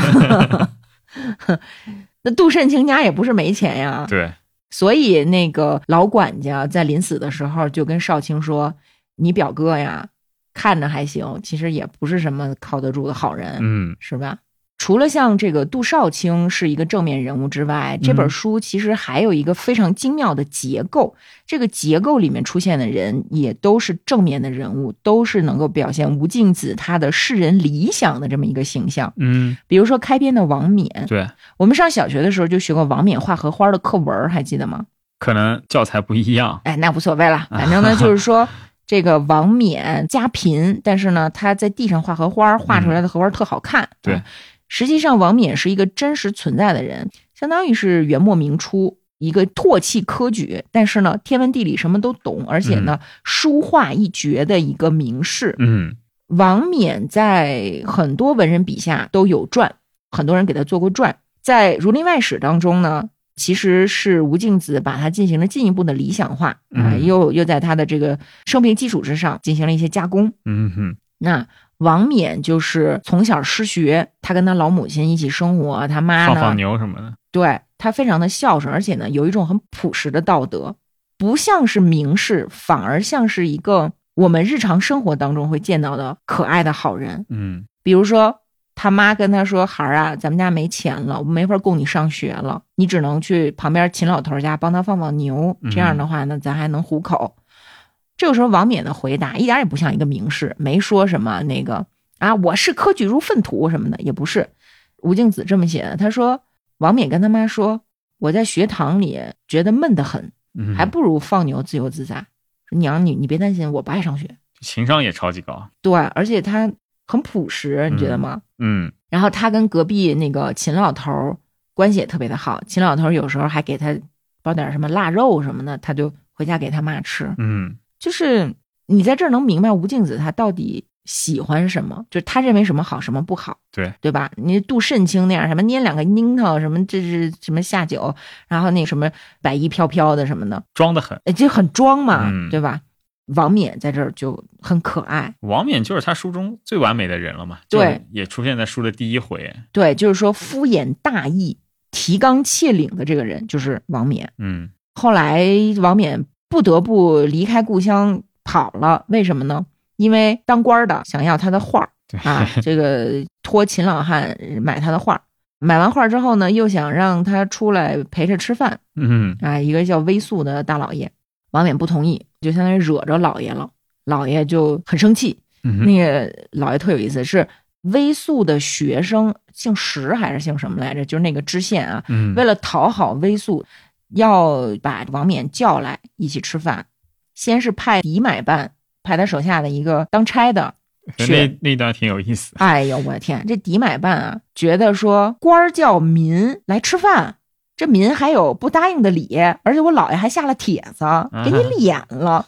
[SPEAKER 1] 那杜慎卿家也不是没钱呀，
[SPEAKER 2] 对，
[SPEAKER 1] 所以那个老管家在临死的时候就跟少卿说：“你表哥呀，看着还行，其实也不是什么靠得住的好人，
[SPEAKER 2] 嗯
[SPEAKER 1] 是吧？”除了像这个杜少卿是一个正面人物之外，这本
[SPEAKER 2] 嗯
[SPEAKER 1] 书其实还有一个非常精妙的结构。这个结构里面出现的人也都是正面的人物，都是能够表现吴敬梓他的世人理想的这么一个形象。
[SPEAKER 2] 嗯，
[SPEAKER 1] 比如说开篇的王冕，
[SPEAKER 2] 对，
[SPEAKER 1] 我们上小学的时候就学过王冕画荷花的课文，还记得吗？
[SPEAKER 2] 可能教材不一样。
[SPEAKER 1] 哎，那无所谓了，反正呢就是说。这个王冕家贫，但是呢，他在地上画荷花，画出来的荷花特好看。
[SPEAKER 2] 对
[SPEAKER 1] 啊实际上王冕是一个真实存在的人，相当于是元末明初一个唾弃科举，但是呢，天文地理什么都懂，而且呢，书画一绝的一个名士。
[SPEAKER 2] 嗯
[SPEAKER 1] 王冕在很多文人笔下都有传，很多人给他做过传。在《儒林外史》当中呢，其实是吴敬梓把它进行了进一步的理想化，啊、
[SPEAKER 2] 嗯
[SPEAKER 1] 又又在他的这个生平基础之上进行了一些加工。
[SPEAKER 2] 嗯哼
[SPEAKER 1] 那王冕就是从小失学，他跟他老母亲一起生活，他妈
[SPEAKER 2] 放
[SPEAKER 1] 呢
[SPEAKER 2] 放牛什么的。
[SPEAKER 1] 对他非常的孝顺，而且呢有一种很朴实的道德，不像是名士，反而像是一个我们日常生活当中会见到的可爱的好人。
[SPEAKER 2] 嗯
[SPEAKER 1] 比如说，他妈跟他说：“孩儿啊，咱们家没钱了，我们没法供你上学了，你只能去旁边秦老头家帮他放放牛，
[SPEAKER 2] 嗯
[SPEAKER 1] 这样的话呢，咱还能糊口。”这个时候，王冕的回答一点也不像一个名士，没说什么那个啊，我是科举如粪土什么的，也不是。吴敬梓这么写的，他说王冕跟他妈说：“我在学堂里觉得闷得很，
[SPEAKER 2] 嗯，
[SPEAKER 1] 还不如放牛自由自在。说娘，你你别担心，我不爱上学。
[SPEAKER 2] 情商也超级高。
[SPEAKER 1] 对，而且他很朴实，你觉得吗？
[SPEAKER 2] 嗯
[SPEAKER 1] 然后他跟隔壁那个秦老头儿关系也特别的好，秦老头儿有时候还给他包点什么腊肉什么的，他就回家给他妈吃。
[SPEAKER 2] 嗯
[SPEAKER 1] 就是你在这儿能明白吴敬梓他到底喜欢什么，就是他认为什么好，什么不好，
[SPEAKER 2] 对
[SPEAKER 1] 对吧？你杜慎卿那样什么捏两个樱桃，什么这是什么下酒，然后那什么百衣飘飘的什么的，
[SPEAKER 2] 装的很。
[SPEAKER 1] 哎，这很装嘛，
[SPEAKER 2] 嗯
[SPEAKER 1] 对吧？王冕在这儿就很可爱，
[SPEAKER 2] 王冕就是他书中最完美的人了嘛，
[SPEAKER 1] 对，
[SPEAKER 2] 也出现在书的第一回，
[SPEAKER 1] 对，就是说敷衍大意、提纲挈领的这个人就是王冕。
[SPEAKER 2] 嗯
[SPEAKER 1] 后来王冕不得不离开故乡跑了，为什么呢？因为当官儿的想要他的画儿
[SPEAKER 2] 对
[SPEAKER 1] 啊，这个托秦老汉买他的画儿，买完画儿之后呢，又想让他出来陪着吃饭
[SPEAKER 2] 嗯，
[SPEAKER 1] 啊。一个叫微素的大老爷，王冕不同意，就相当于惹着老爷了，老爷就很生气。
[SPEAKER 2] 嗯
[SPEAKER 1] 那个老爷特有意思，是微素的学生姓石还是姓什么来着？就是那个知县啊，
[SPEAKER 2] 嗯，
[SPEAKER 1] 为了讨好微素，要把王冕叫来一起吃饭。先是派迪买办，派他手下的一个当差的。
[SPEAKER 2] 那那段挺有意思，
[SPEAKER 1] 哎呦，我的天！这迪买办啊，觉得说官儿叫民来吃饭，这民还有不答应的理，而且我姥爷还下了帖子，给你脸了。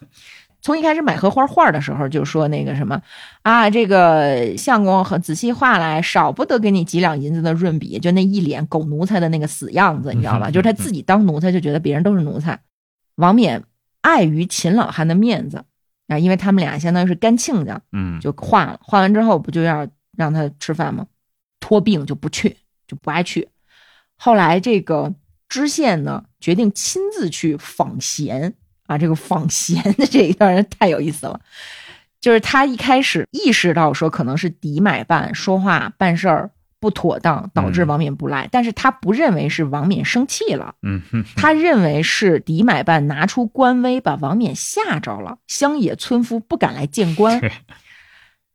[SPEAKER 1] 从一开始买荷花画的时候，就说那个什么啊，这个相公很仔细画来，少不得给你几两银子的润笔，就那一脸狗奴才的那个死样子，你知道吧？
[SPEAKER 2] 嗯
[SPEAKER 1] 就是他自己当奴才就觉得别人都是奴才。王冕碍于秦老汉的面子啊，因为他们俩相当于是干亲家，
[SPEAKER 2] 嗯，
[SPEAKER 1] 就化了，化完之后不就要让他吃饭吗？托病就不去，就不爱去。后来这个知县呢，决定亲自去访贤啊，这个访贤的这一段太有意思了。就是他一开始意识到说可能是迪买办说话办事儿不妥当，导致
[SPEAKER 2] 嗯
[SPEAKER 1] 王冕不来，但是他不认为是王冕生气了，
[SPEAKER 2] 嗯哼，
[SPEAKER 1] 他认为是迪买办拿出官威把王冕吓着了，乡野村夫不敢来见官
[SPEAKER 2] 对。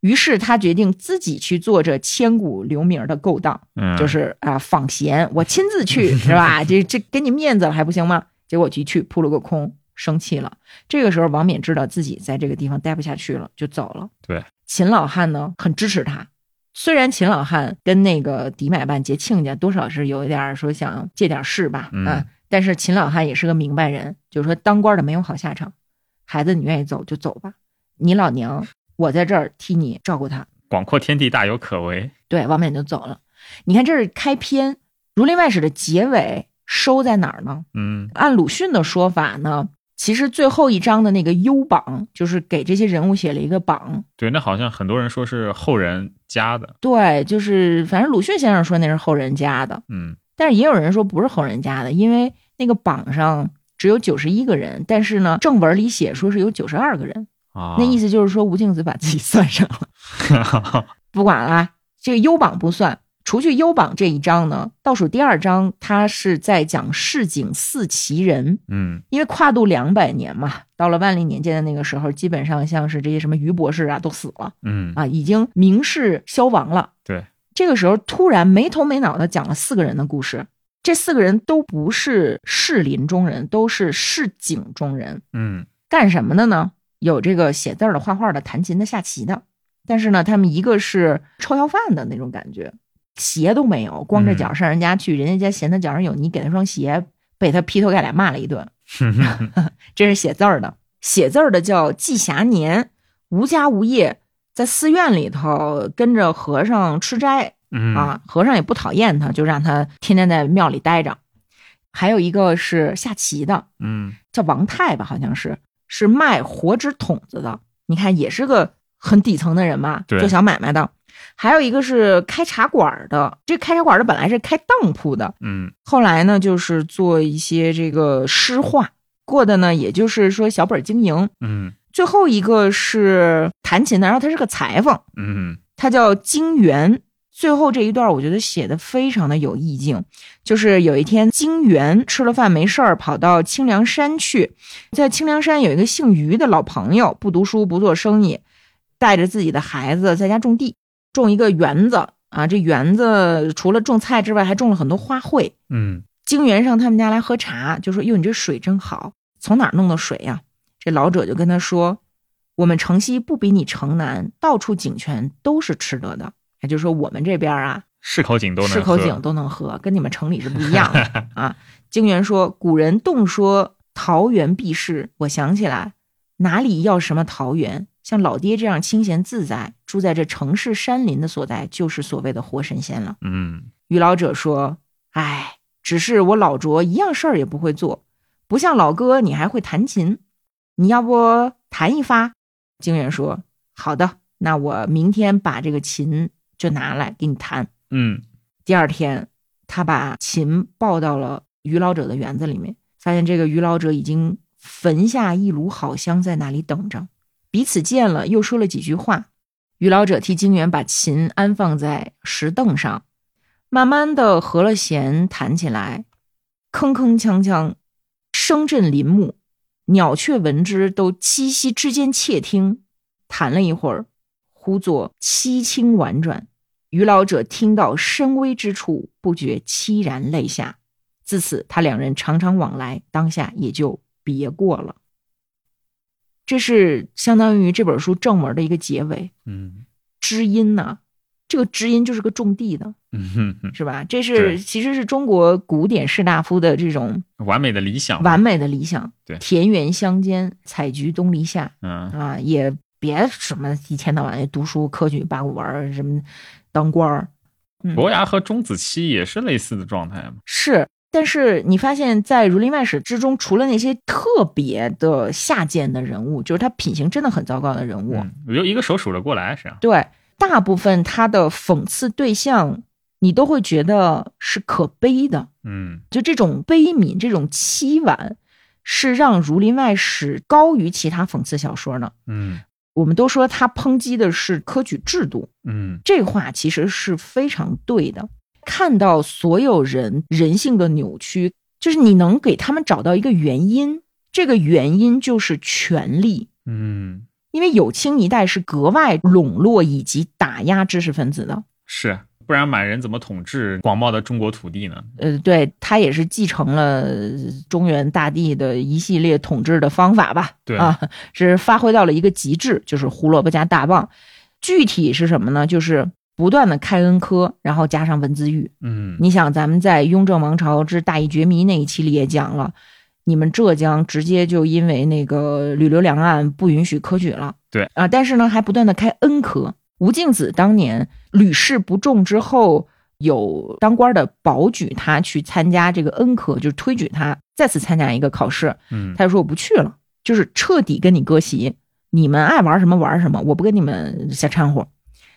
[SPEAKER 1] 于是他决定自己去做这千古留名的勾当，
[SPEAKER 2] 嗯，
[SPEAKER 1] 就是啊访贤，我亲自 去是吧？这这给你面子了还不行吗？结果一去扑了个空，生气了。这个时候王冕知道自己在这个地方待不下去了，就走了。
[SPEAKER 2] 对，
[SPEAKER 1] 秦老汉呢很支持他，虽然秦老汉跟那个迪买办结亲家多少是有一点儿说想借点势吧，
[SPEAKER 2] 嗯
[SPEAKER 1] 啊，但是秦老汉也是个明白人，就是说当官的没有好下场，孩子你愿意走就走吧，你老娘我在这儿替你照顾他。
[SPEAKER 2] 广阔天地大有可为，
[SPEAKER 1] 对，王冕就走了。你看这是开篇，《儒林外史》的结尾收在哪儿呢？
[SPEAKER 2] 嗯
[SPEAKER 1] 按鲁迅的说法呢，其实最后一章的那个优榜，就是给这些人物写了一个榜。
[SPEAKER 2] 对，那好像很多人说是后人加的，
[SPEAKER 1] 对，就是反正鲁迅先生说那是后人家的，
[SPEAKER 2] 嗯
[SPEAKER 1] 但是也有人说不是后人家的，因为那个榜上只有九十一个人，但是呢，正文里写说是有九十二个人，
[SPEAKER 2] 啊，
[SPEAKER 1] 那意思就是说吴敬梓把自己算上了。
[SPEAKER 2] 思，
[SPEAKER 1] 不管啦、这个优榜不算。除去优榜这一章呢，倒数第二章它是在讲市井四奇人，
[SPEAKER 2] 嗯
[SPEAKER 1] 因为跨度两百年嘛，到了万历年间的那个时候，基本上像是这些什么于博士啊都死了
[SPEAKER 2] 嗯，
[SPEAKER 1] 啊，已经名士消亡了。
[SPEAKER 2] 对，
[SPEAKER 1] 这个时候突然没头没脑的讲了四个人的故事，这四个人都不是士林中人，都是市井中人。
[SPEAKER 2] 嗯
[SPEAKER 1] 干什么的呢？有这个写字儿的、画画的、弹琴的、下棋的，但是呢，他们一个是臭要饭的那种感觉，鞋都没有，光着脚上人家去，人家家嫌他脚上有泥，给他双鞋，被他劈头盖脸骂了一顿。
[SPEAKER 2] 哼哼
[SPEAKER 1] 这是写字儿的，写字儿的叫季霞年，无家无业，在寺院里头跟着和尚吃斋，
[SPEAKER 2] 嗯，
[SPEAKER 1] 啊，和尚也不讨厌他，就让他天天在庙里待着。还有一个是下棋的，
[SPEAKER 2] 嗯
[SPEAKER 1] 叫王泰吧，好像是是卖火纸筒子的。你看，也是个很底层的人嘛，
[SPEAKER 2] 对
[SPEAKER 1] 做小买卖的。还有一个是开茶馆的，这开茶馆的本来是开当铺的，
[SPEAKER 2] 嗯
[SPEAKER 1] 后来呢就是做一些这个诗画，过的呢也就是说小本经营。
[SPEAKER 2] 嗯
[SPEAKER 1] 最后一个是弹琴的，然后他是个裁缝，
[SPEAKER 2] 嗯
[SPEAKER 1] 他叫金元。最后这一段我觉得写的非常的有意境，就是有一天金元吃了饭没事儿，跑到清凉山去，在清凉山有一个姓于的老朋友，不读书不做生意，带着自己的孩子在家种地，种一个园子啊，这园子除了种菜之外，还种了很多花卉。
[SPEAKER 2] 嗯
[SPEAKER 1] 经元上他们家来喝茶，就说：“哟，你这水真好，从哪儿弄的水呀、这老者就跟他说：“我们城西不比你城南，到处井泉都是吃得的。”也就是说，我们这边啊，
[SPEAKER 2] 是口井都能
[SPEAKER 1] 是口
[SPEAKER 2] 喝
[SPEAKER 1] 井，都能喝，跟你们城里是不一样的啊。经元说：“古人动说桃源必是，我想起来，哪里要什么桃源？像老爹这样清闲自在，住在这城市山林的所在，就是所谓的活神仙了。”
[SPEAKER 2] 嗯
[SPEAKER 1] 于老者说：“哎，只是我老卓一样事儿也不会做，不像老哥你还会弹琴，你要不弹一发？”经元说：“好的，那我明天把这个琴就拿来给你弹。
[SPEAKER 2] 嗯”
[SPEAKER 1] 第二天，他把琴抱到了于老者的园子里面，发现这个于老者已经焚下一炉好香，在那里等着。彼此见了又说了几句话。于老者替金元把琴安放在石凳上，慢慢的和了弦弹起来，铿铿锵锵，声震林木，鸟雀闻之都栖息之间窃听。弹了一会儿，呼作凄清婉转。于老者听到深微之处，不觉凄然泪下。自此，他两人常常往来，当下也就别过了。这是相当于这本书正文的一个结尾。
[SPEAKER 2] 嗯
[SPEAKER 1] 知音呢、这个知音就是个种地的，
[SPEAKER 2] 嗯哼哼，
[SPEAKER 1] 是吧？这
[SPEAKER 2] 对
[SPEAKER 1] 是其实是中国古典士大夫的这种
[SPEAKER 2] 完美的理想，
[SPEAKER 1] 完美的理想。
[SPEAKER 2] 嗯对
[SPEAKER 1] 田园相间，采菊东篱下
[SPEAKER 2] 嗯
[SPEAKER 1] 啊，也别什么一天到晚读书、科举、八股文儿什么当官儿。
[SPEAKER 2] 伯牙和钟子期也是类似的状态嘛，
[SPEAKER 1] 是，但是你发现，在《儒林外史》之中，除了那些特别的下贱的人物，就是他品行真的很糟糕的人物，
[SPEAKER 2] 嗯我就一个手数得过来，实际啊上，
[SPEAKER 1] 对大部分他的讽刺对象，你都会觉得是可悲的。
[SPEAKER 2] 嗯
[SPEAKER 1] 就这种悲悯，这种凄婉，是让《儒林外史》高于其他讽刺小说的。
[SPEAKER 2] 嗯
[SPEAKER 1] 我们都说他抨击的是科举制度，
[SPEAKER 2] 嗯
[SPEAKER 1] 这话其实是非常对的。看到所有人人性的扭曲，就是你能给他们找到一个原因，这个原因就是权力。
[SPEAKER 2] 嗯，
[SPEAKER 1] 因为有清一代是格外笼络以及打压知识分子的，
[SPEAKER 2] 是，不然满人怎么统治广袤的中国土地呢？
[SPEAKER 1] 呃，对他也是继承了中原大地的一系列统治的方法吧，
[SPEAKER 2] 对
[SPEAKER 1] 啊，是发挥到了一个极致，就是胡萝卜加大棒。具体是什么呢？就是不断的开恩科，然后加上文字狱，
[SPEAKER 2] 嗯
[SPEAKER 1] 你想，咱们在《雍正王朝之大义觉迷》那一期里也讲了，你们浙江直接就因为那个吕留良案不允许科举了，
[SPEAKER 2] 对
[SPEAKER 1] 啊，但是呢，还不断的开恩科。吴敬梓当年屡试不中之后，有当官的保举他去参加这个恩科，就是推举他再次参加一个考试，
[SPEAKER 2] 嗯
[SPEAKER 1] 他就说我不去了，就是彻底跟你割席，你们爱玩什么玩什么，我不跟你们瞎掺和。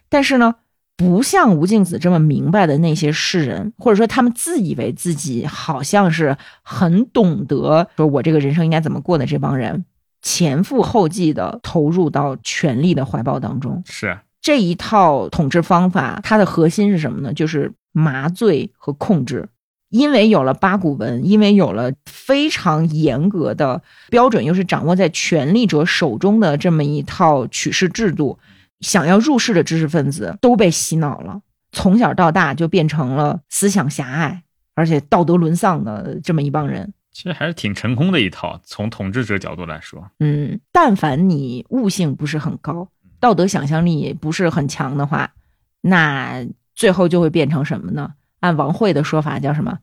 [SPEAKER 1] 但是呢，不像吴敬梓这么明白的那些世人，或者说他们自以为自己好像是很懂得说我这个人生应该怎么过的这帮人，前赴后继的投入到权力的怀抱当中。
[SPEAKER 2] 是，
[SPEAKER 1] 这一套统治方法，它的核心是什么呢？就是麻醉和控制。因为有了八股文，因为有了非常严格的标准，又是掌握在权力者手中的这么一套取士制度，想要入世的知识分子都被洗脑了，从小到大就变成了思想狭隘，而且道德沦丧的这么一帮人。
[SPEAKER 2] 其实还是挺成功的一套，从统治者角度来说，
[SPEAKER 1] 嗯，但凡你悟性不是很高，
[SPEAKER 2] 嗯
[SPEAKER 1] 道德想象力不是很强的话，那最后就会变成什么呢？按王慧的说法叫什么？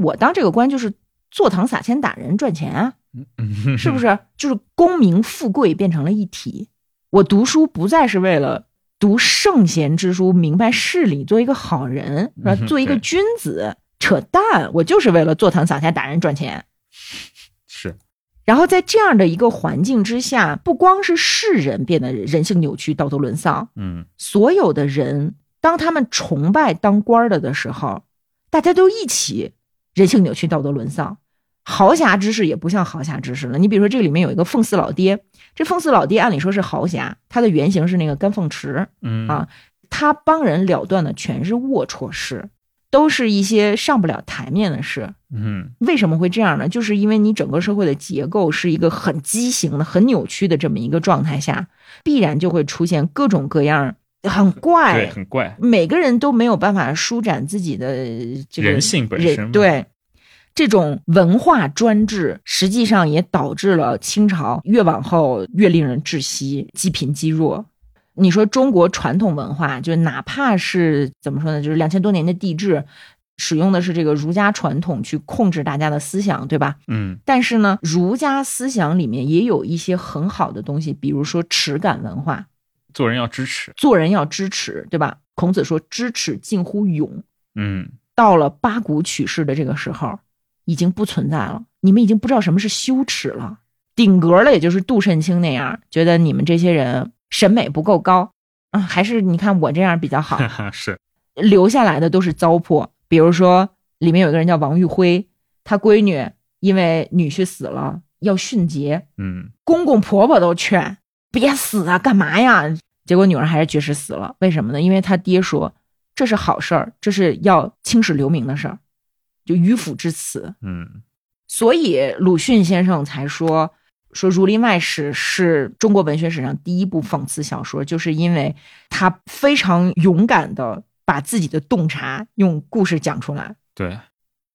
[SPEAKER 1] 我当这个官就是坐堂撒钱打人赚钱啊，
[SPEAKER 2] 嗯
[SPEAKER 1] 是不？是？就是功名富贵变成了一体。我读书不再是为了读圣贤之书，明白事理，做一个好人，是吧
[SPEAKER 2] 嗯哼
[SPEAKER 1] 做一个
[SPEAKER 2] 对
[SPEAKER 1] 君子。扯淡！我就是为了坐堂撒钱打人赚钱。
[SPEAKER 2] 是，
[SPEAKER 1] 然后在这样的一个环境之下，不光是世人变得人性扭曲、道德沦丧，
[SPEAKER 2] 嗯
[SPEAKER 1] 所有的人当他们崇拜当官儿的的时候，大家都一起人性扭曲、道德沦丧。豪侠之士也不像豪侠之士了。你比如说，这个里面有一个凤四老爹，这凤四老爹按理说是豪侠，他的原型是那个甘凤池，
[SPEAKER 2] 嗯
[SPEAKER 1] 啊他帮人了断的全是龌龊事，都是一些上不了台面的事。
[SPEAKER 2] 嗯
[SPEAKER 1] 为什么会这样呢？就是因为你整个社会的结构是一个很畸形的、很扭曲的这么一个状态下，必然就会出现各种各样很
[SPEAKER 2] 对，
[SPEAKER 1] 怪，
[SPEAKER 2] 很怪，
[SPEAKER 1] 每个人都没有办法舒展自己的这个
[SPEAKER 2] 人性本身嘛
[SPEAKER 1] 人对。这种文化专制，实际上也导致了清朝越往后越令人窒息，积贫积弱。你说中国传统文化，就哪怕是怎么说呢，就是两千多年的帝制，使用的是这个儒家传统去控制大家的思想，对吧？
[SPEAKER 2] 嗯
[SPEAKER 1] 但是呢，儒家思想里面也有一些很好的东西，比如说耻感文化，
[SPEAKER 2] 做人要支持，
[SPEAKER 1] 做人要知耻，对吧？孔子说“知耻近乎勇
[SPEAKER 2] 嗯”，
[SPEAKER 1] 到了八股取士的这个时候，已经不存在了。你们已经不知道什么是羞耻了，顶格了，也就是杜慎卿那样，觉得你们这些人审美不够高，嗯，还是你看我这样比较 好。
[SPEAKER 2] 是，
[SPEAKER 1] 留下来的都是糟粕。比如说，里面有一个人叫王玉辉，他闺女因为女婿死了要殉节，
[SPEAKER 2] 嗯
[SPEAKER 1] 公公婆婆都劝别死啊，干嘛呀？结果女儿还是绝食死了，为什么呢？因为她爹说这是好事儿，这是要青史留名的事儿，就迂腐至此。
[SPEAKER 2] 嗯
[SPEAKER 1] 所以鲁迅先生才说说《儒林外史》是中国文学史上第一部讽刺小说，就是因为他非常勇敢的把自己的洞察用故事讲出来。
[SPEAKER 2] 对，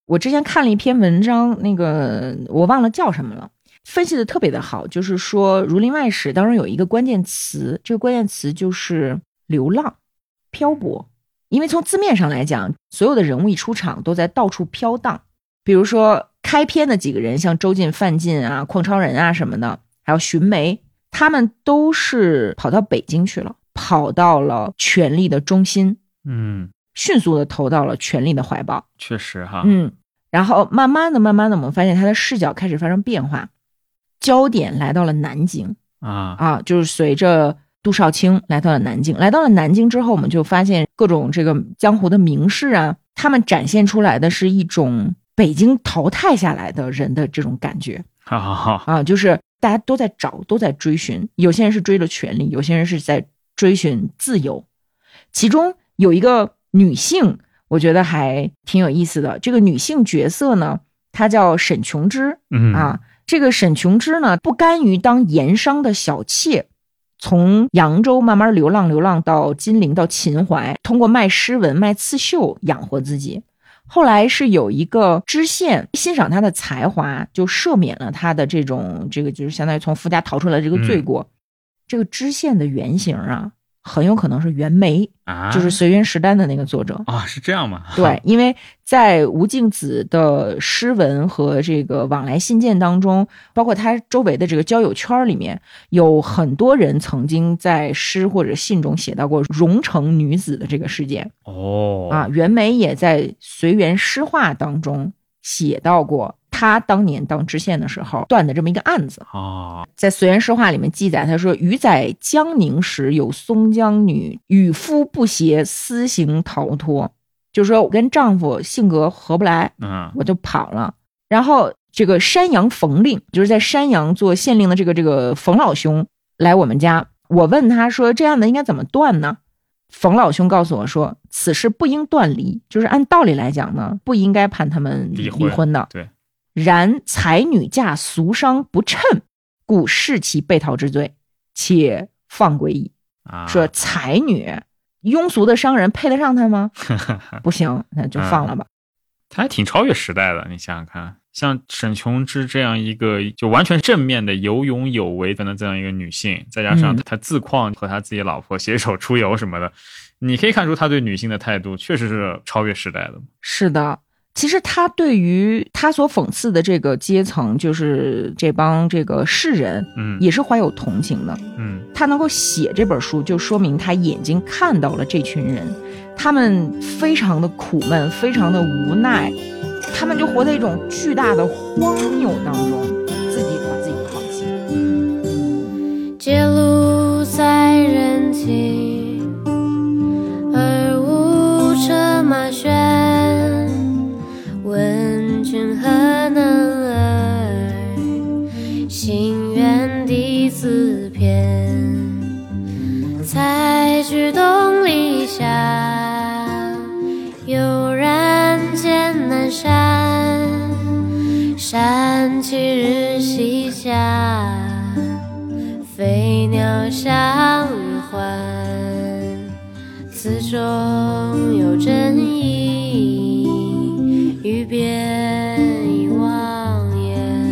[SPEAKER 1] 我之前看了一篇文章，那个我忘了叫什么了，分析的特别的好，就是说《儒林外史》当中有一个关键词，这个关键词就是流浪、漂泊，因为从字面上来讲，所有的人物一出场都在到处飘荡。比如说开篇的几个人，像周进、范进啊、邝超人啊什么的，还有荀梅，他们都是跑到北京去了，跑到了权力的中心，
[SPEAKER 2] 嗯，
[SPEAKER 1] 迅速的投到了权力的怀抱。
[SPEAKER 2] 确实哈，
[SPEAKER 1] 嗯，然后慢慢的、慢慢的，我们发现他的视角开始发生变化，焦点来到了南京
[SPEAKER 2] 啊，
[SPEAKER 1] 啊，就是随着杜少卿来到了南京，来到了南京之后，我们就发现各种这个江湖的名士啊，他们展现出来的是一种北京淘汰下来的人的这种感觉
[SPEAKER 2] 好好好，
[SPEAKER 1] 啊，就是大家都在找，都在追寻，有些人是追着权力，有些人是在追寻自由，其中有一个女性，我觉得还挺有意思的。这个女性角色呢，她叫沈琼之
[SPEAKER 2] 嗯，
[SPEAKER 1] 啊。这个沈琼之呢，不甘于当盐商的小妾，从扬州慢慢流浪，流浪到金陵，到秦淮，通过卖诗文、卖刺绣养活自己。后来是有一个知县欣赏她的才华，就赦免了她的这种这个，就是相当于从夫家逃出来的这个
[SPEAKER 2] 嗯
[SPEAKER 1] 罪过。这个知县的原型啊，很有可能是袁枚。
[SPEAKER 2] 啊，
[SPEAKER 1] 就是《随园食单》的那个作者。
[SPEAKER 2] 啊，是这样吗？
[SPEAKER 1] 对，因为在吴敬梓的诗文和这个往来信件当中，包括他周围的这个交友圈里面，有很多人曾经在诗或者信中写到过荣城女子的这个事件
[SPEAKER 2] 哦，
[SPEAKER 1] 啊。袁枚也在《随园诗话》当中写到过他当年当知县的时候断的这么一个案子。
[SPEAKER 2] 哦，
[SPEAKER 1] 在《随园诗话》里面记载，他说：“余在江宁时，有松江女，与夫不协，私行逃脱。”就是说我跟丈夫性格合不来，
[SPEAKER 2] 嗯，
[SPEAKER 1] 我就跑了。然后这个山阳冯令，就是在山阳做县令的这个这个冯老兄来我们家，我问他说：“这案子应该怎么断呢？”冯老兄告诉我说：“此事不应断离，就是按道理来讲呢，不应该判他们
[SPEAKER 2] 离
[SPEAKER 1] 离
[SPEAKER 2] 婚
[SPEAKER 1] 婚的。
[SPEAKER 2] 对，
[SPEAKER 1] 然才女嫁俗商不称，故视其被逃之罪，且放归矣。
[SPEAKER 2] 啊，
[SPEAKER 1] 说才女庸俗的商人配得上她吗？
[SPEAKER 2] 啊
[SPEAKER 1] 不行，那就放了吧。
[SPEAKER 2] 他还挺超越时代的。你想想看，像沈琼之这样一个就完全正面的有勇有为的这样一个女性，再加上
[SPEAKER 1] 嗯
[SPEAKER 2] 她自况和她自己老婆携手出游什么的，你可以看出她对女性的态度确实是超越时代的。
[SPEAKER 1] 是的，其实他对于他所讽刺的这个阶层，就是这帮这个士人，
[SPEAKER 2] 嗯
[SPEAKER 1] 也是怀有同情的。
[SPEAKER 2] 嗯
[SPEAKER 1] 他能够写这本书，就说明他眼睛看到了这群人，他们非常的苦闷，非常的无奈，他们就活在一种巨大的荒谬当中，自己把自己抛弃。
[SPEAKER 3] 揭露在人情，而无车马喧。问君何能尔？心远地自偏。采菊东篱下，悠然见南山。山气日夕佳。飞鸟相与还，此中有真意，欲辨已忘言。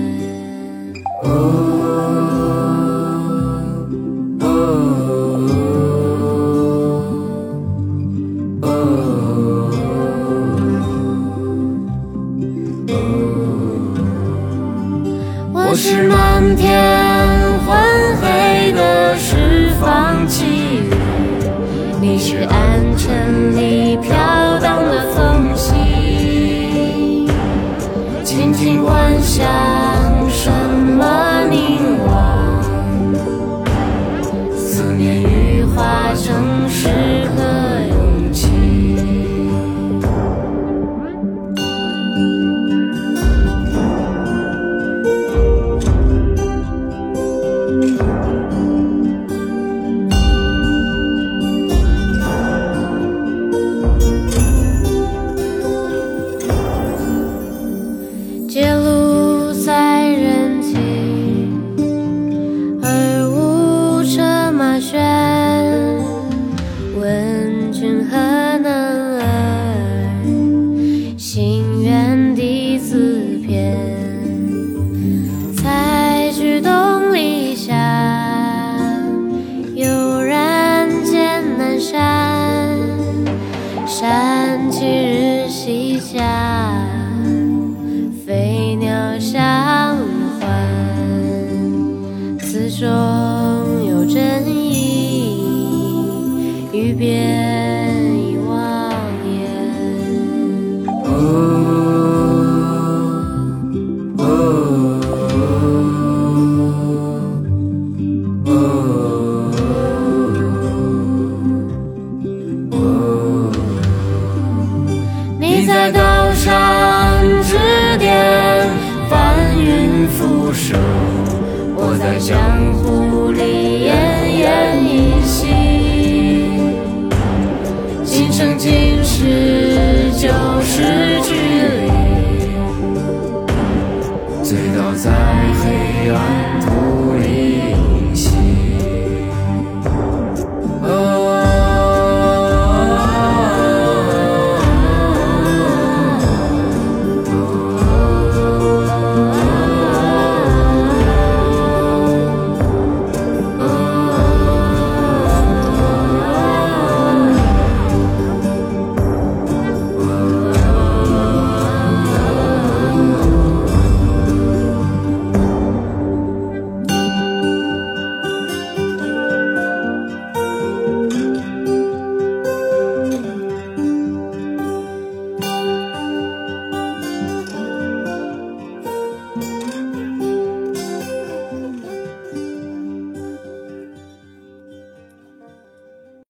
[SPEAKER 3] 我是漫天幻黑的释放器具，你是暗沉里飘荡的缝隙，静静观想什么凝望，思念羽化成诗和勇气。雨便已忘言。你在高山指点，翻云覆手；我在江哦